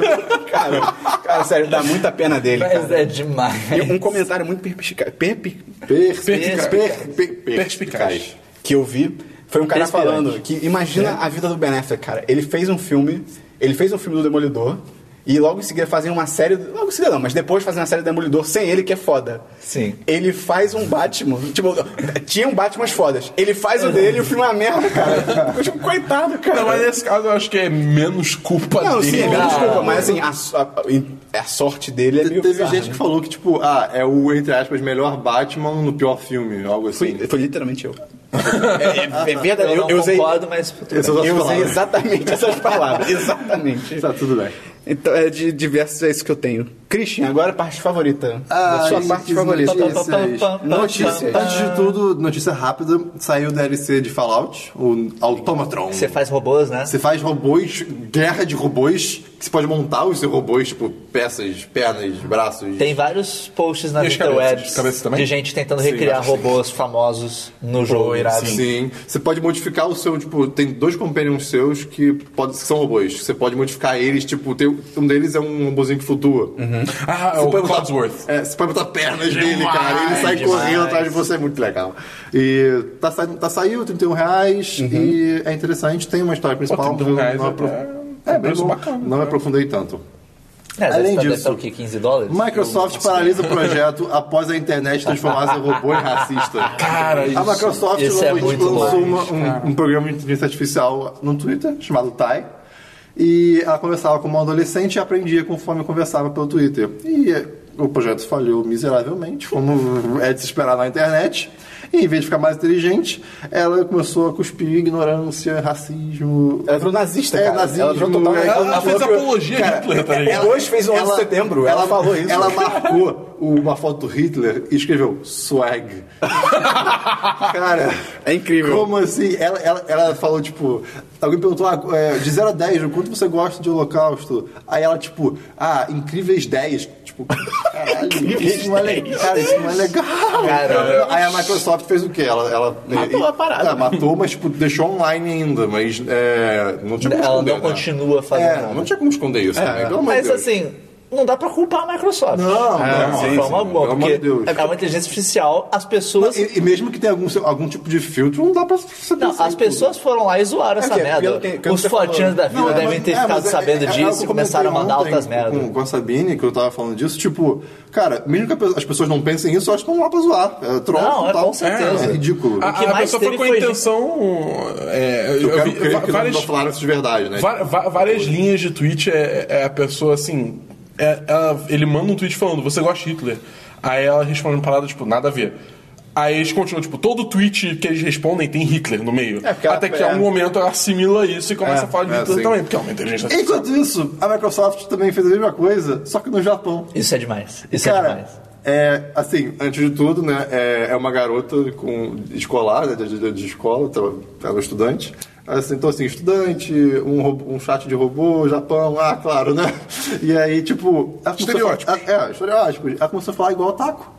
[SPEAKER 1] cara, cara, sério, dá muita pena dele,
[SPEAKER 2] Mas
[SPEAKER 1] cara.
[SPEAKER 2] é demais.
[SPEAKER 1] E um comentário muito perspica- perpi-
[SPEAKER 4] Perspicaz.
[SPEAKER 2] Perspicaz.
[SPEAKER 4] Per- per-
[SPEAKER 3] Perspicaz.
[SPEAKER 1] que eu vi foi um cara
[SPEAKER 2] Respirante.
[SPEAKER 1] falando que imagina a vida do Ben Affleck, cara. Ele fez um filme, ele fez um filme do Demolidor e logo em seguida fazem uma série, logo em seguida não, mas depois fazem uma série do Demolidor sem ele que é foda.
[SPEAKER 2] Sim.
[SPEAKER 1] Ele faz um Batman, tipo, tinha um Batman fodas. Ele faz o dele e o filme é uma merda, cara. Eu, tipo, coitado, cara.
[SPEAKER 3] Não, mas nesse caso eu acho que é menos culpa
[SPEAKER 1] Não,
[SPEAKER 3] dele.
[SPEAKER 1] sim, é
[SPEAKER 2] Ah.
[SPEAKER 1] menos culpa, mas assim, a, so- a- a sorte dele é meio
[SPEAKER 4] Teve
[SPEAKER 1] bizarra,
[SPEAKER 4] gente que falou que, tipo, ah, é o, entre aspas, melhor Batman no pior filme, algo assim.
[SPEAKER 1] Foi, foi literalmente eu. É, é- é verdade,
[SPEAKER 2] Eu
[SPEAKER 1] eu,
[SPEAKER 2] não
[SPEAKER 1] eu usei,
[SPEAKER 2] concordo, mas tudo bem.
[SPEAKER 4] Essas
[SPEAKER 1] eu usei
[SPEAKER 4] palavras.
[SPEAKER 1] exatamente essas palavras. Exatamente.
[SPEAKER 4] Tá tudo bem.
[SPEAKER 1] Então, é de diversos é isso que eu tenho. Ah, Christian, agora a parte favorita.
[SPEAKER 4] Ah,
[SPEAKER 1] da sua parte favorita.
[SPEAKER 4] notícias.
[SPEAKER 1] Notícias.
[SPEAKER 4] Antes de tudo, notícia rápida: saiu o DLC de Fallout, o Automatron.
[SPEAKER 2] Você faz robôs, né?
[SPEAKER 4] Você faz robôs, guerra de robôs, que você pode montar os seus robôs, tipo, peças, pernas, braços.
[SPEAKER 2] Tem vários posts na
[SPEAKER 3] E as
[SPEAKER 2] interwebs
[SPEAKER 3] cabeças? Cabeças também?
[SPEAKER 2] de gente tentando
[SPEAKER 3] Sim,
[SPEAKER 2] recriar
[SPEAKER 3] acho que sim.
[SPEAKER 2] robôs famosos no jogo. É, irado.
[SPEAKER 4] Sim. Você pode modificar o seu, tipo, tem dois companions seus que, pode, que são robôs. Você pode modificar eles, tipo, tem- um deles é um robôzinho que flutua.
[SPEAKER 3] Ah, o
[SPEAKER 4] põe botar-
[SPEAKER 3] Codsworth.
[SPEAKER 4] É, você pode botar pernas nele, cara. Ele sai
[SPEAKER 2] demais.
[SPEAKER 4] correndo atrás de você, é muito legal. E tá, saindo, tá saiu, 31 reais, e é interessante, tem uma história
[SPEAKER 3] Uhum. Pô,
[SPEAKER 4] principal.
[SPEAKER 3] 31 reais
[SPEAKER 4] não
[SPEAKER 3] é,
[SPEAKER 4] apro-
[SPEAKER 3] é,
[SPEAKER 4] é, bem
[SPEAKER 3] preço
[SPEAKER 4] bom.
[SPEAKER 3] bacana.
[SPEAKER 4] Não me aprofundei tanto.
[SPEAKER 2] É, às
[SPEAKER 4] Além
[SPEAKER 2] vezes tá-
[SPEAKER 4] disso,
[SPEAKER 2] tá o quê? 15 dólares?
[SPEAKER 4] Microsoft paralisa o projeto após a internet transformar-se em robô e racista.
[SPEAKER 3] Cara, isso-
[SPEAKER 4] A Microsoft
[SPEAKER 2] isso é
[SPEAKER 4] lançou-
[SPEAKER 2] muito
[SPEAKER 4] lançou
[SPEAKER 2] longe,
[SPEAKER 4] uma- um, um programa de inteligência artificial no Twitter chamado Tai. E ela conversava como uma adolescente e aprendia conforme conversava pelo Twitter. E eh, o projeto falhou miseravelmente, como é de se esperar na internet. E em vez de ficar mais inteligente, ela começou a cuspir ignorância, racismo.
[SPEAKER 5] Ela virou nazista,
[SPEAKER 4] É,
[SPEAKER 5] cara.
[SPEAKER 4] nazismo,
[SPEAKER 5] Ela virou total...
[SPEAKER 4] é-
[SPEAKER 3] Ela,
[SPEAKER 4] Ela
[SPEAKER 3] fez
[SPEAKER 5] falou que-
[SPEAKER 3] apologia de Hitler, tá ligado?
[SPEAKER 5] Depois fez o 11 de setembro, ela falou isso.
[SPEAKER 4] Ela marcou uma foto do Hitler e escreveu swag. Cara,
[SPEAKER 1] É incrível.
[SPEAKER 4] como assim? Ela, ela, ela falou, tipo, alguém perguntou, ah, é, de 0 a 10, o quanto você gosta de holocausto? Aí ela, tipo, ah, incríveis 10. Tipo, caralho, isso não é legal. Cara, isso não é legal.
[SPEAKER 2] Cara.
[SPEAKER 4] Aí a Microsoft fez o quê? Ela, ela matou
[SPEAKER 5] a parada.
[SPEAKER 4] matou, mas tipo, deixou online ainda, mas é, não tinha como
[SPEAKER 2] Ela
[SPEAKER 4] esconder,
[SPEAKER 2] não
[SPEAKER 4] né?
[SPEAKER 2] continua fazendo
[SPEAKER 4] É,
[SPEAKER 2] nada.
[SPEAKER 4] não tinha como esconder isso né? também, pelo amor de
[SPEAKER 2] Mas
[SPEAKER 4] Deus.
[SPEAKER 2] assim, não dá pra culpar a Microsoft.
[SPEAKER 4] Não,
[SPEAKER 2] É,
[SPEAKER 4] não,
[SPEAKER 2] de
[SPEAKER 4] sim,
[SPEAKER 2] forma
[SPEAKER 4] sim,
[SPEAKER 2] boa,
[SPEAKER 4] pelo amor
[SPEAKER 2] porque
[SPEAKER 4] de Deus.
[SPEAKER 2] é uma inteligência artificial, as pessoas.
[SPEAKER 4] E, e mesmo que tenha algum, algum tipo de filtro, não dá pra você
[SPEAKER 2] Não,
[SPEAKER 4] pensar
[SPEAKER 2] as
[SPEAKER 4] em tudo.
[SPEAKER 2] pessoas foram lá e zoaram essa
[SPEAKER 5] que é,
[SPEAKER 2] merda.
[SPEAKER 5] pelo que- que
[SPEAKER 2] Os
[SPEAKER 5] você falou.
[SPEAKER 2] fotinhos da
[SPEAKER 4] Não,
[SPEAKER 2] vila
[SPEAKER 4] é,
[SPEAKER 2] devem
[SPEAKER 4] mas-
[SPEAKER 2] ter
[SPEAKER 4] é,
[SPEAKER 2] ficado
[SPEAKER 4] mas é-
[SPEAKER 2] sabendo
[SPEAKER 4] é- é algo
[SPEAKER 2] disso
[SPEAKER 4] que
[SPEAKER 2] e
[SPEAKER 4] eu
[SPEAKER 2] começaram a
[SPEAKER 4] comentei
[SPEAKER 2] mandar
[SPEAKER 4] ontem
[SPEAKER 2] altas merdas.
[SPEAKER 4] Com, com a Sabine, que eu tava falando disso, tipo, cara, mesmo que a pe- as pessoas não pensem isso, elas estão lá pra zoar. É, troll,
[SPEAKER 2] Não, é,
[SPEAKER 4] tal.
[SPEAKER 2] com certeza.
[SPEAKER 4] É, ridículo. Eu
[SPEAKER 3] A,
[SPEAKER 2] O que
[SPEAKER 3] a
[SPEAKER 2] mais
[SPEAKER 3] pessoa foi
[SPEAKER 2] teve
[SPEAKER 3] com a
[SPEAKER 2] foi
[SPEAKER 3] intenção. é, eu
[SPEAKER 4] quero
[SPEAKER 3] vi
[SPEAKER 4] crer que não-
[SPEAKER 3] várias,
[SPEAKER 4] não falaram isso de verdade, né?
[SPEAKER 3] va- va- várias linhas de tweet é, é a pessoa assim. é- ela- ele manda um tweet falando, você gosta de Hitler? Aí ela responde uma parada, tipo, nada a ver. Aí eles continuam, tipo, todo tweet que eles respondem tem Hitler no meio.
[SPEAKER 4] porque ela-
[SPEAKER 3] Até que em
[SPEAKER 4] é.
[SPEAKER 3] algum momento ela assimila isso e começa
[SPEAKER 4] É,
[SPEAKER 3] a falar de
[SPEAKER 4] é,
[SPEAKER 3] Hitler
[SPEAKER 4] sim.
[SPEAKER 3] também, porque é uma inteligência artificial.
[SPEAKER 4] Enquanto isso, a Microsoft também fez a mesma coisa, só que no Japão.
[SPEAKER 2] Isso é demais. Isso é
[SPEAKER 4] Cara,
[SPEAKER 2] demais.
[SPEAKER 4] é, assim, antes de tudo, né, é, é uma garota com, escolar, né, de, de- de escola, tá- ela é estudante. Assim, então, assim, estudante, um, robô- um chat de robô, Japão, ah, claro, né? E aí, tipo... ela começou a falar-
[SPEAKER 3] Estereótipos.
[SPEAKER 4] é, estereótipos. Ela começou a falar igual o taco.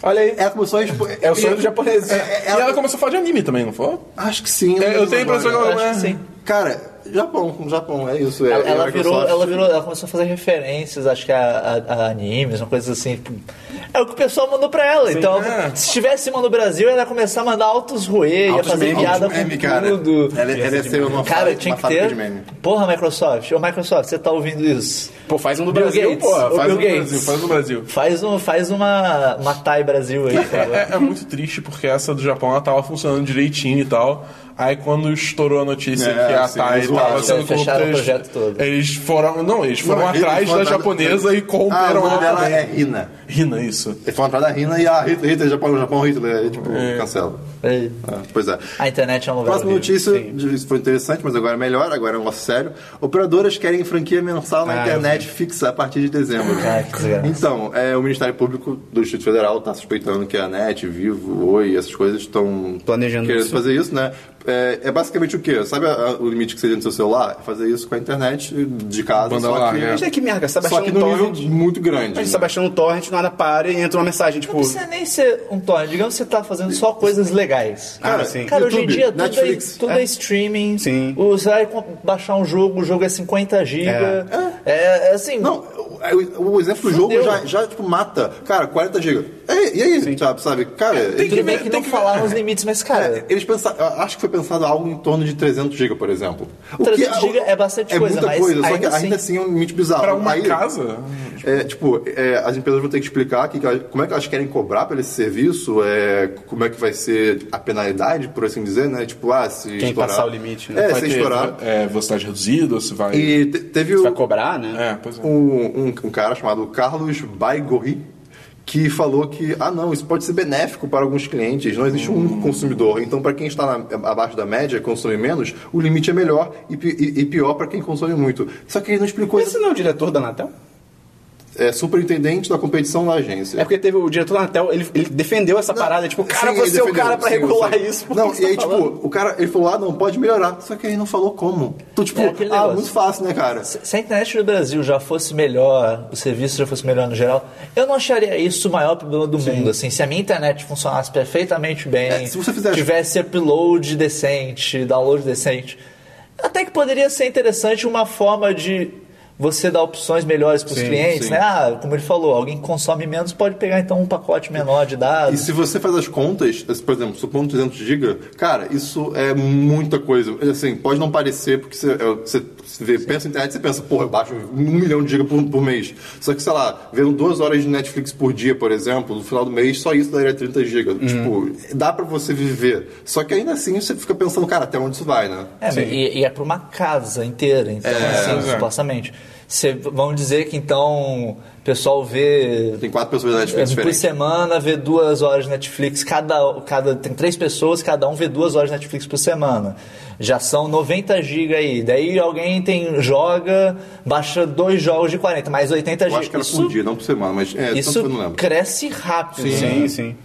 [SPEAKER 5] Olha aí.
[SPEAKER 4] Ela começou a expor...
[SPEAKER 5] É o sonho do japonês.
[SPEAKER 4] é,
[SPEAKER 3] E ela começou a falar de anime também, não foi?
[SPEAKER 4] Acho que sim. né,
[SPEAKER 3] É, eu tenho a impressão que ela-
[SPEAKER 2] Eu acho que
[SPEAKER 3] é.
[SPEAKER 2] sim.
[SPEAKER 4] Cara, Japão, Japão, é isso. É,
[SPEAKER 2] Ela,
[SPEAKER 4] é
[SPEAKER 2] ela virou,
[SPEAKER 4] Microsoft.
[SPEAKER 2] ela virou, ela começou a fazer referências, acho que a, a- a animes, uma coisa assim. tipo, É o que o pessoal mandou pra ela. então,
[SPEAKER 3] É.
[SPEAKER 2] se estivesse uma no Brasil, ela ia começar a mandar altos ruê, ia
[SPEAKER 4] Altos
[SPEAKER 2] fazer
[SPEAKER 4] memes,
[SPEAKER 2] piada
[SPEAKER 4] altos meme,
[SPEAKER 2] com
[SPEAKER 4] cara.
[SPEAKER 2] tudo.
[SPEAKER 4] Ela, ela ia ser uma,
[SPEAKER 2] Cara,
[SPEAKER 4] fábrica-
[SPEAKER 2] tinha
[SPEAKER 4] uma
[SPEAKER 2] que
[SPEAKER 4] fábrica
[SPEAKER 2] ter.
[SPEAKER 4] de meme.
[SPEAKER 2] Porra, Microsoft. Ô, Microsoft, você tá ouvindo isso?
[SPEAKER 5] Pô, faz um do
[SPEAKER 2] Bill
[SPEAKER 5] Brasil,
[SPEAKER 2] Gates.
[SPEAKER 5] pô.
[SPEAKER 2] Ô,
[SPEAKER 3] Faz um
[SPEAKER 2] Bill
[SPEAKER 3] no Brasil,
[SPEAKER 2] Gates.
[SPEAKER 3] faz no Brasil.
[SPEAKER 2] Faz, um, faz uma, uma Thai Brasil aí, por favor.
[SPEAKER 3] É, é muito triste porque essa do Japão ela tava funcionando direitinho e tal. Aí quando estourou a notícia
[SPEAKER 4] É,
[SPEAKER 3] que a
[SPEAKER 4] sim,
[SPEAKER 3] Thay
[SPEAKER 4] eles
[SPEAKER 3] tava
[SPEAKER 4] zoaram,
[SPEAKER 3] sendo
[SPEAKER 2] fecharam
[SPEAKER 3] corrupta,
[SPEAKER 2] o projeto todo.
[SPEAKER 3] Eles foram. Não, eles foram
[SPEAKER 4] Não, eles
[SPEAKER 3] atrás
[SPEAKER 4] foram
[SPEAKER 3] da
[SPEAKER 4] atrás-
[SPEAKER 3] japonesa e
[SPEAKER 4] Ah, o
[SPEAKER 3] corromperam
[SPEAKER 4] nome
[SPEAKER 3] ela.
[SPEAKER 4] dela é
[SPEAKER 3] também.
[SPEAKER 4] Rina.
[SPEAKER 3] Rina, isso.
[SPEAKER 4] Eles foram atrás da Rina e a Hitler, Hitler Japão, Japão, Hitler, aí, tipo,
[SPEAKER 3] É.
[SPEAKER 4] cancela.
[SPEAKER 2] Ei,
[SPEAKER 4] Ah, pois é.
[SPEAKER 2] A internet é um lugar
[SPEAKER 4] Próxima
[SPEAKER 2] horrível.
[SPEAKER 4] notícia, isso foi interessante, mas agora é melhor, agora é um negócio sério. Operadoras querem franquia mensal
[SPEAKER 3] Ah,
[SPEAKER 4] na internet fixa a partir de dezembro.
[SPEAKER 2] Ah, que desgraça.
[SPEAKER 4] então, é, o Ministério Público do Distrito Federal está suspeitando que a NET, Vivo, Oi, essas coisas estão
[SPEAKER 1] Planejando
[SPEAKER 4] querendo
[SPEAKER 1] isso.
[SPEAKER 4] fazer isso, né? É, é basicamente o quê? Sabe a- a- o limite que seria no seu celular? É fazer isso com a internet de casa,
[SPEAKER 3] Banda
[SPEAKER 4] só que,
[SPEAKER 3] larga.
[SPEAKER 1] Mas é que merda, você tá
[SPEAKER 4] só
[SPEAKER 1] baixando
[SPEAKER 4] que
[SPEAKER 1] um
[SPEAKER 4] num nível
[SPEAKER 1] torrent.
[SPEAKER 4] muito grande.
[SPEAKER 1] A gente
[SPEAKER 4] né?
[SPEAKER 1] tá baixando um torrent, nada para e entra uma mensagem,
[SPEAKER 2] Não
[SPEAKER 1] tipo.
[SPEAKER 2] precisa nem ser um torrent. Digamos que você tá fazendo só coisas legais.
[SPEAKER 1] Ah,
[SPEAKER 4] Cara,
[SPEAKER 1] sim.
[SPEAKER 2] Cara, hoje em
[SPEAKER 4] YouTube,
[SPEAKER 2] dia tudo,
[SPEAKER 4] Netflix,
[SPEAKER 2] é, tudo é streaming.
[SPEAKER 1] Sim.
[SPEAKER 2] O- Você vai com- baixar um jogo, o jogo é 50 GB. É. é assim.
[SPEAKER 4] Não, o- o, o exemplo do jogo
[SPEAKER 2] Fudeu.
[SPEAKER 4] já, já, tipo, mata. Cara, 40 GB. E, e aí, sabe, sabe? Cara,
[SPEAKER 2] tudo
[SPEAKER 4] eles-
[SPEAKER 2] bem que não falaram os limites, mas, cara.
[SPEAKER 4] eles pensaram, acho que foi pensado algo em torno de 300 GB, por exemplo. O
[SPEAKER 2] 300 GB é bastante
[SPEAKER 4] é
[SPEAKER 2] coisa,
[SPEAKER 4] muita
[SPEAKER 2] mas
[SPEAKER 4] coisa, só que
[SPEAKER 2] ainda
[SPEAKER 4] ainda assim é um limite bizarro.
[SPEAKER 3] Pra uma
[SPEAKER 4] Aí-
[SPEAKER 3] casa.
[SPEAKER 4] é, tipo, é, as empresas vão ter que explicar que, que elas- como é que elas querem cobrar pelo esse serviço, é, como é que vai ser a penalidade, por assim dizer, né? Tipo, ah, se Quem
[SPEAKER 1] passar o limite, né?
[SPEAKER 4] É,
[SPEAKER 3] vai
[SPEAKER 4] se
[SPEAKER 3] ter,
[SPEAKER 4] estourar.
[SPEAKER 3] É, velocidade reduzida, ou se vai.
[SPEAKER 4] E te- teve
[SPEAKER 1] Vai
[SPEAKER 4] o,
[SPEAKER 1] cobrar, né?
[SPEAKER 3] É, pois é.
[SPEAKER 4] um, um- um cara chamado Carlos Baigorri que falou que, ah não, isso pode ser benéfico para alguns clientes, não existe um único consumidor. Então, para quem está na- abaixo da média, consome menos, o limite é melhor e, pi- e- e pior para quem consome muito. Só que ele não explicou
[SPEAKER 5] Esse
[SPEAKER 4] isso.
[SPEAKER 5] não é o diretor da Anatel?
[SPEAKER 4] É superintendente da competição da agência.
[SPEAKER 5] É porque teve o diretor da Anatel, ele, ele defendeu essa parada. Tipo, cara,
[SPEAKER 4] Sim,
[SPEAKER 5] você
[SPEAKER 4] ele
[SPEAKER 5] é o
[SPEAKER 4] defendeu,
[SPEAKER 5] cara pra
[SPEAKER 4] sim, eu
[SPEAKER 5] regular
[SPEAKER 4] sei.
[SPEAKER 5] isso. por
[SPEAKER 4] Não,
[SPEAKER 5] que você
[SPEAKER 4] e aí,
[SPEAKER 5] tá
[SPEAKER 4] tipo,
[SPEAKER 5] falando?
[SPEAKER 4] o cara, ele falou, ah, não, pode melhorar. Só que ele não falou como. Então, tipo,
[SPEAKER 2] É, aquele
[SPEAKER 4] ah,
[SPEAKER 2] negócio.
[SPEAKER 4] muito fácil, né, cara?
[SPEAKER 2] Se se a internet do Brasil já fosse melhor, o serviço já fosse melhor no geral, eu não acharia isso o maior problema do mundo. Assim, se a minha internet funcionasse perfeitamente bem,
[SPEAKER 4] É, se você fizesse-
[SPEAKER 2] tivesse upload decente, download decente, até que poderia ser interessante uma forma de você dá opções melhores para os
[SPEAKER 1] Sim,
[SPEAKER 2] clientes,
[SPEAKER 1] sim.
[SPEAKER 2] né? Ah, como ele falou, alguém que consome menos pode pegar então um pacote menor de
[SPEAKER 4] E
[SPEAKER 2] dados.
[SPEAKER 4] se você faz as contas, por exemplo, supondo 300 GB, cara, isso é muita coisa. Assim, pode não parecer, porque você, é, você vê, pensa na internet, você pensa, porra, eu baixo um milhão de GB por, por mês. Só que, sei lá, vendo duas horas de Netflix por dia, por exemplo, no final do mês, só isso daria 30 GB.
[SPEAKER 2] Hum.
[SPEAKER 4] Tipo, dá pra você viver. Só que ainda assim, você fica pensando, cara, até onde isso vai, né?
[SPEAKER 2] É, e, e é para uma casa inteira,
[SPEAKER 4] É,
[SPEAKER 2] então, assim, supostamente. Cê- vamos dizer que então o pessoal vê
[SPEAKER 4] Tem quatro pessoas da Netflix
[SPEAKER 2] É por
[SPEAKER 4] diferentes.
[SPEAKER 2] semana vê duas horas de Netflix, cada, cada, tem três pessoas, cada um vê duas horas de Netflix por semana. Já são 90 GB aí. Daí alguém tem, joga, baixa dois jogos de 40, mais 80 GB.
[SPEAKER 4] Eu acho que era por dia, não por semana, mas é, tanto
[SPEAKER 2] Isso
[SPEAKER 4] que eu não lembro.
[SPEAKER 2] cresce rápido. né?
[SPEAKER 1] tipo, Sim, sim.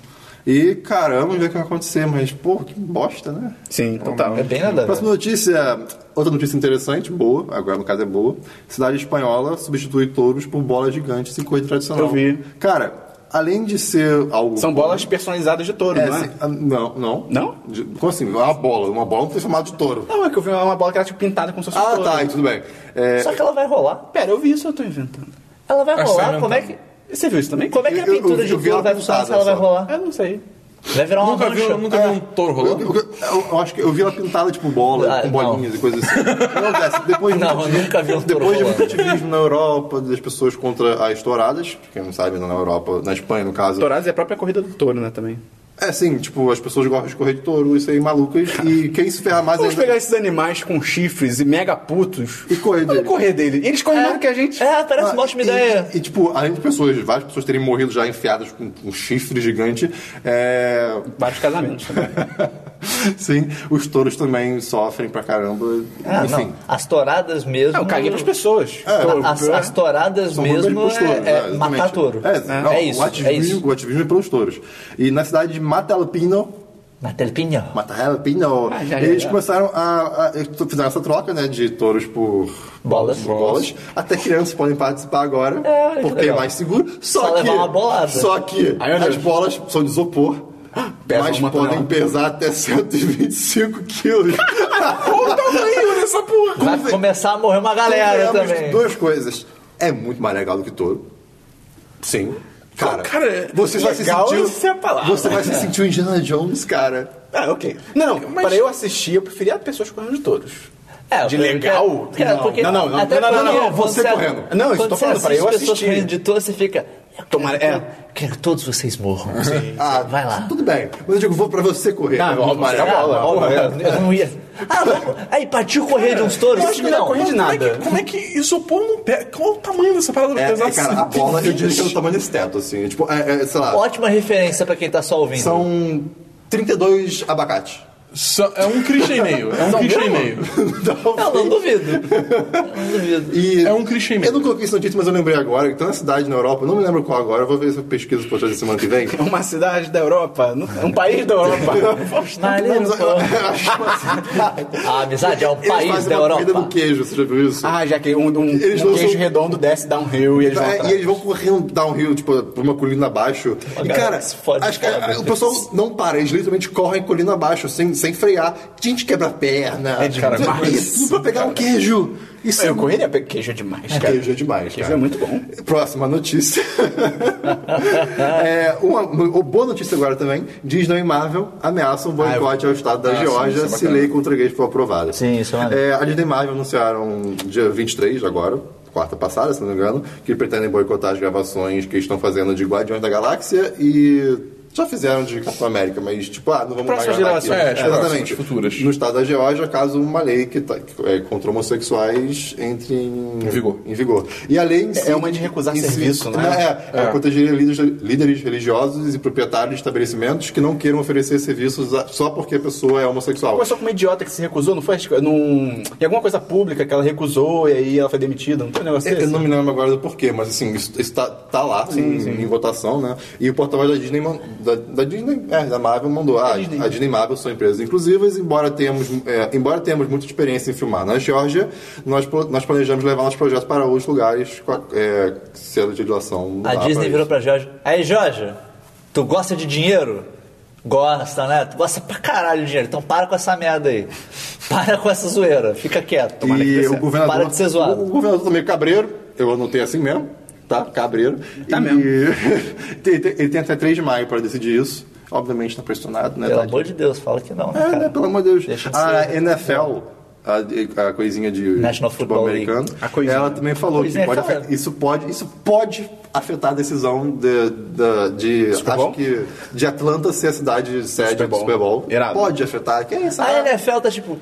[SPEAKER 4] E caramba, vamos ver o que vai acontecer, mas, pô, que bosta, né?
[SPEAKER 1] Sim, total.
[SPEAKER 2] É bem nada. a ver.
[SPEAKER 4] Próxima notícia, outra notícia interessante, boa, agora no caso é boa. Cidade espanhola substitui touros por bola gigante sem corrida tradicional.
[SPEAKER 1] Eu vi.
[SPEAKER 4] Cara, além de ser algo.
[SPEAKER 1] São bolas personalizadas de touro,
[SPEAKER 4] É,
[SPEAKER 1] não é?
[SPEAKER 4] assim, ah, não, não.
[SPEAKER 1] Não?
[SPEAKER 4] De- Como assim? Uma bola. Uma bola não tem formato de touro.
[SPEAKER 1] Não, é que eu vi uma bola que era tipo pintada como se fosse um
[SPEAKER 4] Ah,
[SPEAKER 1] touro.
[SPEAKER 4] tá, aí tudo bem. É,
[SPEAKER 2] Só que ela vai rolar.
[SPEAKER 1] Pera, eu vi isso, eu tô inventando.
[SPEAKER 2] Ela vai
[SPEAKER 1] Ah,
[SPEAKER 3] Acho que
[SPEAKER 2] rolar,
[SPEAKER 3] tá
[SPEAKER 2] como é que.
[SPEAKER 1] Você viu isso também?
[SPEAKER 2] Como é que a
[SPEAKER 4] Eu- eu-
[SPEAKER 2] pintura
[SPEAKER 4] eu
[SPEAKER 2] de
[SPEAKER 4] vi
[SPEAKER 2] touro
[SPEAKER 4] ela
[SPEAKER 2] vai funcionar se
[SPEAKER 4] pintada
[SPEAKER 2] ela vai
[SPEAKER 4] só.
[SPEAKER 2] rolar?
[SPEAKER 1] Eu não sei.
[SPEAKER 2] Vai virar uma
[SPEAKER 3] Nunca vi,
[SPEAKER 2] mancha.
[SPEAKER 3] eu nunca vi um touro
[SPEAKER 4] eu,
[SPEAKER 3] rolando?
[SPEAKER 4] eu- eu- eu acho que eu vi ela pintada tipo bola,
[SPEAKER 2] Ah,
[SPEAKER 4] com
[SPEAKER 2] não.
[SPEAKER 4] bolinhas e coisas assim. Não, Jess, depois de
[SPEAKER 2] Não,
[SPEAKER 4] muito
[SPEAKER 2] eu
[SPEAKER 4] dia-
[SPEAKER 2] nunca vi um touro
[SPEAKER 4] Depois de
[SPEAKER 2] rolando.
[SPEAKER 4] muito ativismo na Europa, das pessoas contra as touradas, quem não sabe, na Europa, na Espanha, no caso,
[SPEAKER 1] Touradas é a própria corrida do touro, né, também.
[SPEAKER 4] É, sim, tipo, as pessoas gostam de correr de touro, isso aí, malucas. E quem se ferra mais
[SPEAKER 1] Vamos
[SPEAKER 4] ainda
[SPEAKER 1] pegar esses animais com chifres e mega putos
[SPEAKER 4] e correr
[SPEAKER 1] Vamos
[SPEAKER 4] dele.
[SPEAKER 1] correr dele. E eles correm mais do que a gente.
[SPEAKER 2] É, parece
[SPEAKER 4] Ah,
[SPEAKER 2] uma ótima
[SPEAKER 4] e-
[SPEAKER 2] ideia.
[SPEAKER 4] E, tipo, além de pessoas, várias pessoas terem morrido já enfiadas com com um chifre gigante, é,
[SPEAKER 1] Vários casamentos.
[SPEAKER 4] sim, os touros também sofrem pra caramba.
[SPEAKER 2] Ah,
[SPEAKER 4] Enfim.
[SPEAKER 2] não. As toradas mesmo.
[SPEAKER 1] Ah, eu caguei pras pessoas.
[SPEAKER 2] A- As, as toradas
[SPEAKER 4] São
[SPEAKER 2] mesmo
[SPEAKER 4] roupas pros touros,
[SPEAKER 2] é,
[SPEAKER 4] né,
[SPEAKER 2] é
[SPEAKER 4] exatamente.
[SPEAKER 2] matar touro.
[SPEAKER 4] É,
[SPEAKER 2] É isso,
[SPEAKER 4] não, O
[SPEAKER 2] é isso.
[SPEAKER 4] ativismo, o ativismo é pelos touros. E na cidade de Matalpino,
[SPEAKER 2] Matelpinho.
[SPEAKER 4] Mata Jalapeno.
[SPEAKER 1] Ah, já, já,
[SPEAKER 4] eles
[SPEAKER 1] já.
[SPEAKER 4] começaram a, a- Fizeram essa troca, né? De touros por.
[SPEAKER 2] Bolas.
[SPEAKER 4] por bolas. Até crianças podem participar agora.
[SPEAKER 2] É, olha que
[SPEAKER 4] porque é
[SPEAKER 2] legal.
[SPEAKER 4] mais seguro. Só,
[SPEAKER 2] Só
[SPEAKER 4] que.
[SPEAKER 2] levar uma bolada.
[SPEAKER 4] Só que
[SPEAKER 1] Ai, meu
[SPEAKER 4] as
[SPEAKER 1] Deus.
[SPEAKER 4] bolas são de isopor.
[SPEAKER 1] Pesam
[SPEAKER 4] mas
[SPEAKER 1] uma
[SPEAKER 4] podem
[SPEAKER 1] tonelada.
[SPEAKER 4] pesar até 125 quilos.
[SPEAKER 1] Então tá
[SPEAKER 2] Vai começar a morrer uma galera
[SPEAKER 4] Convenhamos
[SPEAKER 2] também.
[SPEAKER 4] Então, Duas coisas. É muito mais legal do que touro. Sim. Cara,
[SPEAKER 1] Cara,
[SPEAKER 4] você vai se
[SPEAKER 1] legal,
[SPEAKER 4] sentir.
[SPEAKER 1] essa é a palavra.
[SPEAKER 4] Você vai se sentir o Indiana Jones, cara.
[SPEAKER 1] Ah, ok. Não, não, para eu assistir, eu preferia pessoas correndo de touros.
[SPEAKER 2] É,
[SPEAKER 1] De
[SPEAKER 2] porque-
[SPEAKER 1] legal?
[SPEAKER 2] Cara,
[SPEAKER 1] Não,
[SPEAKER 2] porque
[SPEAKER 1] não, não, não,
[SPEAKER 2] até
[SPEAKER 1] não, não, não,
[SPEAKER 2] porque
[SPEAKER 1] não,
[SPEAKER 2] quando
[SPEAKER 1] você correndo. Não, isso
[SPEAKER 2] quando
[SPEAKER 1] tô
[SPEAKER 2] você
[SPEAKER 1] falando, pra eu
[SPEAKER 2] assiste pessoas
[SPEAKER 1] assistir.
[SPEAKER 2] correndo de touro, você fica. eu
[SPEAKER 1] Tomara-
[SPEAKER 2] quero,
[SPEAKER 1] é.
[SPEAKER 2] quero que todos vocês morram.
[SPEAKER 4] Ah,
[SPEAKER 2] Vai lá. Ah,
[SPEAKER 4] Tudo bem. Mas eu digo, vou pra você correr.
[SPEAKER 1] Não,
[SPEAKER 4] É muito
[SPEAKER 1] óbvio,
[SPEAKER 4] mais
[SPEAKER 1] você
[SPEAKER 4] legal.
[SPEAKER 1] vai lá. bola,
[SPEAKER 2] Eu não ia. Ah, vamos. Aí partiu correr de uns touros?
[SPEAKER 1] é. Eu acho que
[SPEAKER 2] não.
[SPEAKER 1] não correr de
[SPEAKER 3] Como é,
[SPEAKER 1] nada.
[SPEAKER 3] que, como é que isopor não pega? Qual o tamanho dessa parada pra
[SPEAKER 4] É,
[SPEAKER 3] pesar assim?
[SPEAKER 4] é, cara, a bola eu diria que é o tamanho desse teto, assim. Tipo, é, é, sei lá,
[SPEAKER 2] Ótima referência pra quem tá só ouvindo.
[SPEAKER 4] são 32 abacates.
[SPEAKER 3] Só- É um Christian e meio. É um Christian e meio.
[SPEAKER 2] Não, não duvido. não duvido.
[SPEAKER 4] E
[SPEAKER 3] É um clichê mesmo.
[SPEAKER 4] Eu não coloquei isso na notícia, mas eu lembrei agora. Então, na cidade na Europa, eu não me lembro qual agora, eu vou ver se eu pesquiso pra trazer semana que vem.
[SPEAKER 1] É uma cidade da Europa, no- é um país da Europa.
[SPEAKER 2] Na
[SPEAKER 4] Mas eu-
[SPEAKER 2] Europa.
[SPEAKER 4] eu acho que é uma cidade-
[SPEAKER 2] A amizade é um
[SPEAKER 4] Eles
[SPEAKER 2] país
[SPEAKER 4] fazem
[SPEAKER 2] da
[SPEAKER 4] uma corrida do
[SPEAKER 2] Europa.
[SPEAKER 4] queijo, você já viu isso?
[SPEAKER 1] ah, já que um, um, um
[SPEAKER 4] Eles lançam-
[SPEAKER 1] queijo redondo desce downhill e eles vão
[SPEAKER 4] É,
[SPEAKER 1] atrás.
[SPEAKER 4] e eles vão correndo downhill, tipo, por uma colina abaixo. E,
[SPEAKER 2] galera
[SPEAKER 4] cara,
[SPEAKER 2] que se fode
[SPEAKER 4] acho que,
[SPEAKER 2] fora,
[SPEAKER 4] é, o pessoal não para, eles literalmente correm colina abaixo, sem, sem frear. Gente quebra a perna. É
[SPEAKER 3] cara, mas-
[SPEAKER 4] Isso pra pegar um queijo. Isso
[SPEAKER 1] Eu correria pra queijo é demais, cara.
[SPEAKER 4] Queijo é demais,
[SPEAKER 1] Queijo
[SPEAKER 4] cara.
[SPEAKER 1] é muito bom.
[SPEAKER 4] Próxima notícia. é, uma, uma boa notícia agora também. Disney e Marvel ameaçam o boicote ao estado da Geórgia se lei contra gays for aprovada.
[SPEAKER 2] Sim, isso é maneiro.
[SPEAKER 4] É, a Disney e Marvel anunciaram dia 23 agora, quarta passada, se não me engano, que pretendem boicotar as gravações que estão fazendo de Guardiões da Galáxia e... Já fizeram de Capitão América, mas tipo, ah, não vamos mais
[SPEAKER 3] Próximas
[SPEAKER 4] gravar aqui.
[SPEAKER 3] gravações, é, as próximas,
[SPEAKER 4] Exatamente.
[SPEAKER 3] futuras.
[SPEAKER 4] No estado da Geórgia, caso uma lei que, tá, que é contra homossexuais entre em,
[SPEAKER 3] Em vigor.
[SPEAKER 4] em vigor. E a lei em si-
[SPEAKER 1] É, uma de recusar
[SPEAKER 4] em
[SPEAKER 1] serviço, né?
[SPEAKER 4] É, é,
[SPEAKER 3] É.
[SPEAKER 4] proteger líderes, líderes religiosos e proprietários de estabelecimentos que não queiram oferecer serviços a- só porque a pessoa é homossexual.
[SPEAKER 1] Começou com uma idiota que se recusou, não foi? Acho que Num... Em alguma coisa pública que ela recusou e aí ela foi demitida, não tem um negócio
[SPEAKER 4] Eu
[SPEAKER 1] desse?
[SPEAKER 4] É, eu não me lembro agora do porquê, mas assim, isso está tá lá em, em votação, né? E o porta-voz da Disney, man- da, da Disney, é, da Marvel mandou, ah, a Disney e Marvel são empresas inclusivas, embora tenhamos, é, embora tenhamos muita experiência em filmar na Geórgia, nós, pro- nós planejamos levar nosso projeto para outros lugares, com a- é, se a legislação
[SPEAKER 2] A
[SPEAKER 4] mudar
[SPEAKER 2] Disney
[SPEAKER 4] para
[SPEAKER 2] virou pra Jorge. Aí, Jorge, tu gosta de dinheiro? Gosta, né? Tu gosta pra caralho de dinheiro. Então para com essa merda aí. Para com essa zoeira. Fica quieto. Tomara que dê
[SPEAKER 4] E o
[SPEAKER 2] certo.
[SPEAKER 4] governador.
[SPEAKER 2] Para de ser zoado.
[SPEAKER 4] O, o governador também é cabreiro, eu anotei assim mesmo, tá? Cabreiro. Tá
[SPEAKER 7] mesmo.
[SPEAKER 4] ele, tem, ele tem até 3 de maio pra decidir isso. Obviamente tá pressionado, né?
[SPEAKER 2] Pelo
[SPEAKER 4] tadinho?
[SPEAKER 2] amor de Deus, fala que não, né,
[SPEAKER 4] É,
[SPEAKER 2] cara?
[SPEAKER 4] né? Pelo amor de Deus. Ah, é.
[SPEAKER 2] Deixa de
[SPEAKER 4] a
[SPEAKER 2] ser.
[SPEAKER 4] NFL, a, a coisinha de
[SPEAKER 2] National Football League.
[SPEAKER 4] americano,
[SPEAKER 7] A coisinha.
[SPEAKER 4] ela também falou que
[SPEAKER 2] Coisinha,
[SPEAKER 4] pode
[SPEAKER 2] cara.
[SPEAKER 4] afet- isso, pode, isso pode afetar a decisão de, da- de,
[SPEAKER 1] Super Bowl?
[SPEAKER 4] acho que, de Atlanta ser a cidade sede
[SPEAKER 1] Super
[SPEAKER 4] do
[SPEAKER 1] Bowl.
[SPEAKER 4] Super Bowl.
[SPEAKER 1] Irado.
[SPEAKER 4] Pode afetar. Quem
[SPEAKER 2] A
[SPEAKER 4] sabe?
[SPEAKER 2] NFL tá tipo,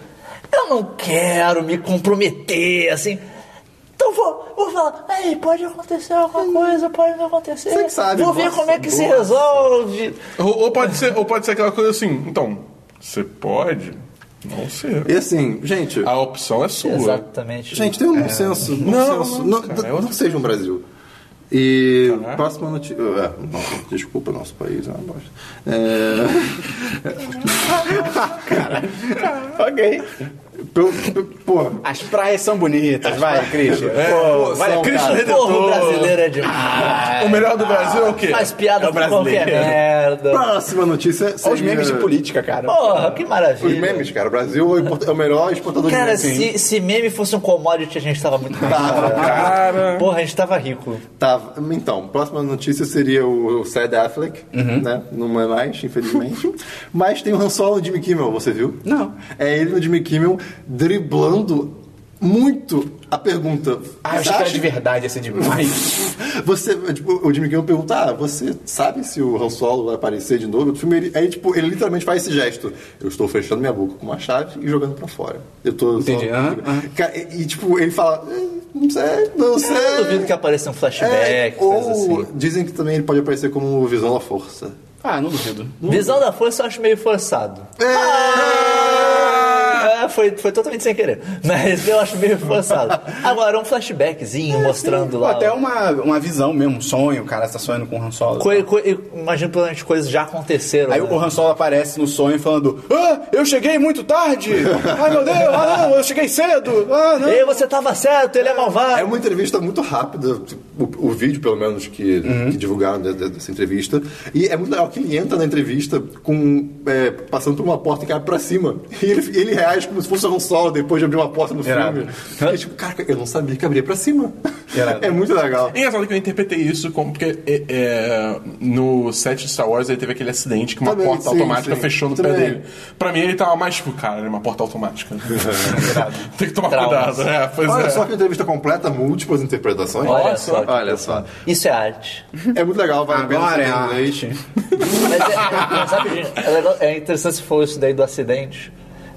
[SPEAKER 2] eu não quero me comprometer, assim. Então vou, vou falar, ei, pode acontecer alguma coisa, pode não acontecer.
[SPEAKER 4] Você que sabe,
[SPEAKER 2] Vou ver
[SPEAKER 4] nossa,
[SPEAKER 2] como é que se
[SPEAKER 4] nossa.
[SPEAKER 2] resolve.
[SPEAKER 3] Ou, ou pode ser, ou pode ser aquela coisa assim, então, você pode não ser.
[SPEAKER 4] E assim, gente,
[SPEAKER 3] A opção é sua.
[SPEAKER 2] Exatamente.
[SPEAKER 4] gente, tem um bom senso. bom
[SPEAKER 3] Não,
[SPEAKER 4] senso. Não,
[SPEAKER 3] cara,
[SPEAKER 4] não,
[SPEAKER 3] eu-
[SPEAKER 4] não seja um Brasil. E
[SPEAKER 3] Caraca.
[SPEAKER 4] próxima notícia. É, não, desculpa, nosso país é uma bosta. É,
[SPEAKER 7] Ok.
[SPEAKER 4] pelo- pô,
[SPEAKER 7] As praias são bonitas, vai, Christian. Pô, vai,
[SPEAKER 4] são,
[SPEAKER 7] Christian
[SPEAKER 4] cara.
[SPEAKER 7] Redentor. Ah,
[SPEAKER 2] Porra, o brasileiro é demais.
[SPEAKER 3] O melhor do Brasil é o quê?
[SPEAKER 2] Ah, Faz piada
[SPEAKER 7] É o
[SPEAKER 2] com qualquer
[SPEAKER 7] brasileiro.
[SPEAKER 2] merda.
[SPEAKER 4] próxima notícia.
[SPEAKER 7] Olha os memes de
[SPEAKER 4] política.
[SPEAKER 7] política, cara.
[SPEAKER 2] Porra, que
[SPEAKER 4] Os
[SPEAKER 2] maravilha.
[SPEAKER 4] memes, assim. cara. O Brasil é o import- é o melhor exportador
[SPEAKER 2] Cara,
[SPEAKER 4] de memes.
[SPEAKER 2] se, se meme fosse um commodity, a gente tava muito rico.
[SPEAKER 3] Cara.
[SPEAKER 2] Porra, a gente tava rico.
[SPEAKER 4] Tá, então, próxima notícia seria o, o Sad Affleck,
[SPEAKER 7] Uhum.
[SPEAKER 4] né? Não é mais, infelizmente. Mas tem o Han Solo no Jimmy Kimmel, você viu?
[SPEAKER 7] Não.
[SPEAKER 4] É ele no Jimmy Kimmel driblando muito a pergunta.
[SPEAKER 7] Ah, eu achei que
[SPEAKER 4] "Você
[SPEAKER 7] era
[SPEAKER 4] acha-
[SPEAKER 7] de verdade
[SPEAKER 1] assim,
[SPEAKER 7] esse demais.
[SPEAKER 4] Você, tipo, o Jimmy Kimmel pergunta, ah, você sabe se o Han Solo vai aparecer de novo? No filme, ele, aí, tipo, ele literalmente faz esse gesto. Eu estou fechando minha boca com uma chave e jogando pra fora. Eu tô...
[SPEAKER 7] Entendi, aham, aham.
[SPEAKER 4] Cara, e, e, tipo, ele fala, "Eh, não sei, não sei.
[SPEAKER 2] É, Eu duvido que apareça um flashback,
[SPEAKER 4] É,
[SPEAKER 2] coisa
[SPEAKER 4] ou
[SPEAKER 2] assim.
[SPEAKER 4] dizem que também ele pode aparecer como Visão da Força.
[SPEAKER 7] Ah, não duvido.
[SPEAKER 2] Visão da força eu acho meio forçado. Ah, foi, foi totalmente sem querer. Mas eu acho meio forçado. Agora, um flashbackzinho mostrando
[SPEAKER 1] Pô,
[SPEAKER 2] lá.
[SPEAKER 1] até um uma, uma visão mesmo, um sonho, o cara tá sonhando com o Han Solo.
[SPEAKER 2] coi- coi- eu imagino provavelmente coisas já aconteceram.
[SPEAKER 1] Aí
[SPEAKER 2] né?
[SPEAKER 1] o Han Solo aparece no sonho falando: Ah, eu cheguei muito tarde! Ai meu Deus, ah não, eu cheguei cedo! Ah, não!
[SPEAKER 2] Ei, você tava certo, ele é
[SPEAKER 4] É
[SPEAKER 2] malvado.
[SPEAKER 4] uma entrevista muito rápida, tipo, o, o vídeo, pelo menos, que, que divulgaram de- de- dessa entrevista. E é muito legal que ele entra na entrevista com, é, passando por uma porta e cai pra cima. E ele, ele reage como se fosse um solo depois de abrir uma porta no
[SPEAKER 1] Irado.
[SPEAKER 4] filme. Fiquei tipo, cara, eu não sabia que abria pra cima. É muito legal.
[SPEAKER 3] É engraçado que eu interpretei isso como porque é, é, no set de Star Wars ele teve aquele acidente que uma
[SPEAKER 4] Também,
[SPEAKER 3] porta
[SPEAKER 4] sim,
[SPEAKER 3] automática
[SPEAKER 4] sim.
[SPEAKER 3] fechou no
[SPEAKER 4] Também.
[SPEAKER 3] pé dele. Pra mim ele tava mais tipo, cara, era uma porta automática. Tem que tomar
[SPEAKER 2] Traumas.
[SPEAKER 3] cuidado, né? Pois
[SPEAKER 4] Olha
[SPEAKER 3] é.
[SPEAKER 4] só que entrevista completa, múltiplas interpretações.
[SPEAKER 2] Olha só.
[SPEAKER 4] Olha só.
[SPEAKER 2] Isso é arte.
[SPEAKER 4] É muito legal, vai
[SPEAKER 1] Agora é
[SPEAKER 4] a
[SPEAKER 1] a
[SPEAKER 4] pena
[SPEAKER 1] arte.
[SPEAKER 4] ser em inglês.
[SPEAKER 2] Mas é, mas rapidinho, é, legal- é interessante se falou isso daí do acidente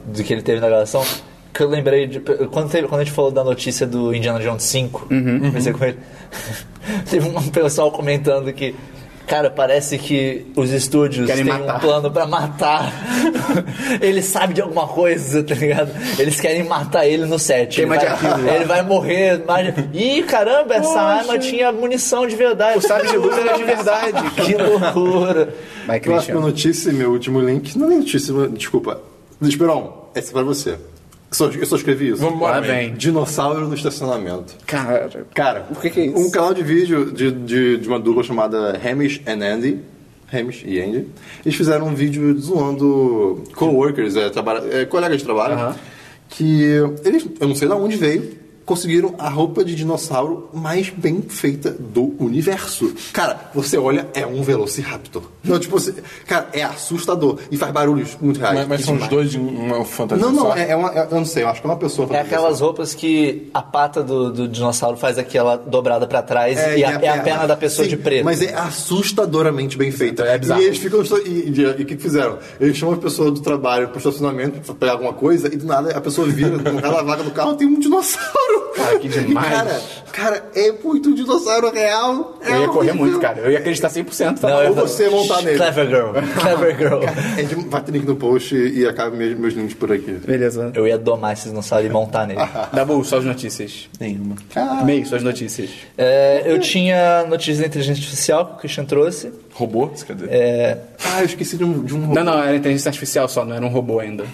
[SPEAKER 2] do que ele teve na gravação. Que eu lembrei de. Quando, teve- quando a gente falou da notícia do Indiana Jones 5,
[SPEAKER 1] Uhum,
[SPEAKER 2] eu pensei com ele. teve um pessoal comentando que. Cara, parece que os estúdios
[SPEAKER 1] Querem
[SPEAKER 2] têm
[SPEAKER 1] matar.
[SPEAKER 2] um plano pra matar. ele sabe de alguma coisa, tá ligado? Eles querem matar ele no set. Ele
[SPEAKER 1] Queima
[SPEAKER 2] vai,
[SPEAKER 1] de arquivo. né?
[SPEAKER 2] ele vai morrer. Mas... Ih, caramba, essa arma tinha munição de verdade.
[SPEAKER 1] Sabe de luz era de verdade.
[SPEAKER 2] Que loucura.
[SPEAKER 1] Vai, Christian.
[SPEAKER 4] Próxima notícia, e meu último link. Não é notícia, mas- desculpa. Esperão, essa é pra você. Eu só, eu só escrevi isso.
[SPEAKER 3] Vamos embora,
[SPEAKER 1] Lá
[SPEAKER 3] man.
[SPEAKER 1] vem.
[SPEAKER 4] Dinossauro no estacionamento.
[SPEAKER 1] Cara,
[SPEAKER 4] Cara,
[SPEAKER 7] que que é isso?
[SPEAKER 4] um canal de vídeo de, de, de uma dupla chamada Hamish and Andy. Hamish e Andy. Eles fizeram um vídeo zoando coworkers, é, traba- é, colegas de trabalho. Que eles, eu não sei de onde veio, conseguiram a roupa de dinossauro mais bem feita do universo. Cara, você olha, é um Velociraptor. Não, tipo, você, cara, é assustador. E faz barulhos muito reais.
[SPEAKER 3] Mas, mas são os
[SPEAKER 4] Demais.
[SPEAKER 3] dois em uma fantasia
[SPEAKER 4] Não, não,
[SPEAKER 3] só?
[SPEAKER 4] é, é uma, é- eu não sei, eu acho que é uma pessoa.
[SPEAKER 2] É aquelas roupas que a pata do, do dinossauro faz aquela dobrada pra trás
[SPEAKER 4] É,
[SPEAKER 2] e, a, é a perna. da pessoa
[SPEAKER 4] Sim,
[SPEAKER 2] de preto.
[SPEAKER 4] Mas é assustadoramente bem feita. É bizarro. E eles ficam. E e- e o que que fizeram? Eles chamam a pessoa do trabalho pro estacionamento pra pegar alguma coisa e do nada a pessoa vira, ela vaga do carro tem um dinossauro. Cara,
[SPEAKER 1] que demais.
[SPEAKER 4] Cara, cara, é muito um dinossauro real. É
[SPEAKER 1] eu ia correr
[SPEAKER 4] horrível.
[SPEAKER 1] muito, cara. Eu ia acreditar 100%. Tá?
[SPEAKER 2] Não, eu
[SPEAKER 4] ou
[SPEAKER 2] falo,
[SPEAKER 4] você montar
[SPEAKER 2] "Shh,
[SPEAKER 4] nele."
[SPEAKER 2] Clever girl, clever girl.
[SPEAKER 4] É de, vai ter link no post e, e acaba meus, meus links por aqui.
[SPEAKER 1] Beleza.
[SPEAKER 2] Eu ia domar esses dinossauros e montar nele.
[SPEAKER 1] Dabu, suas notícias.
[SPEAKER 3] Nenhuma.
[SPEAKER 4] Ah.
[SPEAKER 1] Meio, suas notícias.
[SPEAKER 2] É, eu tinha notícias da inteligência artificial que o Christian trouxe.
[SPEAKER 3] Robô? Você quer dizer?
[SPEAKER 2] É,
[SPEAKER 4] Ah, eu esqueci de um, de um
[SPEAKER 1] Não, não, era inteligência artificial só, não era um robô ainda.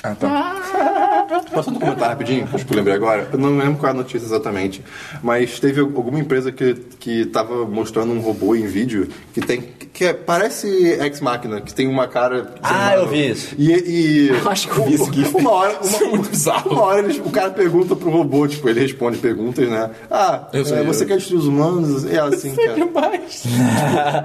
[SPEAKER 3] Ah, tá.
[SPEAKER 4] Passando um comentário rapidinho, acho que eu lembrei agora. Eu não lembro qual é a notícia exatamente. Mas teve alguma empresa que, que tava mostrando um robô em vídeo que tem. que é- parece ex máquina que tem uma cara. de ser
[SPEAKER 2] Ah,
[SPEAKER 4] humano.
[SPEAKER 2] eu vi isso.
[SPEAKER 4] E. e-
[SPEAKER 8] acho que eu vi esse GIF.
[SPEAKER 4] Uma hora. Uma,
[SPEAKER 3] Isso é muito bizarro.
[SPEAKER 4] uma hora eles- o cara pergunta pro robô, tipo, ele responde perguntas, né? Ah,
[SPEAKER 3] Eu sei,
[SPEAKER 4] é,
[SPEAKER 3] eu-
[SPEAKER 4] você quer destruir os humanos? É assim, cara.
[SPEAKER 3] demais.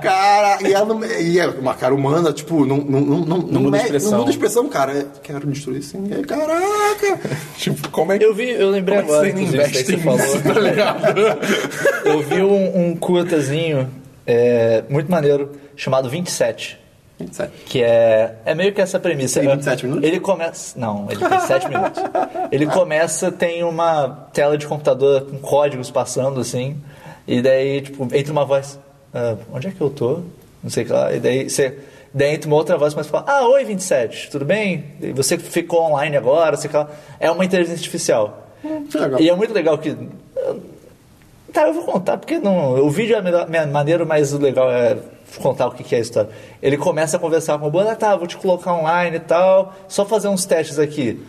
[SPEAKER 4] Cara, e, ela, não- e é uma cara humana, tipo, não, não, não, não, não,
[SPEAKER 9] muda
[SPEAKER 4] me-
[SPEAKER 9] expressão.
[SPEAKER 4] não muda expressão, cara. É, Quero destruir sim. É, caraca!
[SPEAKER 3] Tipo, como é que.
[SPEAKER 2] Eu vi, eu lembrei
[SPEAKER 3] Como é que
[SPEAKER 2] agora,
[SPEAKER 3] você não
[SPEAKER 2] inclusive, isso aí
[SPEAKER 3] investe
[SPEAKER 2] que você falou.
[SPEAKER 3] nisso, tá ligado?
[SPEAKER 2] Eu vi um, um curtazinho é, muito maneiro chamado 27.
[SPEAKER 4] 27.
[SPEAKER 2] Que é, é meio que essa premissa.
[SPEAKER 4] Tem 27 minutos?
[SPEAKER 2] Ele começa. Não, ele tem 7 minutos. Ele começa, tem uma tela de computador com códigos passando assim. E daí, tipo, entra uma voz. "Ah, onde é que eu tô? Não sei o que lá. E daí você. Daí entra uma outra voz que fala: Ah, oi 27, tudo bem? E Você que ficou online agora, sei o que lá. É uma inteligência artificial.
[SPEAKER 4] legal.
[SPEAKER 2] E é muito legal que. Tá, eu vou contar, porque não, o vídeo é melhor- me- maneiro, mas o legal é contar o que, que é a história. Ele começa a conversar com o robô, ah tá, vou te colocar online e tal, só fazer uns testes aqui.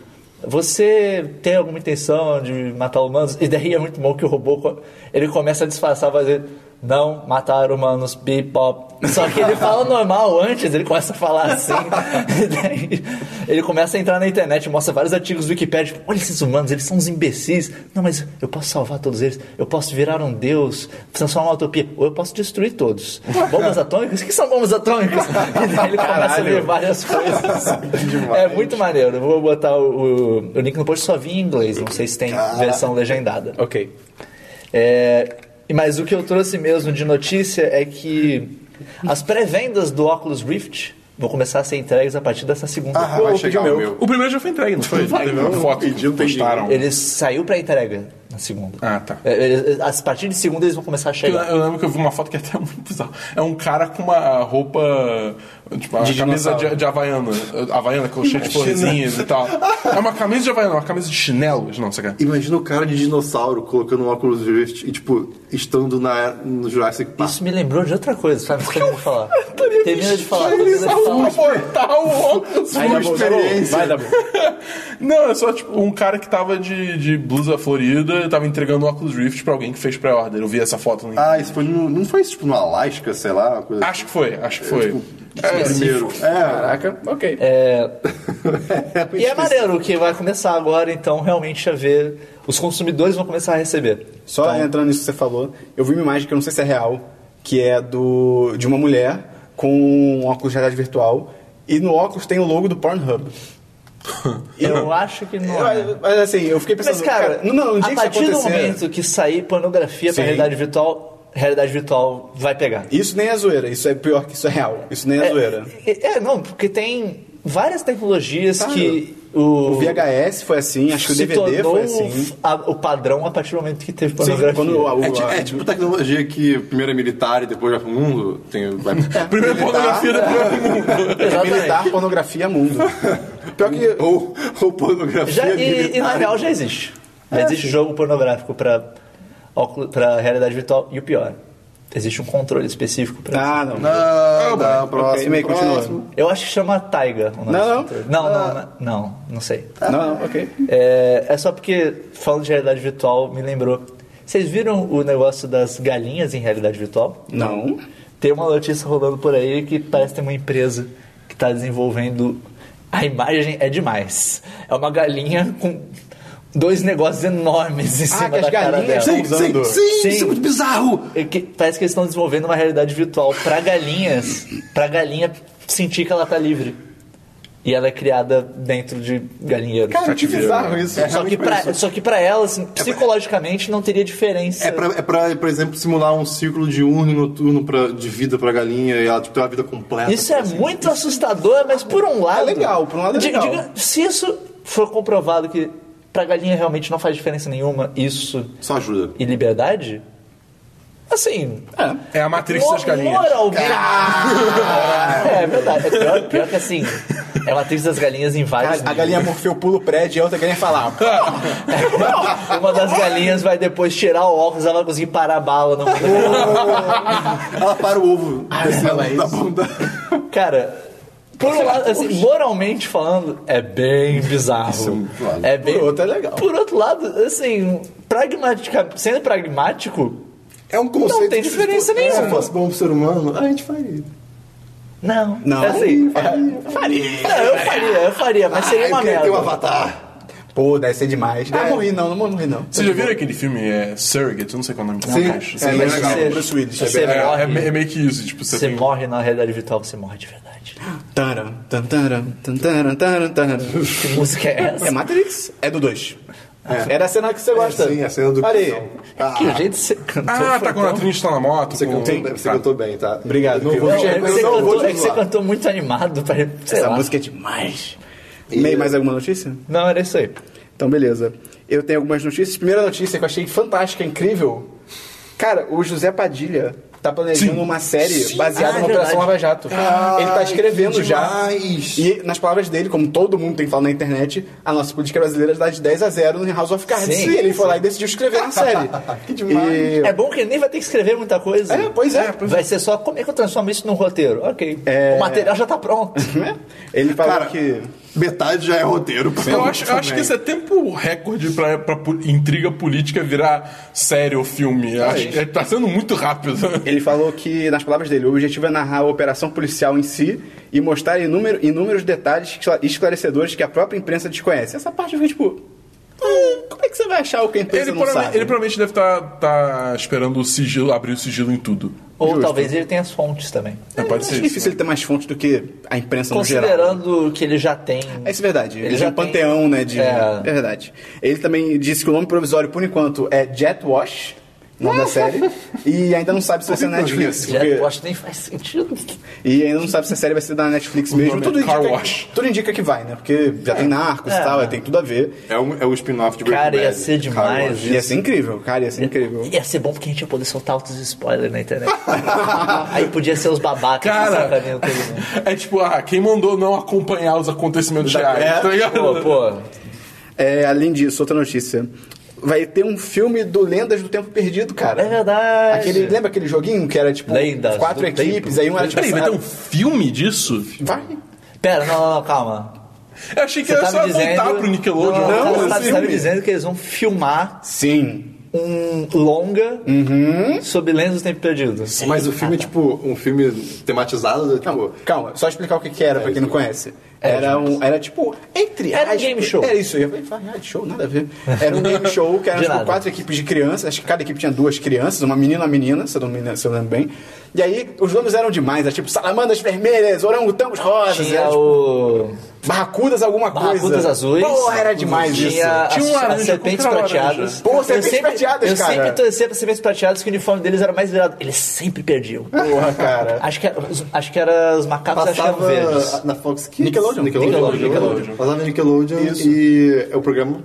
[SPEAKER 2] Você tem alguma intenção de matar humanos? E daí é muito bom que o robô, co- ele começa a disfarçar, fazer, não matar humanos, bip, pop. Só que ele fala normal antes, ele começa a falar assim. E daí ele começa a entrar na internet, mostra vários artigos do Wikipedia. Tipo, Olha esses humanos, eles são uns imbecis. Não, mas eu posso salvar todos eles. Eu posso virar um deus, transformar uma utopia. Ou eu posso destruir todos. Bombas atômicas? O que são bombas atômicas? E daí ele começa a ver várias coisas. É muito maneiro. Eu Vou botar o, o- o link no post. Só vi em inglês. Não sei se tem versão legendada.
[SPEAKER 9] Ok.
[SPEAKER 2] É, mas o que eu trouxe mesmo de notícia é que as pré-vendas do Oculus Rift vão começar a ser entregues a partir dessa segunda.
[SPEAKER 4] Ah, vai chegar o meu.
[SPEAKER 3] O primeiro já foi entregue, não foi? Teve uma foto que postaram.
[SPEAKER 2] Eles saiu pra entrega na segunda.
[SPEAKER 3] Ah, tá.
[SPEAKER 2] É, eles- a partir de segunda eles vão começar a
[SPEAKER 3] Eu,
[SPEAKER 2] chegar.
[SPEAKER 3] eu lembro que eu vi uma foto que é até muito bizarra. É um cara com uma roupa. Tipo, uma
[SPEAKER 9] De
[SPEAKER 3] camisa
[SPEAKER 9] dinossauro.
[SPEAKER 3] de, de havaiana. Eh, Havaiana, com cheio de florzinhas e tal. É uma camisa de havaiana, uma camisa de chinelos. Não, você quer?
[SPEAKER 4] Imagina o cara de dinossauro colocando um óculos Rift e, tipo, estando na, no Jurassic Park.
[SPEAKER 2] Isso me lembrou de outra coisa, sabe? Termina de falar. Termina de falar.
[SPEAKER 3] Ele
[SPEAKER 2] termina de falar.
[SPEAKER 3] saiu um portal óculos
[SPEAKER 4] é
[SPEAKER 9] Aí,
[SPEAKER 2] tá
[SPEAKER 9] Dabu, Dabu, Vai, Dabu.
[SPEAKER 3] Não, é só tipo um cara que tava de, de blusa florida tava entregando um óculos Rift pra alguém que fez pré-order. Eu vi essa foto no
[SPEAKER 4] Ah, isso foi no, não foi isso, tipo, no Alasca, sei lá, uma coisa
[SPEAKER 3] Acho que foi, acho que é, foi.
[SPEAKER 4] assim. primeiro. É,
[SPEAKER 9] Caraca, ok.
[SPEAKER 2] E é maneiro que vai começar agora, então realmente a ver. Os consumidores vão começar a receber.
[SPEAKER 1] Só entrando nisso que você falou, eu vi uma imagem que eu não sei se é real, que é do de uma mulher com um óculos de realidade virtual e no óculos tem o logo do Pornhub.
[SPEAKER 2] Eu acho que não. é.
[SPEAKER 1] Eu- Mas assim, eu fiquei pensando,
[SPEAKER 2] Mas, cara,
[SPEAKER 1] não, não, não tinha
[SPEAKER 2] a
[SPEAKER 1] que isso
[SPEAKER 2] partir do
[SPEAKER 1] acontecer.
[SPEAKER 2] momento que sair pornografia pra
[SPEAKER 1] Sim.
[SPEAKER 2] realidade virtual, realidade virtual vai pegar.
[SPEAKER 1] Isso nem é zoeira, isso é pior que isso é real. Isso nem é, zoeira.
[SPEAKER 2] É, é, não, porque tem várias tecnologias
[SPEAKER 1] Claro.
[SPEAKER 2] que
[SPEAKER 1] O VHS foi assim, acho que o
[SPEAKER 2] se
[SPEAKER 1] DVD
[SPEAKER 2] tornou um
[SPEAKER 1] foi assim.
[SPEAKER 2] a- o padrão a partir do momento que teve pornografia.
[SPEAKER 1] Sim, quando a- o-
[SPEAKER 4] É, ti-
[SPEAKER 1] a-
[SPEAKER 4] é tipo tecnologia que primeiro é militar e depois vai pro mundo. Tem, vai,
[SPEAKER 3] Primeiro
[SPEAKER 1] tá
[SPEAKER 3] pornografia depois vai pro mundo.
[SPEAKER 2] Exatamente.
[SPEAKER 1] militar, pornografia, mundo. Pior que
[SPEAKER 4] ou, ou pornografia
[SPEAKER 2] Já- e,
[SPEAKER 4] militar.
[SPEAKER 2] e na real já existe.
[SPEAKER 1] É.
[SPEAKER 2] Já existe jogo pornográfico pra, óculo- pra realidade virtual. E o pior, existe um controle específico pra.
[SPEAKER 1] Ah, não.
[SPEAKER 4] Ah, tá,
[SPEAKER 1] Ok,
[SPEAKER 4] próximo,
[SPEAKER 1] meio que continua.
[SPEAKER 4] próximo.
[SPEAKER 2] Eu acho que chama Taiga o nome
[SPEAKER 1] Não, Ah.
[SPEAKER 2] desse
[SPEAKER 1] não.
[SPEAKER 2] controle. Não, não, não, não, não sei.
[SPEAKER 1] Não, não, ok.
[SPEAKER 2] É, é só porque, falando de realidade virtual, me lembrou. Vocês viram o negócio das galinhas em realidade virtual?
[SPEAKER 1] Não.
[SPEAKER 2] Tem uma notícia rolando por aí que parece ter uma empresa que está desenvolvendo. A imagem é demais. É uma galinha com dois negócios enormes em cima
[SPEAKER 1] Ah, que as
[SPEAKER 2] da cara
[SPEAKER 1] galinhas
[SPEAKER 2] dela.
[SPEAKER 1] estão usando.
[SPEAKER 2] Sim.
[SPEAKER 4] bizarro!
[SPEAKER 2] É que parece que eles estão desenvolvendo uma realidade virtual para galinhas, para galinha sentir que ela tá livre. E ela é criada dentro de galinheiros.
[SPEAKER 4] Cara, que bizarro isso. É
[SPEAKER 2] só, que
[SPEAKER 4] realmente
[SPEAKER 2] pra,
[SPEAKER 4] isso.
[SPEAKER 2] só que pra ela,
[SPEAKER 1] É
[SPEAKER 2] assim, psicologicamente, não teria diferença.
[SPEAKER 4] É pra, é pra, por exemplo, simular um ciclo diurno e noturno pra, de vida pra galinha e ela tipo, ter uma vida completa.
[SPEAKER 2] Isso é
[SPEAKER 4] assim.
[SPEAKER 2] muito assustador, mas por um lado.
[SPEAKER 1] legal, por um lado é
[SPEAKER 2] Diga-
[SPEAKER 1] legal.
[SPEAKER 2] diga- se isso for comprovado que pra galinha realmente não faz diferença nenhuma, isso
[SPEAKER 4] Só ajuda.
[SPEAKER 2] e liberdade. Assim.
[SPEAKER 3] É a Matrix das galinhas.
[SPEAKER 2] Moralmente. É verdade. É pior, pior que assim. É a Matrix das galinhas em vários.
[SPEAKER 1] A, a
[SPEAKER 2] níveis.
[SPEAKER 1] galinha morfeu, pula o prédio e a outra galinha fala.
[SPEAKER 2] Uma das galinhas vai depois tirar o óculos, ela vai conseguir parar a bala. Não...
[SPEAKER 4] Ela para o ovo. tá
[SPEAKER 1] Ah, ela é
[SPEAKER 4] da
[SPEAKER 1] isso.
[SPEAKER 4] bunda.
[SPEAKER 2] Cara, Por um lado, assim, moralmente falando, é bem bizarro. É bem...
[SPEAKER 1] Por outro, é legal.
[SPEAKER 2] Por outro lado, assim, pragmatica... sendo pragmático,
[SPEAKER 4] É um conceito.
[SPEAKER 2] não tem diferença
[SPEAKER 4] que, se
[SPEAKER 2] nenhuma.
[SPEAKER 4] fosse bom pro ser humano, a gente faria.
[SPEAKER 2] Não.
[SPEAKER 10] Não.
[SPEAKER 2] É assim, Não, eu faria, eu faria, mas seria É uma merda.
[SPEAKER 4] um avatar.
[SPEAKER 1] Pô, deve ser demais. Ah, não ri não, não morri não.
[SPEAKER 3] Vocês já viram aquele filme é, Surrogate? Eu não sei qual é o nome.
[SPEAKER 4] Sim.
[SPEAKER 3] Caixa.
[SPEAKER 1] É,
[SPEAKER 2] Mas
[SPEAKER 1] mas legal,
[SPEAKER 2] você-
[SPEAKER 1] Bruce Willis.
[SPEAKER 2] Você
[SPEAKER 3] É, é,
[SPEAKER 2] morre,
[SPEAKER 3] me- é meio que isso, tipo, você
[SPEAKER 2] você
[SPEAKER 3] tem...
[SPEAKER 2] morre na realidade virtual, você morre de verdade.
[SPEAKER 10] Taran, tan, taran, tan, taran, taran, taran.
[SPEAKER 2] Que música é
[SPEAKER 1] É
[SPEAKER 2] essa?
[SPEAKER 1] Matrix. É do 2. Era a cena que você gosta.
[SPEAKER 4] Sim, Assim, a cena do
[SPEAKER 1] Olha aí.
[SPEAKER 4] cuzão. Ah,
[SPEAKER 2] Que jeito você cantou?
[SPEAKER 3] Ah, tá quando a atriz está na moto.
[SPEAKER 4] Você
[SPEAKER 3] com-
[SPEAKER 4] cantou, bem, você cantou bem, tá?
[SPEAKER 1] Obrigado,
[SPEAKER 4] Eu não
[SPEAKER 1] Pio.
[SPEAKER 4] vou,
[SPEAKER 2] Não,
[SPEAKER 4] eu
[SPEAKER 2] é que
[SPEAKER 4] não
[SPEAKER 2] você
[SPEAKER 4] vou
[SPEAKER 2] cantou, é que
[SPEAKER 4] te
[SPEAKER 2] você
[SPEAKER 4] zoar.
[SPEAKER 2] cantou muito animado pra. Sei
[SPEAKER 10] Essa
[SPEAKER 2] lá.
[SPEAKER 10] música é demais.
[SPEAKER 4] E-
[SPEAKER 10] Meio mais alguma notícia?
[SPEAKER 2] Não, era isso aí.
[SPEAKER 10] Então, beleza. Eu tenho algumas notícias.
[SPEAKER 1] Primeira notícia que eu achei fantástica, incrível. Cara, o José Padilha tá planejando uma série baseada
[SPEAKER 2] Ah,
[SPEAKER 1] na
[SPEAKER 2] é
[SPEAKER 1] Operação
[SPEAKER 2] verdade.
[SPEAKER 1] Lava Jato. Ele tá escrevendo
[SPEAKER 4] que
[SPEAKER 1] já.
[SPEAKER 4] demais.
[SPEAKER 1] E, nas palavras dele, como todo mundo tem falado na internet, a nossa política brasileira dá de 10 a 0 no House of Cards.
[SPEAKER 2] Sim.
[SPEAKER 1] e ele foi lá e decidiu escrever uma série.
[SPEAKER 4] Que demais.
[SPEAKER 1] E-
[SPEAKER 2] É bom que ele nem vai ter que escrever muita coisa.
[SPEAKER 1] É, pois é.
[SPEAKER 2] Vai ser só como é que eu transformo isso num roteiro. Ok. O material já tá pronto.
[SPEAKER 1] Né? Ele falou
[SPEAKER 4] Cara,
[SPEAKER 1] que...
[SPEAKER 4] Metade já é roteiro.
[SPEAKER 3] Eu acho, eu acho que esse é tempo recorde pra, pra po- intriga política virar série ou filme. Eu acho que tá sendo muito rápido.
[SPEAKER 10] Ele falou que, nas palavras dele, o objetivo é narrar a operação policial em si e mostrar inúmero- inúmeros detalhes escla- esclarecedores que a própria imprensa desconhece. Essa parte eu fiquei tipo. "Hum, como é que você vai achar o que a imprensa
[SPEAKER 3] Ele,
[SPEAKER 10] não
[SPEAKER 3] prova-
[SPEAKER 10] sabe?
[SPEAKER 3] ele provavelmente deve estar esperando o sigilo, abrir o sigilo em tudo.
[SPEAKER 2] Ou talvez ele tenha as fontes também.
[SPEAKER 3] É,
[SPEAKER 10] Eu
[SPEAKER 3] pode
[SPEAKER 10] acho
[SPEAKER 3] ser
[SPEAKER 10] difícil
[SPEAKER 3] isso.
[SPEAKER 10] ele ter mais fontes do que a imprensa no geral.
[SPEAKER 2] Considerando que ele já tem.
[SPEAKER 10] É isso é verdade. Ele,
[SPEAKER 2] Ele
[SPEAKER 10] já
[SPEAKER 2] já
[SPEAKER 10] é um panteão,
[SPEAKER 2] tem-
[SPEAKER 10] né? De...
[SPEAKER 2] É.
[SPEAKER 10] É verdade. Ele também disse que o nome provisório, por enquanto, é Jet Wash, nome da série. E ainda não sabe se vai ser na Netflix.
[SPEAKER 2] Já,
[SPEAKER 10] porque-
[SPEAKER 2] eu acho que nem faz sentido.
[SPEAKER 10] E ainda não sabe se a série vai ser da Netflix mesmo.
[SPEAKER 3] nome é
[SPEAKER 10] Tudo
[SPEAKER 3] Car
[SPEAKER 10] indica,
[SPEAKER 3] Wash.
[SPEAKER 10] tudo indica que vai, né? Porque já tem narcos e
[SPEAKER 2] É.
[SPEAKER 10] tal, tem tudo a ver.
[SPEAKER 4] É, um, é o spin-off de Breaking
[SPEAKER 2] Cara, ia
[SPEAKER 4] Bad.
[SPEAKER 2] ser demais.
[SPEAKER 4] Cara,
[SPEAKER 10] Ia ser incrível, cara, ia ser incrível.
[SPEAKER 2] Ia ser bom porque a gente ia poder soltar altos spoilers na internet. Aí podia ser os babacas
[SPEAKER 3] Cara.
[SPEAKER 2] que sacaneiam todo mundo.
[SPEAKER 3] É tipo, ah, quem mandou não acompanhar os acontecimentos reais, tá ligado?
[SPEAKER 2] Pô, pô.
[SPEAKER 10] É, além disso, outra notícia. Vai ter um filme do Lendas do Tempo Perdido, cara.
[SPEAKER 2] É verdade.
[SPEAKER 1] Aquele, lembra aquele joguinho que era tipo
[SPEAKER 2] Lendas
[SPEAKER 1] quatro
[SPEAKER 2] do
[SPEAKER 1] equipes,
[SPEAKER 2] tempo.
[SPEAKER 1] aí um era tipo.
[SPEAKER 3] Peraí, vai ter um
[SPEAKER 10] assim,
[SPEAKER 3] filme disso?
[SPEAKER 1] Vai.
[SPEAKER 2] Pera, não, não, não, calma.
[SPEAKER 3] Eu achei que
[SPEAKER 2] Você
[SPEAKER 3] era
[SPEAKER 2] tá
[SPEAKER 3] só
[SPEAKER 2] me dizendo...
[SPEAKER 3] voltar pro Nickelodeon.
[SPEAKER 2] Não,
[SPEAKER 3] alguma
[SPEAKER 2] não,
[SPEAKER 3] coisa
[SPEAKER 2] você tá,
[SPEAKER 3] assim.
[SPEAKER 2] você tá me dizendo que eles vão filmar
[SPEAKER 10] Sim.
[SPEAKER 2] um longa
[SPEAKER 1] Uhum.
[SPEAKER 2] sobre lendas do tempo perdido.
[SPEAKER 4] Mas o filme é tipo um filme tematizado, tipo.
[SPEAKER 1] Calma, só explicar o que, que era pra quem não conhece.
[SPEAKER 2] É,
[SPEAKER 1] Era um. Era tipo. Entre
[SPEAKER 2] Era um
[SPEAKER 1] aspas-
[SPEAKER 2] game show.
[SPEAKER 1] Era isso. Eu ia falar, reality show, nada a ver. Era um game show que eram
[SPEAKER 2] De
[SPEAKER 1] tipo,
[SPEAKER 2] nada.
[SPEAKER 1] quatro equipes de crianças. Acho que cada equipe tinha duas crianças, uma menina e uma menina, se eu não me lembro, se eu lembro bem. E aí, os nomes eram demais. Era tipo salamandras vermelhas, orangotangos rosas.
[SPEAKER 2] Tinha
[SPEAKER 1] Era, tipo,
[SPEAKER 2] o...
[SPEAKER 1] barracudas alguma coisa.
[SPEAKER 2] Barracudas azuis.
[SPEAKER 1] Porra, era demais
[SPEAKER 2] tinha
[SPEAKER 1] isso.
[SPEAKER 2] As,
[SPEAKER 3] Tinha um
[SPEAKER 2] as
[SPEAKER 3] laranja,
[SPEAKER 2] serpentes
[SPEAKER 3] qualquer laranja.
[SPEAKER 2] prateadas.
[SPEAKER 1] Pô,
[SPEAKER 2] Eu
[SPEAKER 1] serpentes
[SPEAKER 2] sempre-
[SPEAKER 1] prateadas,
[SPEAKER 2] eu
[SPEAKER 1] cara.
[SPEAKER 2] sempre torcia pra serpentes prateadas que o uniforme deles era mais virado. Eles sempre perdiam.
[SPEAKER 1] Porra, cara.
[SPEAKER 2] Acho que, era- os- acho que era os macacos
[SPEAKER 4] Passava
[SPEAKER 2] acho que eram verdes.
[SPEAKER 4] na Fox Kids.
[SPEAKER 1] Nickelodeon.
[SPEAKER 4] Nickelodeon.
[SPEAKER 2] Nickelodeon.
[SPEAKER 4] Passava na Nickelodeon e é o programa.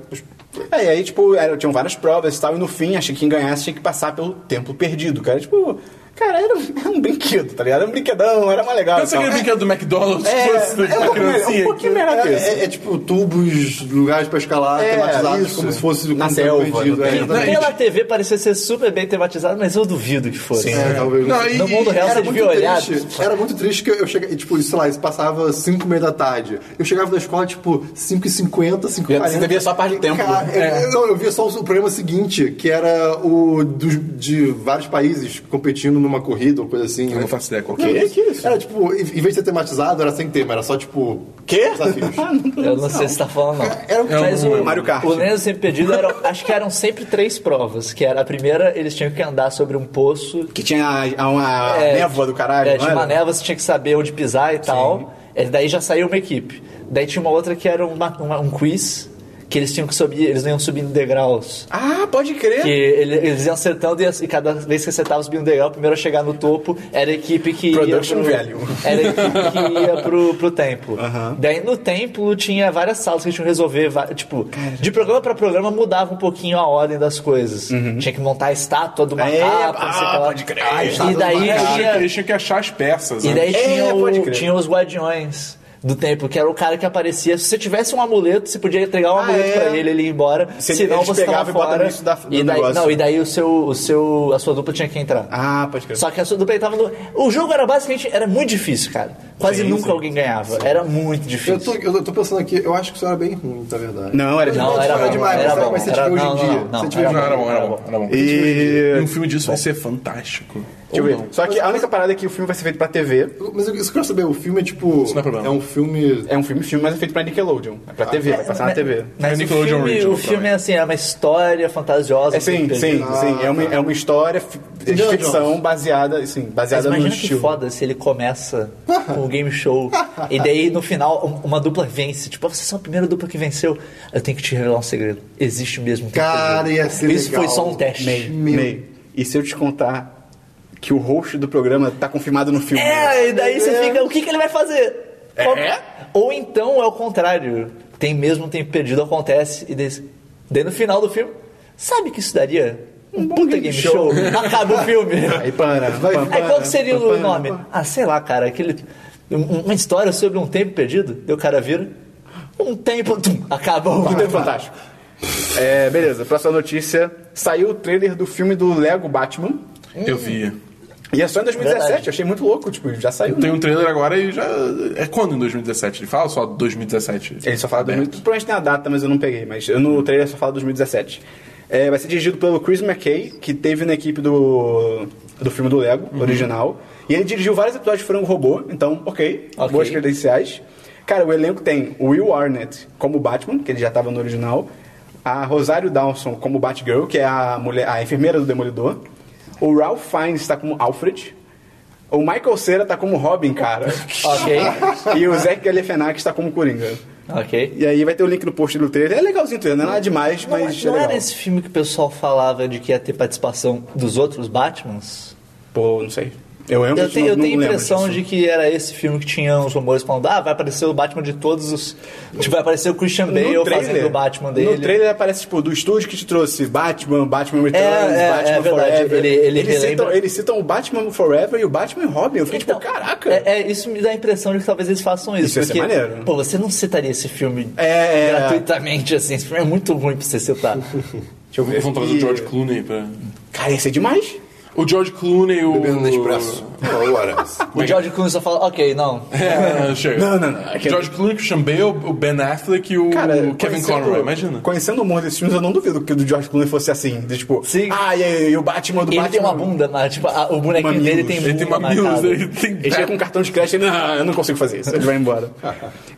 [SPEAKER 1] É, e aí, tipo, era, tinham várias provas e tal, e no fim, achei que quem ganhasse tinha que passar pelo tempo perdido, cara. Tipo, cara, era um, era um brinquedo, tá ligado? Era um brinquedão, era mais legal.
[SPEAKER 3] Pensa
[SPEAKER 1] e tal.
[SPEAKER 3] aquele brinquedo do McDonald's
[SPEAKER 1] É,
[SPEAKER 3] que fosse
[SPEAKER 1] é um
[SPEAKER 3] uma
[SPEAKER 1] pouco melhor,
[SPEAKER 3] criancinha.
[SPEAKER 1] um pouquinho melhor
[SPEAKER 4] É,
[SPEAKER 1] que esse.
[SPEAKER 4] é- é tipo tubos, lugares pra escalar,
[SPEAKER 1] É,
[SPEAKER 4] tematizados,
[SPEAKER 1] isso.
[SPEAKER 4] como se fosse
[SPEAKER 1] Na
[SPEAKER 4] um
[SPEAKER 1] selva,
[SPEAKER 4] perdido,
[SPEAKER 1] não
[SPEAKER 4] é,
[SPEAKER 1] tem-
[SPEAKER 4] exatamente.
[SPEAKER 2] Pela TV parecia ser super bem tematizado, mas eu duvido que fosse.
[SPEAKER 4] É, talvez
[SPEAKER 3] Não, e-
[SPEAKER 2] No mundo real
[SPEAKER 4] era
[SPEAKER 2] você
[SPEAKER 4] muito
[SPEAKER 2] devia olhar.
[SPEAKER 4] triste. Era muito triste que eu chegava, tipo, sei lá, isso passava 5 e meia da tarde. Eu chegava da escola, tipo, 5 e 50, 5 e 40.
[SPEAKER 1] Você via só a parte do tempo,
[SPEAKER 4] Cara,
[SPEAKER 1] É.
[SPEAKER 4] eu, não, eu via só o programa seguinte, que era o dos- de vários países competindo numa corrida ou coisa assim.
[SPEAKER 3] Eu não faço ideia qual que
[SPEAKER 4] Não,
[SPEAKER 3] é.
[SPEAKER 4] o que é isso? Era tipo, em em vez de ser tematizado, era sem tema, era só tipo.
[SPEAKER 1] Quê? Ah,
[SPEAKER 4] Desafios.
[SPEAKER 2] Eu não sei se tá falando, não.
[SPEAKER 4] Era um-
[SPEAKER 2] mas
[SPEAKER 3] É um
[SPEAKER 2] o,
[SPEAKER 1] Mario Kart.
[SPEAKER 2] o Lendas do Tempo Perdido, era, acho que eram sempre três provas. Que era a primeira, eles tinham que andar sobre um poço
[SPEAKER 1] Que tinha a, a- uma
[SPEAKER 2] É,
[SPEAKER 1] névoa do caralho,
[SPEAKER 2] É,
[SPEAKER 1] não
[SPEAKER 2] tinha uma
[SPEAKER 1] era?
[SPEAKER 2] névoa, você tinha que saber onde pisar e tal. É, daí já saiu uma equipe. Daí tinha uma outra que era uma- uma- um quiz, que eles tinham que subir, eles iam subindo degraus.
[SPEAKER 1] Ah, pode crer.
[SPEAKER 2] Que ele- eles iam acertando e, as- e cada vez que acertava subindo um degrau, o primeiro a chegar no topo era a equipe que
[SPEAKER 1] Production
[SPEAKER 2] ia pro,
[SPEAKER 1] value.
[SPEAKER 2] Era a equipe que ia pro, pro templo. Daí no templo tinha várias salas que tinham que resolver, va- tipo, de programa pra programa mudava um pouquinho a ordem das coisas. Tinha que montar a estátua do macaco, não sei o que
[SPEAKER 1] ah,
[SPEAKER 2] lá.
[SPEAKER 1] Uhum. pode crer.
[SPEAKER 2] E daí
[SPEAKER 3] Eles tinham que-
[SPEAKER 2] tinha
[SPEAKER 3] Eles tinham que achar as peças.
[SPEAKER 2] e
[SPEAKER 3] né?
[SPEAKER 2] daí
[SPEAKER 1] É,
[SPEAKER 2] tinha,
[SPEAKER 1] pode
[SPEAKER 2] o,
[SPEAKER 1] crer.
[SPEAKER 2] tinha os guardiões. do tempo, que era o cara que aparecia. Se você tivesse um amuleto, você podia entregar um
[SPEAKER 1] Ah,
[SPEAKER 2] amuleto
[SPEAKER 1] é?
[SPEAKER 2] pra ele, ele ia embora.
[SPEAKER 1] Se ele-
[SPEAKER 2] senão
[SPEAKER 1] eles
[SPEAKER 2] você tava
[SPEAKER 1] pegavam e botavam
[SPEAKER 2] fora.
[SPEAKER 1] isso da- do
[SPEAKER 2] e daí,
[SPEAKER 1] negócio.
[SPEAKER 2] não, e daí o seu, o seu, a sua dupla tinha que entrar.
[SPEAKER 1] Ah, pode crer.
[SPEAKER 2] Só que a sua dupla estava no. O jogo era basicamente. Era muito difícil, cara. Quase
[SPEAKER 1] Sim,
[SPEAKER 2] nunca
[SPEAKER 1] sim.
[SPEAKER 2] alguém ganhava. Era muito difícil.
[SPEAKER 4] Eu tô, eu tô pensando aqui, eu acho que isso era bem ruim, na verdade.
[SPEAKER 11] Não, era
[SPEAKER 2] Não,
[SPEAKER 11] demais.
[SPEAKER 2] era bom,
[SPEAKER 4] demais,
[SPEAKER 2] era
[SPEAKER 4] mas
[SPEAKER 2] bom.
[SPEAKER 4] mas se
[SPEAKER 2] era-
[SPEAKER 4] tiver hoje
[SPEAKER 2] não, não,
[SPEAKER 4] em dia,
[SPEAKER 2] não,
[SPEAKER 4] se
[SPEAKER 2] não,
[SPEAKER 4] tiver
[SPEAKER 2] era
[SPEAKER 3] Não, era
[SPEAKER 1] um-
[SPEAKER 2] bom,
[SPEAKER 3] bom, era bom, era bom.
[SPEAKER 11] E...
[SPEAKER 3] E um filme disso vai ser fantástico.
[SPEAKER 2] Hum.
[SPEAKER 1] Deixa eu ver. Só que a única parada é que o filme vai ser feito pra TV.
[SPEAKER 4] Mas eu- isso que eu quero saber, o filme é tipo.
[SPEAKER 3] não é problema.
[SPEAKER 4] um filme.
[SPEAKER 1] É um filme, filme, mas é feito pra Nickelodeon. É
[SPEAKER 2] Ah,
[SPEAKER 1] pra TV, vai passar na
[SPEAKER 2] Mas-
[SPEAKER 1] TV.
[SPEAKER 2] Mas
[SPEAKER 3] É
[SPEAKER 2] o
[SPEAKER 3] Nickelodeon
[SPEAKER 2] filme,
[SPEAKER 3] Original,
[SPEAKER 2] o filme é assim, é uma história fantasiosa. assim,
[SPEAKER 1] É sim,
[SPEAKER 2] super-
[SPEAKER 1] sim, sim. É uma,
[SPEAKER 2] tá.
[SPEAKER 1] é uma história fi- de
[SPEAKER 4] Indiana
[SPEAKER 1] ficção baseada, assim,
[SPEAKER 2] Mas
[SPEAKER 1] baseada no
[SPEAKER 2] imagina que
[SPEAKER 1] estilo.
[SPEAKER 2] foda se ele começa com o game show e daí no final um- uma dupla vence. Tipo, "Ah, vocês são a primeira dupla que venceu. Eu tenho que te revelar um segredo. Existe mesmo. um
[SPEAKER 4] Cara,
[SPEAKER 2] segredo.
[SPEAKER 4] ia ser
[SPEAKER 2] Isso
[SPEAKER 4] legal.
[SPEAKER 2] foi só um teste.
[SPEAKER 1] Ney, Ney, e se eu te contar que o host do programa tá confirmado no filme?
[SPEAKER 2] É, e daí você fica, o que, que ele vai fazer? Qual- Ou então é o contrário. Tem mesmo um tempo perdido, acontece, e daí, daí no final do filme, sabe que isso daria? Um puta game, show. Acaba o filme.
[SPEAKER 1] Aí para, vai.
[SPEAKER 2] Aí qual que seria o nome? Ah, sei lá, cara, aquele. um- Uma história sobre um tempo perdido, daí o cara vira. Um tempo. tum, acaba o
[SPEAKER 1] Muito fantástico. É, beleza, próxima notícia. Saiu o trailer do filme do Lego Batman.
[SPEAKER 3] Eu vi.
[SPEAKER 1] E é só em 2017,
[SPEAKER 2] Verdade.
[SPEAKER 1] eu achei muito louco, tipo, já saiu.
[SPEAKER 3] Tem um trailer agora e já. É quando em 2017? Ele fala só 2017?
[SPEAKER 1] Ele só fala
[SPEAKER 3] Aberto.
[SPEAKER 1] 2000, provavelmente tem a data, mas eu não peguei. Mas eu, no trailer só fala 2017. É, vai ser dirigido pelo Chris McKay, que teve na equipe do, do filme do Lego, original. E ele dirigiu vários episódios de Frango Robô, então, ok,
[SPEAKER 2] Ok.
[SPEAKER 1] boas credenciais. Cara, o elenco tem o Will Arnett como Batman, que ele já estava no original. A Rosário Dawson como Batgirl, que é a, mulher, a enfermeira do Demolidor. O Ralph Fiennes está como Alfred. O Michael Cera está como Robin, cara.
[SPEAKER 2] Ok.
[SPEAKER 1] e o Zack Galifianakis está como Coringa.
[SPEAKER 2] Ok.
[SPEAKER 1] E aí vai ter o link no post do trailer. É legalzinho o trailer, não é nada demais,
[SPEAKER 2] Não,
[SPEAKER 1] mas
[SPEAKER 2] não
[SPEAKER 1] é legal.
[SPEAKER 2] era esse filme que o pessoal falava de que ia ter participação dos outros Batmans?
[SPEAKER 1] Pô, não sei. Eu lembro
[SPEAKER 2] Eu tenho, eu
[SPEAKER 1] não,
[SPEAKER 2] tenho a
[SPEAKER 1] não lembro
[SPEAKER 2] impressão
[SPEAKER 1] disso.
[SPEAKER 2] de que era esse filme que tinha uns rumores falando: ah, vai aparecer o Batman de todos os. Tipo, vai aparecer o Christian Bale fazendo o Batman dele.
[SPEAKER 1] No trailer aparece, tipo, do estúdio que te trouxe Batman, Batman Returns,
[SPEAKER 2] é,
[SPEAKER 1] Batman
[SPEAKER 2] é verdade.
[SPEAKER 1] Forever.
[SPEAKER 2] Ele- ele
[SPEAKER 1] eles, citam,
[SPEAKER 2] relembra-
[SPEAKER 1] eles citam o Batman Forever e o Batman e Robin. Eu fiquei
[SPEAKER 2] Então,
[SPEAKER 1] tipo, caraca.
[SPEAKER 2] É, é, isso me dá a impressão de que talvez eles façam isso.
[SPEAKER 1] Isso ia ser
[SPEAKER 2] porque,
[SPEAKER 1] maneiro.
[SPEAKER 2] Pô, você não citaria esse filme
[SPEAKER 1] É, é.
[SPEAKER 2] gratuitamente, assim. Esse filme é muito ruim pra você citar.
[SPEAKER 1] Deixa eu ver.
[SPEAKER 3] Eles vão trazer
[SPEAKER 1] E-
[SPEAKER 3] o George Clooney pra.
[SPEAKER 1] Cara, ia ser demais.
[SPEAKER 3] O George Clooney, o.
[SPEAKER 4] Bebendo Nespresso. Agora.
[SPEAKER 2] o George Clooney só fala, ok, não.
[SPEAKER 3] É, chega.
[SPEAKER 1] Não, não, não. Aquele-
[SPEAKER 3] George Clooney, Christian Bale, o Ben Affleck e o
[SPEAKER 1] Cara,
[SPEAKER 3] Kevin
[SPEAKER 1] conhecendo-
[SPEAKER 3] Conroy, imagina.
[SPEAKER 1] Conhecendo o humor desses filmes, eu não duvido que o do George Clooney fosse assim. de tipo,
[SPEAKER 2] Sim.
[SPEAKER 1] ah, e, e- e o Batman do
[SPEAKER 2] Ele
[SPEAKER 1] Batman.
[SPEAKER 2] tem uma bunda, mas, tipo, a- o bonequinho
[SPEAKER 1] Mamilos.
[SPEAKER 2] dele tem bunda.
[SPEAKER 3] Ele tem mamilos,
[SPEAKER 2] marcada.
[SPEAKER 3] ele tem. é,
[SPEAKER 1] Ele chega com um cartão de crédito e não, eu não consigo fazer isso. Ele vai embora.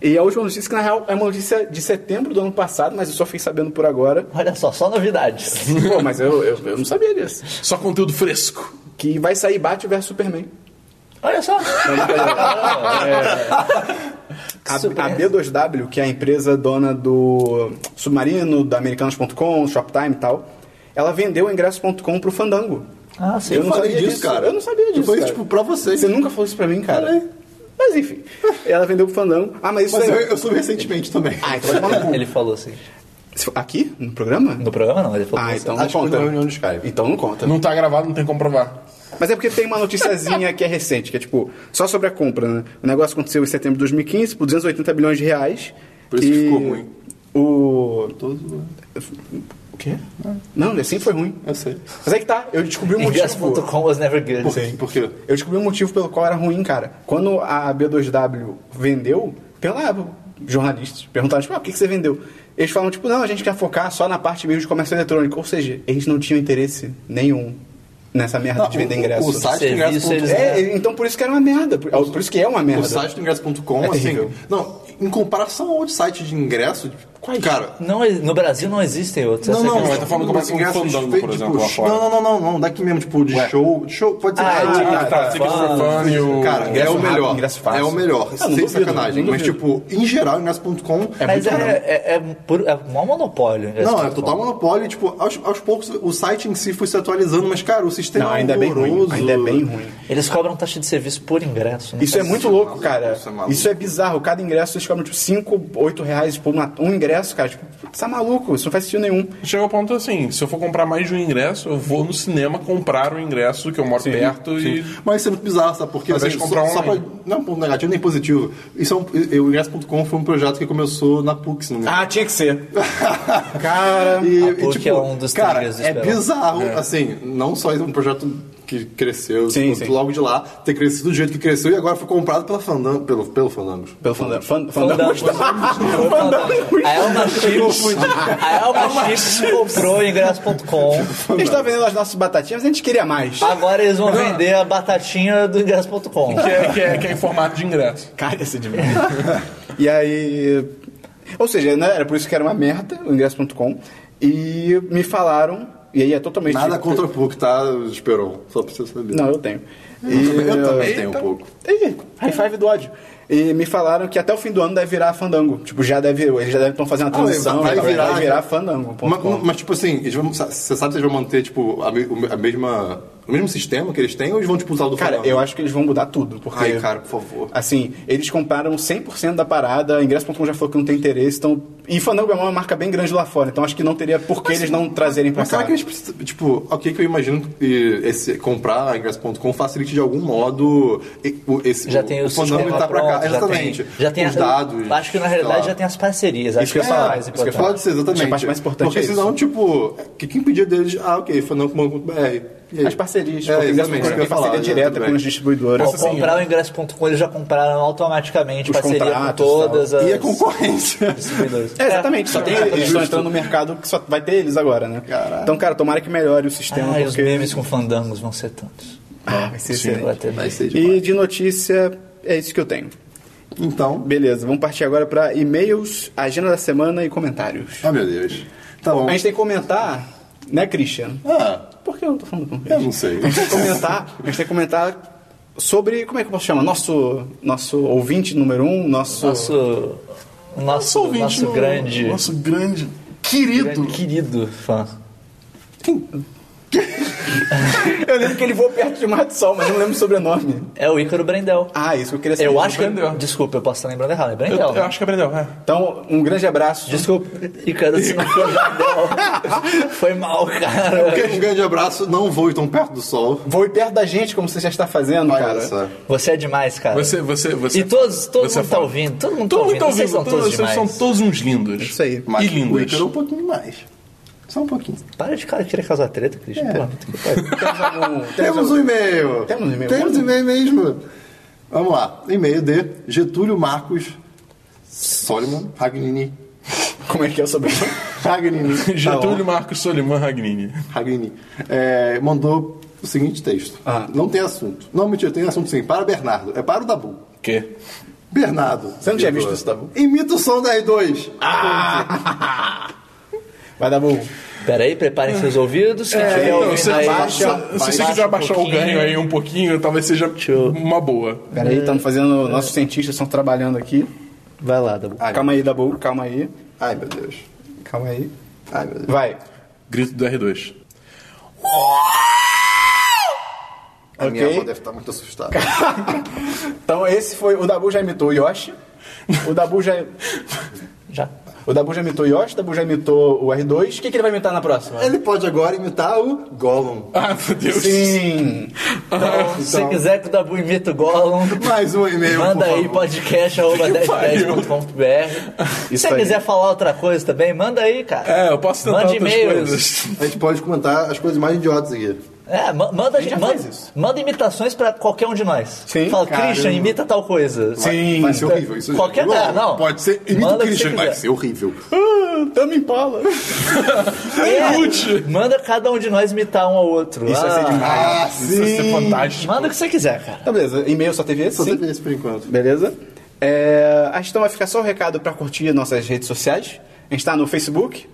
[SPEAKER 1] e a última notícia, que na real é uma notícia de setembro do ano passado, mas eu só fiquei sabendo por agora.
[SPEAKER 2] Olha só, só novidades.
[SPEAKER 1] Pô, mas eu, eu, eu não sabia disso.
[SPEAKER 3] Só conteúdo fresco.
[SPEAKER 1] Que vai sair Batman vs Superman.
[SPEAKER 2] Olha só.
[SPEAKER 1] A, a
[SPEAKER 2] Super-
[SPEAKER 1] B2W, que é a empresa dona do Submarino, da Americanos.com, Shoptime e tal, ela vendeu o ingresso.com pro Fandango.
[SPEAKER 2] Ah, sim.
[SPEAKER 1] Eu não
[SPEAKER 4] falei
[SPEAKER 1] sabia
[SPEAKER 4] disso,
[SPEAKER 1] disso,
[SPEAKER 4] cara.
[SPEAKER 1] Eu não sabia
[SPEAKER 4] Tu
[SPEAKER 1] disso,
[SPEAKER 4] foi,
[SPEAKER 1] cara.
[SPEAKER 4] tipo, pra você.
[SPEAKER 1] Você nunca falou isso pra mim, cara.
[SPEAKER 4] Falei.
[SPEAKER 1] Mas enfim, ela vendeu pro Fandango. Ah, mas isso
[SPEAKER 4] Mas eu,
[SPEAKER 1] aí...
[SPEAKER 4] eu soube recentemente também.
[SPEAKER 1] Ah, então vai tomar no cu.
[SPEAKER 2] Ele falou assim.
[SPEAKER 1] Aqui? No programa?
[SPEAKER 2] No programa não, ele falou
[SPEAKER 1] Ah,
[SPEAKER 2] assim.
[SPEAKER 1] então não
[SPEAKER 4] Acho que foi
[SPEAKER 1] conta.
[SPEAKER 4] na reunião do Skype.
[SPEAKER 1] Então não conta.
[SPEAKER 3] Não tá gravado, não tem como provar.
[SPEAKER 1] Mas é porque tem uma noticiazinha que é recente, que é tipo, só sobre a compra, né? O negócio aconteceu em setembro de 2015 por 280 bilhões de reais.
[SPEAKER 4] Por isso que
[SPEAKER 1] e
[SPEAKER 4] ficou ruim.
[SPEAKER 1] O.
[SPEAKER 4] Todo-
[SPEAKER 1] O quê? Não, assim foi ruim.
[SPEAKER 4] Eu sei.
[SPEAKER 1] Mas é que tá, eu descobri um motivo.
[SPEAKER 2] Ingresso.com was never good.
[SPEAKER 4] Por, por quê?
[SPEAKER 1] Eu descobri um motivo pelo qual era ruim, cara. Quando a B2W vendeu, pela jornalistas perguntaram, tipo, ah, o que, que você vendeu? Eles falam, tipo, não, a gente quer focar só na parte mesmo de comércio eletrônico. Ou seja, eles não tinham interesse nenhum nessa merda de vender ingresso.
[SPEAKER 4] O, o site do
[SPEAKER 2] Serviço,
[SPEAKER 4] ingresso.com.
[SPEAKER 2] eles-
[SPEAKER 1] É, então por isso que era uma merda. Por, por isso que é uma merda.
[SPEAKER 4] O site do ingresso.com,
[SPEAKER 1] É
[SPEAKER 4] assim.
[SPEAKER 1] terrível.
[SPEAKER 4] Não, em comparação ao outro site de ingresso, tipo,
[SPEAKER 1] Quais?
[SPEAKER 4] cara.
[SPEAKER 2] Não, no Brasil não existem outros. essa é a questão.
[SPEAKER 3] mas tá falando como
[SPEAKER 4] mas
[SPEAKER 3] assim, um
[SPEAKER 4] ingressos
[SPEAKER 3] fandango,
[SPEAKER 4] feitos,
[SPEAKER 3] por
[SPEAKER 4] tipo,
[SPEAKER 3] exemplo, lá fora.
[SPEAKER 4] Não, não, não, não, não, daqui mesmo, tipo, de show. de show, pode ser.
[SPEAKER 2] Ah,
[SPEAKER 4] de-
[SPEAKER 2] ah,
[SPEAKER 3] Ah, tá. Tickets for Fun e o.
[SPEAKER 4] Cara, é
[SPEAKER 1] ingresso
[SPEAKER 4] o
[SPEAKER 1] rápido,
[SPEAKER 4] melhor.
[SPEAKER 1] ingresso fácil.
[SPEAKER 4] É o melhor.
[SPEAKER 1] Eu não
[SPEAKER 4] sem
[SPEAKER 1] duvido,
[SPEAKER 4] sacanagem.
[SPEAKER 1] não
[SPEAKER 4] Mas,
[SPEAKER 1] duvido.
[SPEAKER 4] tipo, em geral, ingresso.com é
[SPEAKER 2] Mas
[SPEAKER 4] muito
[SPEAKER 2] é,
[SPEAKER 4] caro.
[SPEAKER 2] é, é, puro- é um monopólio. ingresso
[SPEAKER 4] Não,
[SPEAKER 2] ponto
[SPEAKER 4] é
[SPEAKER 2] com.
[SPEAKER 4] total monopólio. e, Tipo, aos, aos poucos o site em si foi se atualizando, mas, cara, o sistema
[SPEAKER 1] Não, ainda é
[SPEAKER 4] é
[SPEAKER 1] bem ruim.
[SPEAKER 4] horroroso.
[SPEAKER 1] Ainda é bem ruim.
[SPEAKER 2] Eles cobram taxa de serviço por ingresso. né?
[SPEAKER 1] Isso é muito louco,
[SPEAKER 4] maluco,
[SPEAKER 1] cara.
[SPEAKER 4] isso é maluco.
[SPEAKER 1] Isso é bizarro. Cada ingresso eles cobram tipo 5, 8 reais por uma, um ingresso, cara. Tipo, tá maluco, isso não faz sentido nenhum.
[SPEAKER 3] Chega ao ponto assim, se eu for comprar mais de um ingresso, eu vou no cinema comprar o ingresso que eu moro perto e...
[SPEAKER 4] Mas isso é muito bizarro, sabe? Porque
[SPEAKER 3] Mas
[SPEAKER 4] assim,
[SPEAKER 3] eles compraram
[SPEAKER 4] só, só pra,
[SPEAKER 3] online.
[SPEAKER 4] não é um ponto negativo nem positivo. Isso é um, e- o ingresso.com foi um projeto que começou na PUC, se não me engano.
[SPEAKER 1] Ah, tinha que ser. cara.
[SPEAKER 4] E, tipo,
[SPEAKER 2] A PUC é um dos
[SPEAKER 4] cara,
[SPEAKER 2] trilhos do
[SPEAKER 4] é
[SPEAKER 2] Esperão.
[SPEAKER 4] bizarro, assim, não só é um projeto que cresceu
[SPEAKER 1] Sim,
[SPEAKER 4] quanto
[SPEAKER 1] sim.
[SPEAKER 4] logo de lá, ter crescido do jeito que cresceu e agora foi comprado pela Fandango, pelo, pelo Fandango.
[SPEAKER 1] Pelo fandango. Fan-
[SPEAKER 2] Fandango.
[SPEAKER 1] Fandango. Fandango.
[SPEAKER 2] A Elma Chips, a Elma Chips comprou o ingresso.com.
[SPEAKER 1] Eles estavam tá vendendo as nossas batatinhas, mas a gente queria mais.
[SPEAKER 2] Agora eles vão vender a batatinha do ingresso.com.
[SPEAKER 3] Que é, que, é, que é em formato de ingresso.
[SPEAKER 1] Cara, esse de merda. E aí. Ou seja, né, era por isso que era uma merda, o ingresso.com. E me falaram. E aí é totalmente.
[SPEAKER 4] Nada contra a PUC, tá, Esperon? Só pra você saber.
[SPEAKER 1] Não, eu tenho.
[SPEAKER 4] eu
[SPEAKER 1] E,
[SPEAKER 4] também tenho um pouco.
[SPEAKER 1] Ih, high five do ódio. E me falaram que até o fim do ano deve virar fandango. Tipo, já deve. Eles já devem estar fazendo a transição.
[SPEAKER 4] Ah, vai
[SPEAKER 1] e tal,
[SPEAKER 4] virar- né?
[SPEAKER 1] vai virar fandango.
[SPEAKER 4] Mas, mas, tipo assim, eles vão- sa- você sabe se eles vão manter, tipo, a, me- o- a mesma, o mesmo sistema que eles têm ou eles vão, tipo, usar o do
[SPEAKER 1] Cara,
[SPEAKER 4] Fandango?
[SPEAKER 1] eu acho que eles vão mudar tudo, porque...
[SPEAKER 4] Ai, cara, por favor.
[SPEAKER 1] Assim, eles compraram 100% da parada, Ingresso.com já falou que não tem interesse, então... E Fandango é uma marca bem grande lá fora, então acho que não teria por que eles não trazerem pra
[SPEAKER 4] Mas será
[SPEAKER 1] cá.
[SPEAKER 4] que eles precisam, tipo, ok que eu imagino que esse, comprar a ingresso.com facilite de algum modo e- o- esse,
[SPEAKER 2] Já tem o
[SPEAKER 4] Fandango
[SPEAKER 2] sistema
[SPEAKER 4] tá pra cá,
[SPEAKER 2] pronto,
[SPEAKER 4] exatamente.
[SPEAKER 2] Já tem, já tem
[SPEAKER 4] os
[SPEAKER 2] a-
[SPEAKER 4] dados.
[SPEAKER 2] Acho que na
[SPEAKER 4] sei
[SPEAKER 2] realidade
[SPEAKER 4] lá.
[SPEAKER 2] já tem as parcerias. Acho
[SPEAKER 1] Isso
[SPEAKER 2] que
[SPEAKER 1] que eu
[SPEAKER 2] é
[SPEAKER 1] ia falar,
[SPEAKER 2] mais
[SPEAKER 1] isso que eu ia
[SPEAKER 2] importante.
[SPEAKER 1] falar.
[SPEAKER 4] Pode ser, exatamente.
[SPEAKER 1] Isso é a parte mais importante,
[SPEAKER 4] Porque
[SPEAKER 1] é
[SPEAKER 4] senão,
[SPEAKER 1] isso.
[SPEAKER 4] tipo, o que, que impedia deles? Ah, ok, fandango.com.br. E aí?
[SPEAKER 1] As parcerias,
[SPEAKER 4] É,
[SPEAKER 1] porque o
[SPEAKER 4] exatamente.
[SPEAKER 1] Ingresso.com
[SPEAKER 4] isso que eu
[SPEAKER 1] tem
[SPEAKER 4] ia falar,
[SPEAKER 1] parceria
[SPEAKER 4] né,
[SPEAKER 1] direta
[SPEAKER 4] tudo
[SPEAKER 1] com
[SPEAKER 4] bem.
[SPEAKER 1] os distribuidores.
[SPEAKER 2] Ao
[SPEAKER 1] assim,
[SPEAKER 2] comprar o ingresso.com, eles já compraram automaticamente
[SPEAKER 1] Os
[SPEAKER 2] parceria com
[SPEAKER 1] contratos,
[SPEAKER 2] todas as.
[SPEAKER 4] E a concorrência.
[SPEAKER 2] distribuidoras.
[SPEAKER 1] É, exatamente, só tem eles. Eles estão
[SPEAKER 4] justo.
[SPEAKER 1] entrando no mercado que só vai ter eles agora, né? Então, cara, tomara que melhore o sistema,
[SPEAKER 2] Ah, e os
[SPEAKER 1] porque...
[SPEAKER 2] memes com fandangos vão ser tantos.
[SPEAKER 1] Ah, vai ser
[SPEAKER 2] Sim,
[SPEAKER 1] excelente.
[SPEAKER 2] vai ter
[SPEAKER 4] Vai ser demais.
[SPEAKER 1] E de notícia, é isso que eu tenho.
[SPEAKER 4] Então,
[SPEAKER 1] Beleza, vamos partir agora pra e-mails, agenda da semana e comentários.
[SPEAKER 4] ah, meu Deus. Tá bom.
[SPEAKER 1] A gente tem que comentar, né, Christian?
[SPEAKER 4] Ah,
[SPEAKER 1] Por que eu tô falando com
[SPEAKER 4] eu
[SPEAKER 1] Christian?
[SPEAKER 4] não sei.
[SPEAKER 1] A gente tem que comentar, a gente tem que comentar sobre, como é que eu posso chamar? Nosso, nosso ouvinte número um, nosso...
[SPEAKER 2] Nosso. o Nosso, nosso,
[SPEAKER 3] ouvinte no-
[SPEAKER 2] grande,
[SPEAKER 3] Nosso grande... Querido.
[SPEAKER 2] grande querido fã.
[SPEAKER 1] Eu lembro que ele voou perto de Mar do Sol, mas não lembro o sobrenome.
[SPEAKER 2] É o Ícaro Brendel.
[SPEAKER 1] Ah, isso que eu queria saber.
[SPEAKER 2] eu acho que. é-
[SPEAKER 3] Brendel.
[SPEAKER 2] Desculpa, eu posso estar lembrando errado. É
[SPEAKER 3] Eu,
[SPEAKER 2] Brendel.
[SPEAKER 3] eu acho que aprendeu, é.
[SPEAKER 1] Então, um grande abraço.
[SPEAKER 2] Desculpa, Ícaro, se não for Brendel. Foi mal, cara.
[SPEAKER 4] Um grande abraço, não vou tão perto do sol.
[SPEAKER 1] Voe perto da gente, como você já está fazendo,
[SPEAKER 4] Olha
[SPEAKER 1] cara.
[SPEAKER 4] só.
[SPEAKER 2] Você é demais, cara.
[SPEAKER 3] Você, você, você...
[SPEAKER 2] e todos, todo
[SPEAKER 3] você
[SPEAKER 2] mundo tá
[SPEAKER 3] fala.
[SPEAKER 2] ouvindo. Todo mundo tá
[SPEAKER 3] Todo mundo
[SPEAKER 2] ouvindo.
[SPEAKER 3] tá
[SPEAKER 2] Vocês
[SPEAKER 3] ouvindo.
[SPEAKER 2] são todos
[SPEAKER 3] Todos, vocês
[SPEAKER 2] demais.
[SPEAKER 3] são todos uns lindos.
[SPEAKER 1] Isso aí.
[SPEAKER 4] Mas
[SPEAKER 3] E
[SPEAKER 4] o
[SPEAKER 3] lindas.
[SPEAKER 4] Ícaro é um pouquinho mais. Só um pouquinho.
[SPEAKER 2] Para de cara querer causar treta, Cristian.
[SPEAKER 3] É.
[SPEAKER 2] Pô, não tem que fazer.
[SPEAKER 1] Temos algum-
[SPEAKER 4] Temos um e-mail.
[SPEAKER 1] Temos um e-mail.
[SPEAKER 4] Temos e-mail mesmo. Vamos lá. E-mail de Getúlio Marcos Solomon Ragnini. um-
[SPEAKER 1] Como é que é o sobrenome?
[SPEAKER 4] Ragnini. Tá
[SPEAKER 3] Getúlio
[SPEAKER 4] bom.
[SPEAKER 3] Marcos Soliman Ragnini.
[SPEAKER 4] Ragnini. É, mandou o seguinte texto.
[SPEAKER 1] Ah.
[SPEAKER 4] Não tem assunto. Não, mentira, tem assunto sim. Para Bernardo. É para o Dabu.
[SPEAKER 3] Que?
[SPEAKER 4] Bernardo.
[SPEAKER 1] Você não tinha
[SPEAKER 4] vírgula,
[SPEAKER 1] visto isso, Dabu? Ah,
[SPEAKER 4] Imita o som da R2.
[SPEAKER 1] Vai dar bom.
[SPEAKER 2] Peraí, preparem seus
[SPEAKER 3] É.
[SPEAKER 2] ouvidos. Quem estiver
[SPEAKER 1] então,
[SPEAKER 2] ouvindo
[SPEAKER 1] você
[SPEAKER 2] aí,
[SPEAKER 1] abaixa-
[SPEAKER 3] se você
[SPEAKER 2] abaixa
[SPEAKER 3] quiser
[SPEAKER 2] um
[SPEAKER 3] abaixar o
[SPEAKER 2] pouquinho.
[SPEAKER 3] ganho aí um pouquinho, talvez seja
[SPEAKER 2] eu-
[SPEAKER 3] uma boa.
[SPEAKER 1] Peraí, estamos fazendo. Nossos cientistas estão trabalhando aqui.
[SPEAKER 2] Vai lá, Dabu.
[SPEAKER 4] Ai,
[SPEAKER 1] calma aí, Dabu, calma aí.
[SPEAKER 4] Ai, meu Deus.
[SPEAKER 1] Calma aí.
[SPEAKER 4] Ai, meu Deus.
[SPEAKER 1] Vai.
[SPEAKER 3] Grito do R2.
[SPEAKER 4] A minha
[SPEAKER 1] Ok.
[SPEAKER 4] avó deve estar muito assustada.
[SPEAKER 1] Então esse foi. O Dabu já imitou o Yoshi. O Dabu já.
[SPEAKER 2] Já.
[SPEAKER 1] O Dabu já imitou o Yoshi, o Dabu já imitou o R2. O que, que ele vai imitar na próxima?
[SPEAKER 4] Ele pode agora imitar o Gollum.
[SPEAKER 3] Ah, meu Deus.
[SPEAKER 1] Sim!
[SPEAKER 3] Ah,
[SPEAKER 2] Se você
[SPEAKER 3] então.
[SPEAKER 2] quiser que o Dabu imita o Gollum,
[SPEAKER 4] Mais um e-mail,
[SPEAKER 2] manda
[SPEAKER 4] por
[SPEAKER 2] aí
[SPEAKER 4] favor.
[SPEAKER 2] podcast.com.br. Se você
[SPEAKER 1] aí.
[SPEAKER 2] quiser falar outra coisa também, manda aí, cara.
[SPEAKER 3] É, eu posso tentar
[SPEAKER 2] Manda
[SPEAKER 3] outras
[SPEAKER 2] e-mails.
[SPEAKER 3] coisas.
[SPEAKER 4] A gente pode comentar as coisas mais idiotas aqui.
[SPEAKER 2] É, ma- manda,
[SPEAKER 1] já
[SPEAKER 2] manda,
[SPEAKER 1] fez isso.
[SPEAKER 2] manda imitações pra qualquer um de nós.
[SPEAKER 1] Sim.
[SPEAKER 2] Fala,
[SPEAKER 4] Caramba.
[SPEAKER 2] Christian, imita tal coisa.
[SPEAKER 1] Sim!
[SPEAKER 4] Vai ser horrível. Isso
[SPEAKER 2] Qualquer
[SPEAKER 4] Igual,
[SPEAKER 2] nada, não.
[SPEAKER 4] Pode ser. Imita
[SPEAKER 2] Manda o que
[SPEAKER 4] o Christian.
[SPEAKER 2] você
[SPEAKER 4] Vai
[SPEAKER 2] quiser.
[SPEAKER 4] ser horrível.
[SPEAKER 1] Ah, Tamo em pala!
[SPEAKER 2] É, manda cada um de nós imitar um ao outro.
[SPEAKER 1] Isso vai ser
[SPEAKER 2] Ah,
[SPEAKER 1] demais.
[SPEAKER 4] Ah,
[SPEAKER 3] Isso vai ser fantástico.
[SPEAKER 2] Manda o que você quiser, cara.
[SPEAKER 1] Então beleza, e-mail só teve esse?
[SPEAKER 4] Só
[SPEAKER 1] Sim.
[SPEAKER 4] teve esse por enquanto.
[SPEAKER 1] Beleza? É, a gente então vai ficar só o recado pra curtir nossas redes sociais. A gente tá no Facebook,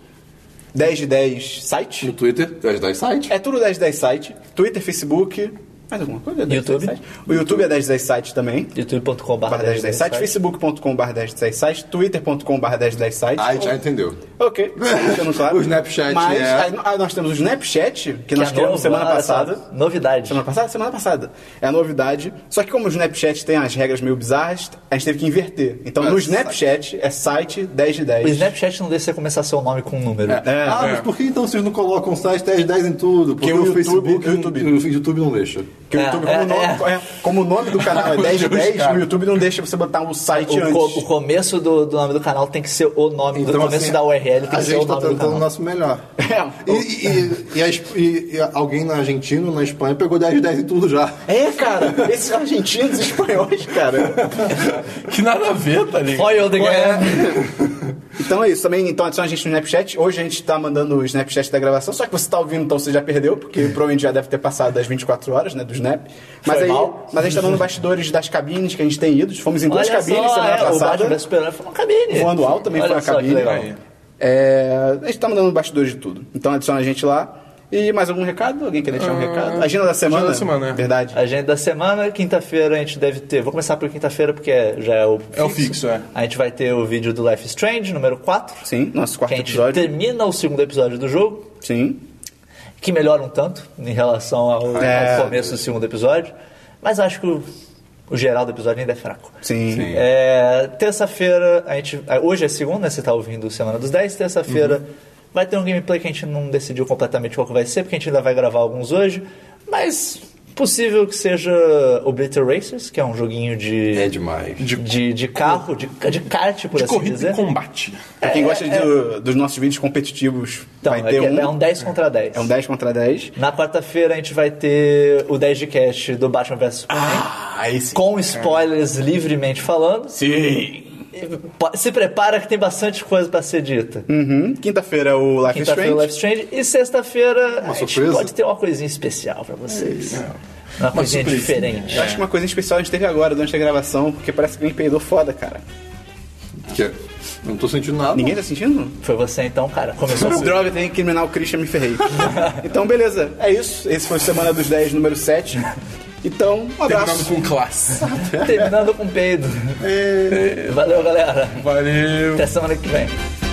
[SPEAKER 1] 10 de 10 site.
[SPEAKER 4] No Twitter, 10 10 site.
[SPEAKER 1] É tudo 1010 site. Twitter, Facebook, Mais alguma coisa? É 10,
[SPEAKER 2] YouTube.
[SPEAKER 1] 10, O YouTube é 1010 Site também.
[SPEAKER 2] youtube.com.br
[SPEAKER 1] Barra 1010 Site, facebook.com barra 1010 Site, twitter.com barra 1010 Site.
[SPEAKER 4] Ah, já entendeu.
[SPEAKER 1] Ok, ficando claro.
[SPEAKER 4] O Snapchat,
[SPEAKER 1] Mas
[SPEAKER 4] é.
[SPEAKER 1] aí, aí nós temos o Snapchat, que
[SPEAKER 2] Que
[SPEAKER 1] nós
[SPEAKER 2] é
[SPEAKER 1] criamos
[SPEAKER 2] novo,
[SPEAKER 1] semana
[SPEAKER 2] ah,
[SPEAKER 1] passada.
[SPEAKER 2] tá. Novidade.
[SPEAKER 1] Semana passada? Semana passada. É a novidade. Só que como o Snapchat tem as regras meio bizarras, a gente teve que inverter. Então no Snapchat é site 10 de 10.
[SPEAKER 2] O Snapchat não deixa você começar seu nome com um número.
[SPEAKER 1] É.
[SPEAKER 4] ah, mas por que então vocês não colocam o site 10 10 em tudo? Porque,
[SPEAKER 1] Porque o
[SPEAKER 4] o,
[SPEAKER 1] YouTube-
[SPEAKER 4] Facebook,
[SPEAKER 1] o YouTube-
[SPEAKER 4] o YouTube não deixa.
[SPEAKER 1] Que o
[SPEAKER 2] É,
[SPEAKER 1] YouTube,
[SPEAKER 2] é,
[SPEAKER 1] como, o nome,
[SPEAKER 2] é.
[SPEAKER 1] é, como o nome do canal é 10 de 10, o YouTube não deixa você botar um site
[SPEAKER 2] O, co-
[SPEAKER 1] antes. Então,
[SPEAKER 2] o começo do, do nome do canal tem que ser o nome, do começo
[SPEAKER 4] assim,
[SPEAKER 2] da URL tem
[SPEAKER 4] a
[SPEAKER 2] que ser o
[SPEAKER 4] gente tá
[SPEAKER 2] nome do
[SPEAKER 4] tentando
[SPEAKER 2] canal.
[SPEAKER 4] o nosso melhor.
[SPEAKER 1] É.
[SPEAKER 4] E, e- e- e a Esp- e- e alguém na Argentina, na Espanha, pegou 10 10 em tudo já.
[SPEAKER 1] É, cara, esses argentinos e espanhóis, cara.
[SPEAKER 3] Que nada a ver, tá ligado?
[SPEAKER 2] Olha eu de
[SPEAKER 1] é,
[SPEAKER 2] ganhar.
[SPEAKER 1] Então é isso, também então adiciona a gente no Snapchat. Hoje a gente tá mandando o Snapchat da gravação, só que você tá ouvindo, então você já perdeu, porque provavelmente já deve ter passado das 24 horas, né, do Snap. Mas
[SPEAKER 2] É. Foi
[SPEAKER 1] aí,
[SPEAKER 2] mal.
[SPEAKER 1] mas a gente tá dando bastidores das cabines que a gente tem ido. Fomos em duas
[SPEAKER 2] Olha
[SPEAKER 1] cabines
[SPEAKER 2] só,
[SPEAKER 1] semana
[SPEAKER 2] é, o Batman
[SPEAKER 1] passada.
[SPEAKER 2] vs Superman foi uma cabine.
[SPEAKER 1] Voando alto também
[SPEAKER 2] Olha
[SPEAKER 1] foi a
[SPEAKER 2] só que
[SPEAKER 1] cabine.
[SPEAKER 2] legal.
[SPEAKER 3] Aí.
[SPEAKER 1] É, a gente tá mandando bastidores de tudo. Então adiciona a gente lá. E mais algum recado? Alguém quer deixar um
[SPEAKER 3] Ah,
[SPEAKER 1] recado? Agenda da semana?
[SPEAKER 3] agenda da semana, é.
[SPEAKER 1] Verdade.
[SPEAKER 2] Agenda da semana, quinta-feira a gente deve ter. Vou começar por quinta-feira porque é- já é o.
[SPEAKER 3] É o fixo, é.
[SPEAKER 2] A gente vai ter o vídeo do Life is Strange, número 4.
[SPEAKER 1] Sim, nosso
[SPEAKER 2] Que
[SPEAKER 1] quarto
[SPEAKER 2] a gente
[SPEAKER 1] episódio.
[SPEAKER 2] termina o segundo episódio do jogo,
[SPEAKER 1] Sim.
[SPEAKER 2] que melhora um tanto em relação ao,
[SPEAKER 1] É.
[SPEAKER 2] ao começo do segundo episódio. Mas acho que o, o geral do episódio ainda é fraco.
[SPEAKER 1] Sim.
[SPEAKER 2] É, terça-feira, a gente. ah, Hoje é segunda, né? Você tá ouvindo Semana dos 10, terça-feira
[SPEAKER 1] Uhum.
[SPEAKER 2] vai ter um gameplay que a gente não decidiu completamente qual que vai ser, porque a gente ainda vai gravar alguns hoje, mas possível que seja Obliter Racers, que é um joguinho de.
[SPEAKER 4] É demais.
[SPEAKER 2] de, de, carro, de, de kart, por
[SPEAKER 3] De
[SPEAKER 2] assim
[SPEAKER 3] corrida
[SPEAKER 2] dizer.
[SPEAKER 3] e combate.
[SPEAKER 1] Pra quem gosta do- dos nossos vídeos competitivos,
[SPEAKER 2] É, Então,
[SPEAKER 1] vai
[SPEAKER 2] é,
[SPEAKER 1] ter
[SPEAKER 2] que é-
[SPEAKER 1] um.
[SPEAKER 2] é um 10 contra 10.
[SPEAKER 1] É um 10 contra 10.
[SPEAKER 2] Na quarta-feira a gente vai ter o 10 de cast do Batman vs Superman,
[SPEAKER 1] Ah, esse.
[SPEAKER 2] com spoilers livremente falando.
[SPEAKER 1] Sim.
[SPEAKER 2] Se prepara que tem bastante coisa pra ser dita.
[SPEAKER 1] Uhum. Quinta-feira o Life is
[SPEAKER 2] Quinta-feira o
[SPEAKER 1] Strange.
[SPEAKER 2] Life Strange e sexta-feira a gente
[SPEAKER 4] surpresa?
[SPEAKER 2] pode ter uma coisinha especial pra vocês. Uma coisinha
[SPEAKER 3] surpresa.
[SPEAKER 2] diferente.
[SPEAKER 1] Eu acho que uma coisa especial a gente teve agora durante a gravação, porque parece que alguém peidou foda, cara.
[SPEAKER 4] Que- Não tô sentindo nada.
[SPEAKER 1] Ninguém tá sentindo?
[SPEAKER 2] Foi você então, cara. Começou assim.
[SPEAKER 1] Droga, tem que eliminar o Christian me ferrei. então, beleza. É isso. Esse foi o Semana dos 10, número 7. Então, um
[SPEAKER 3] Terminando
[SPEAKER 1] abraço.
[SPEAKER 3] com classe.
[SPEAKER 2] terminando com peido. Valeu, galera.
[SPEAKER 3] Valeu.
[SPEAKER 2] Até semana que vem.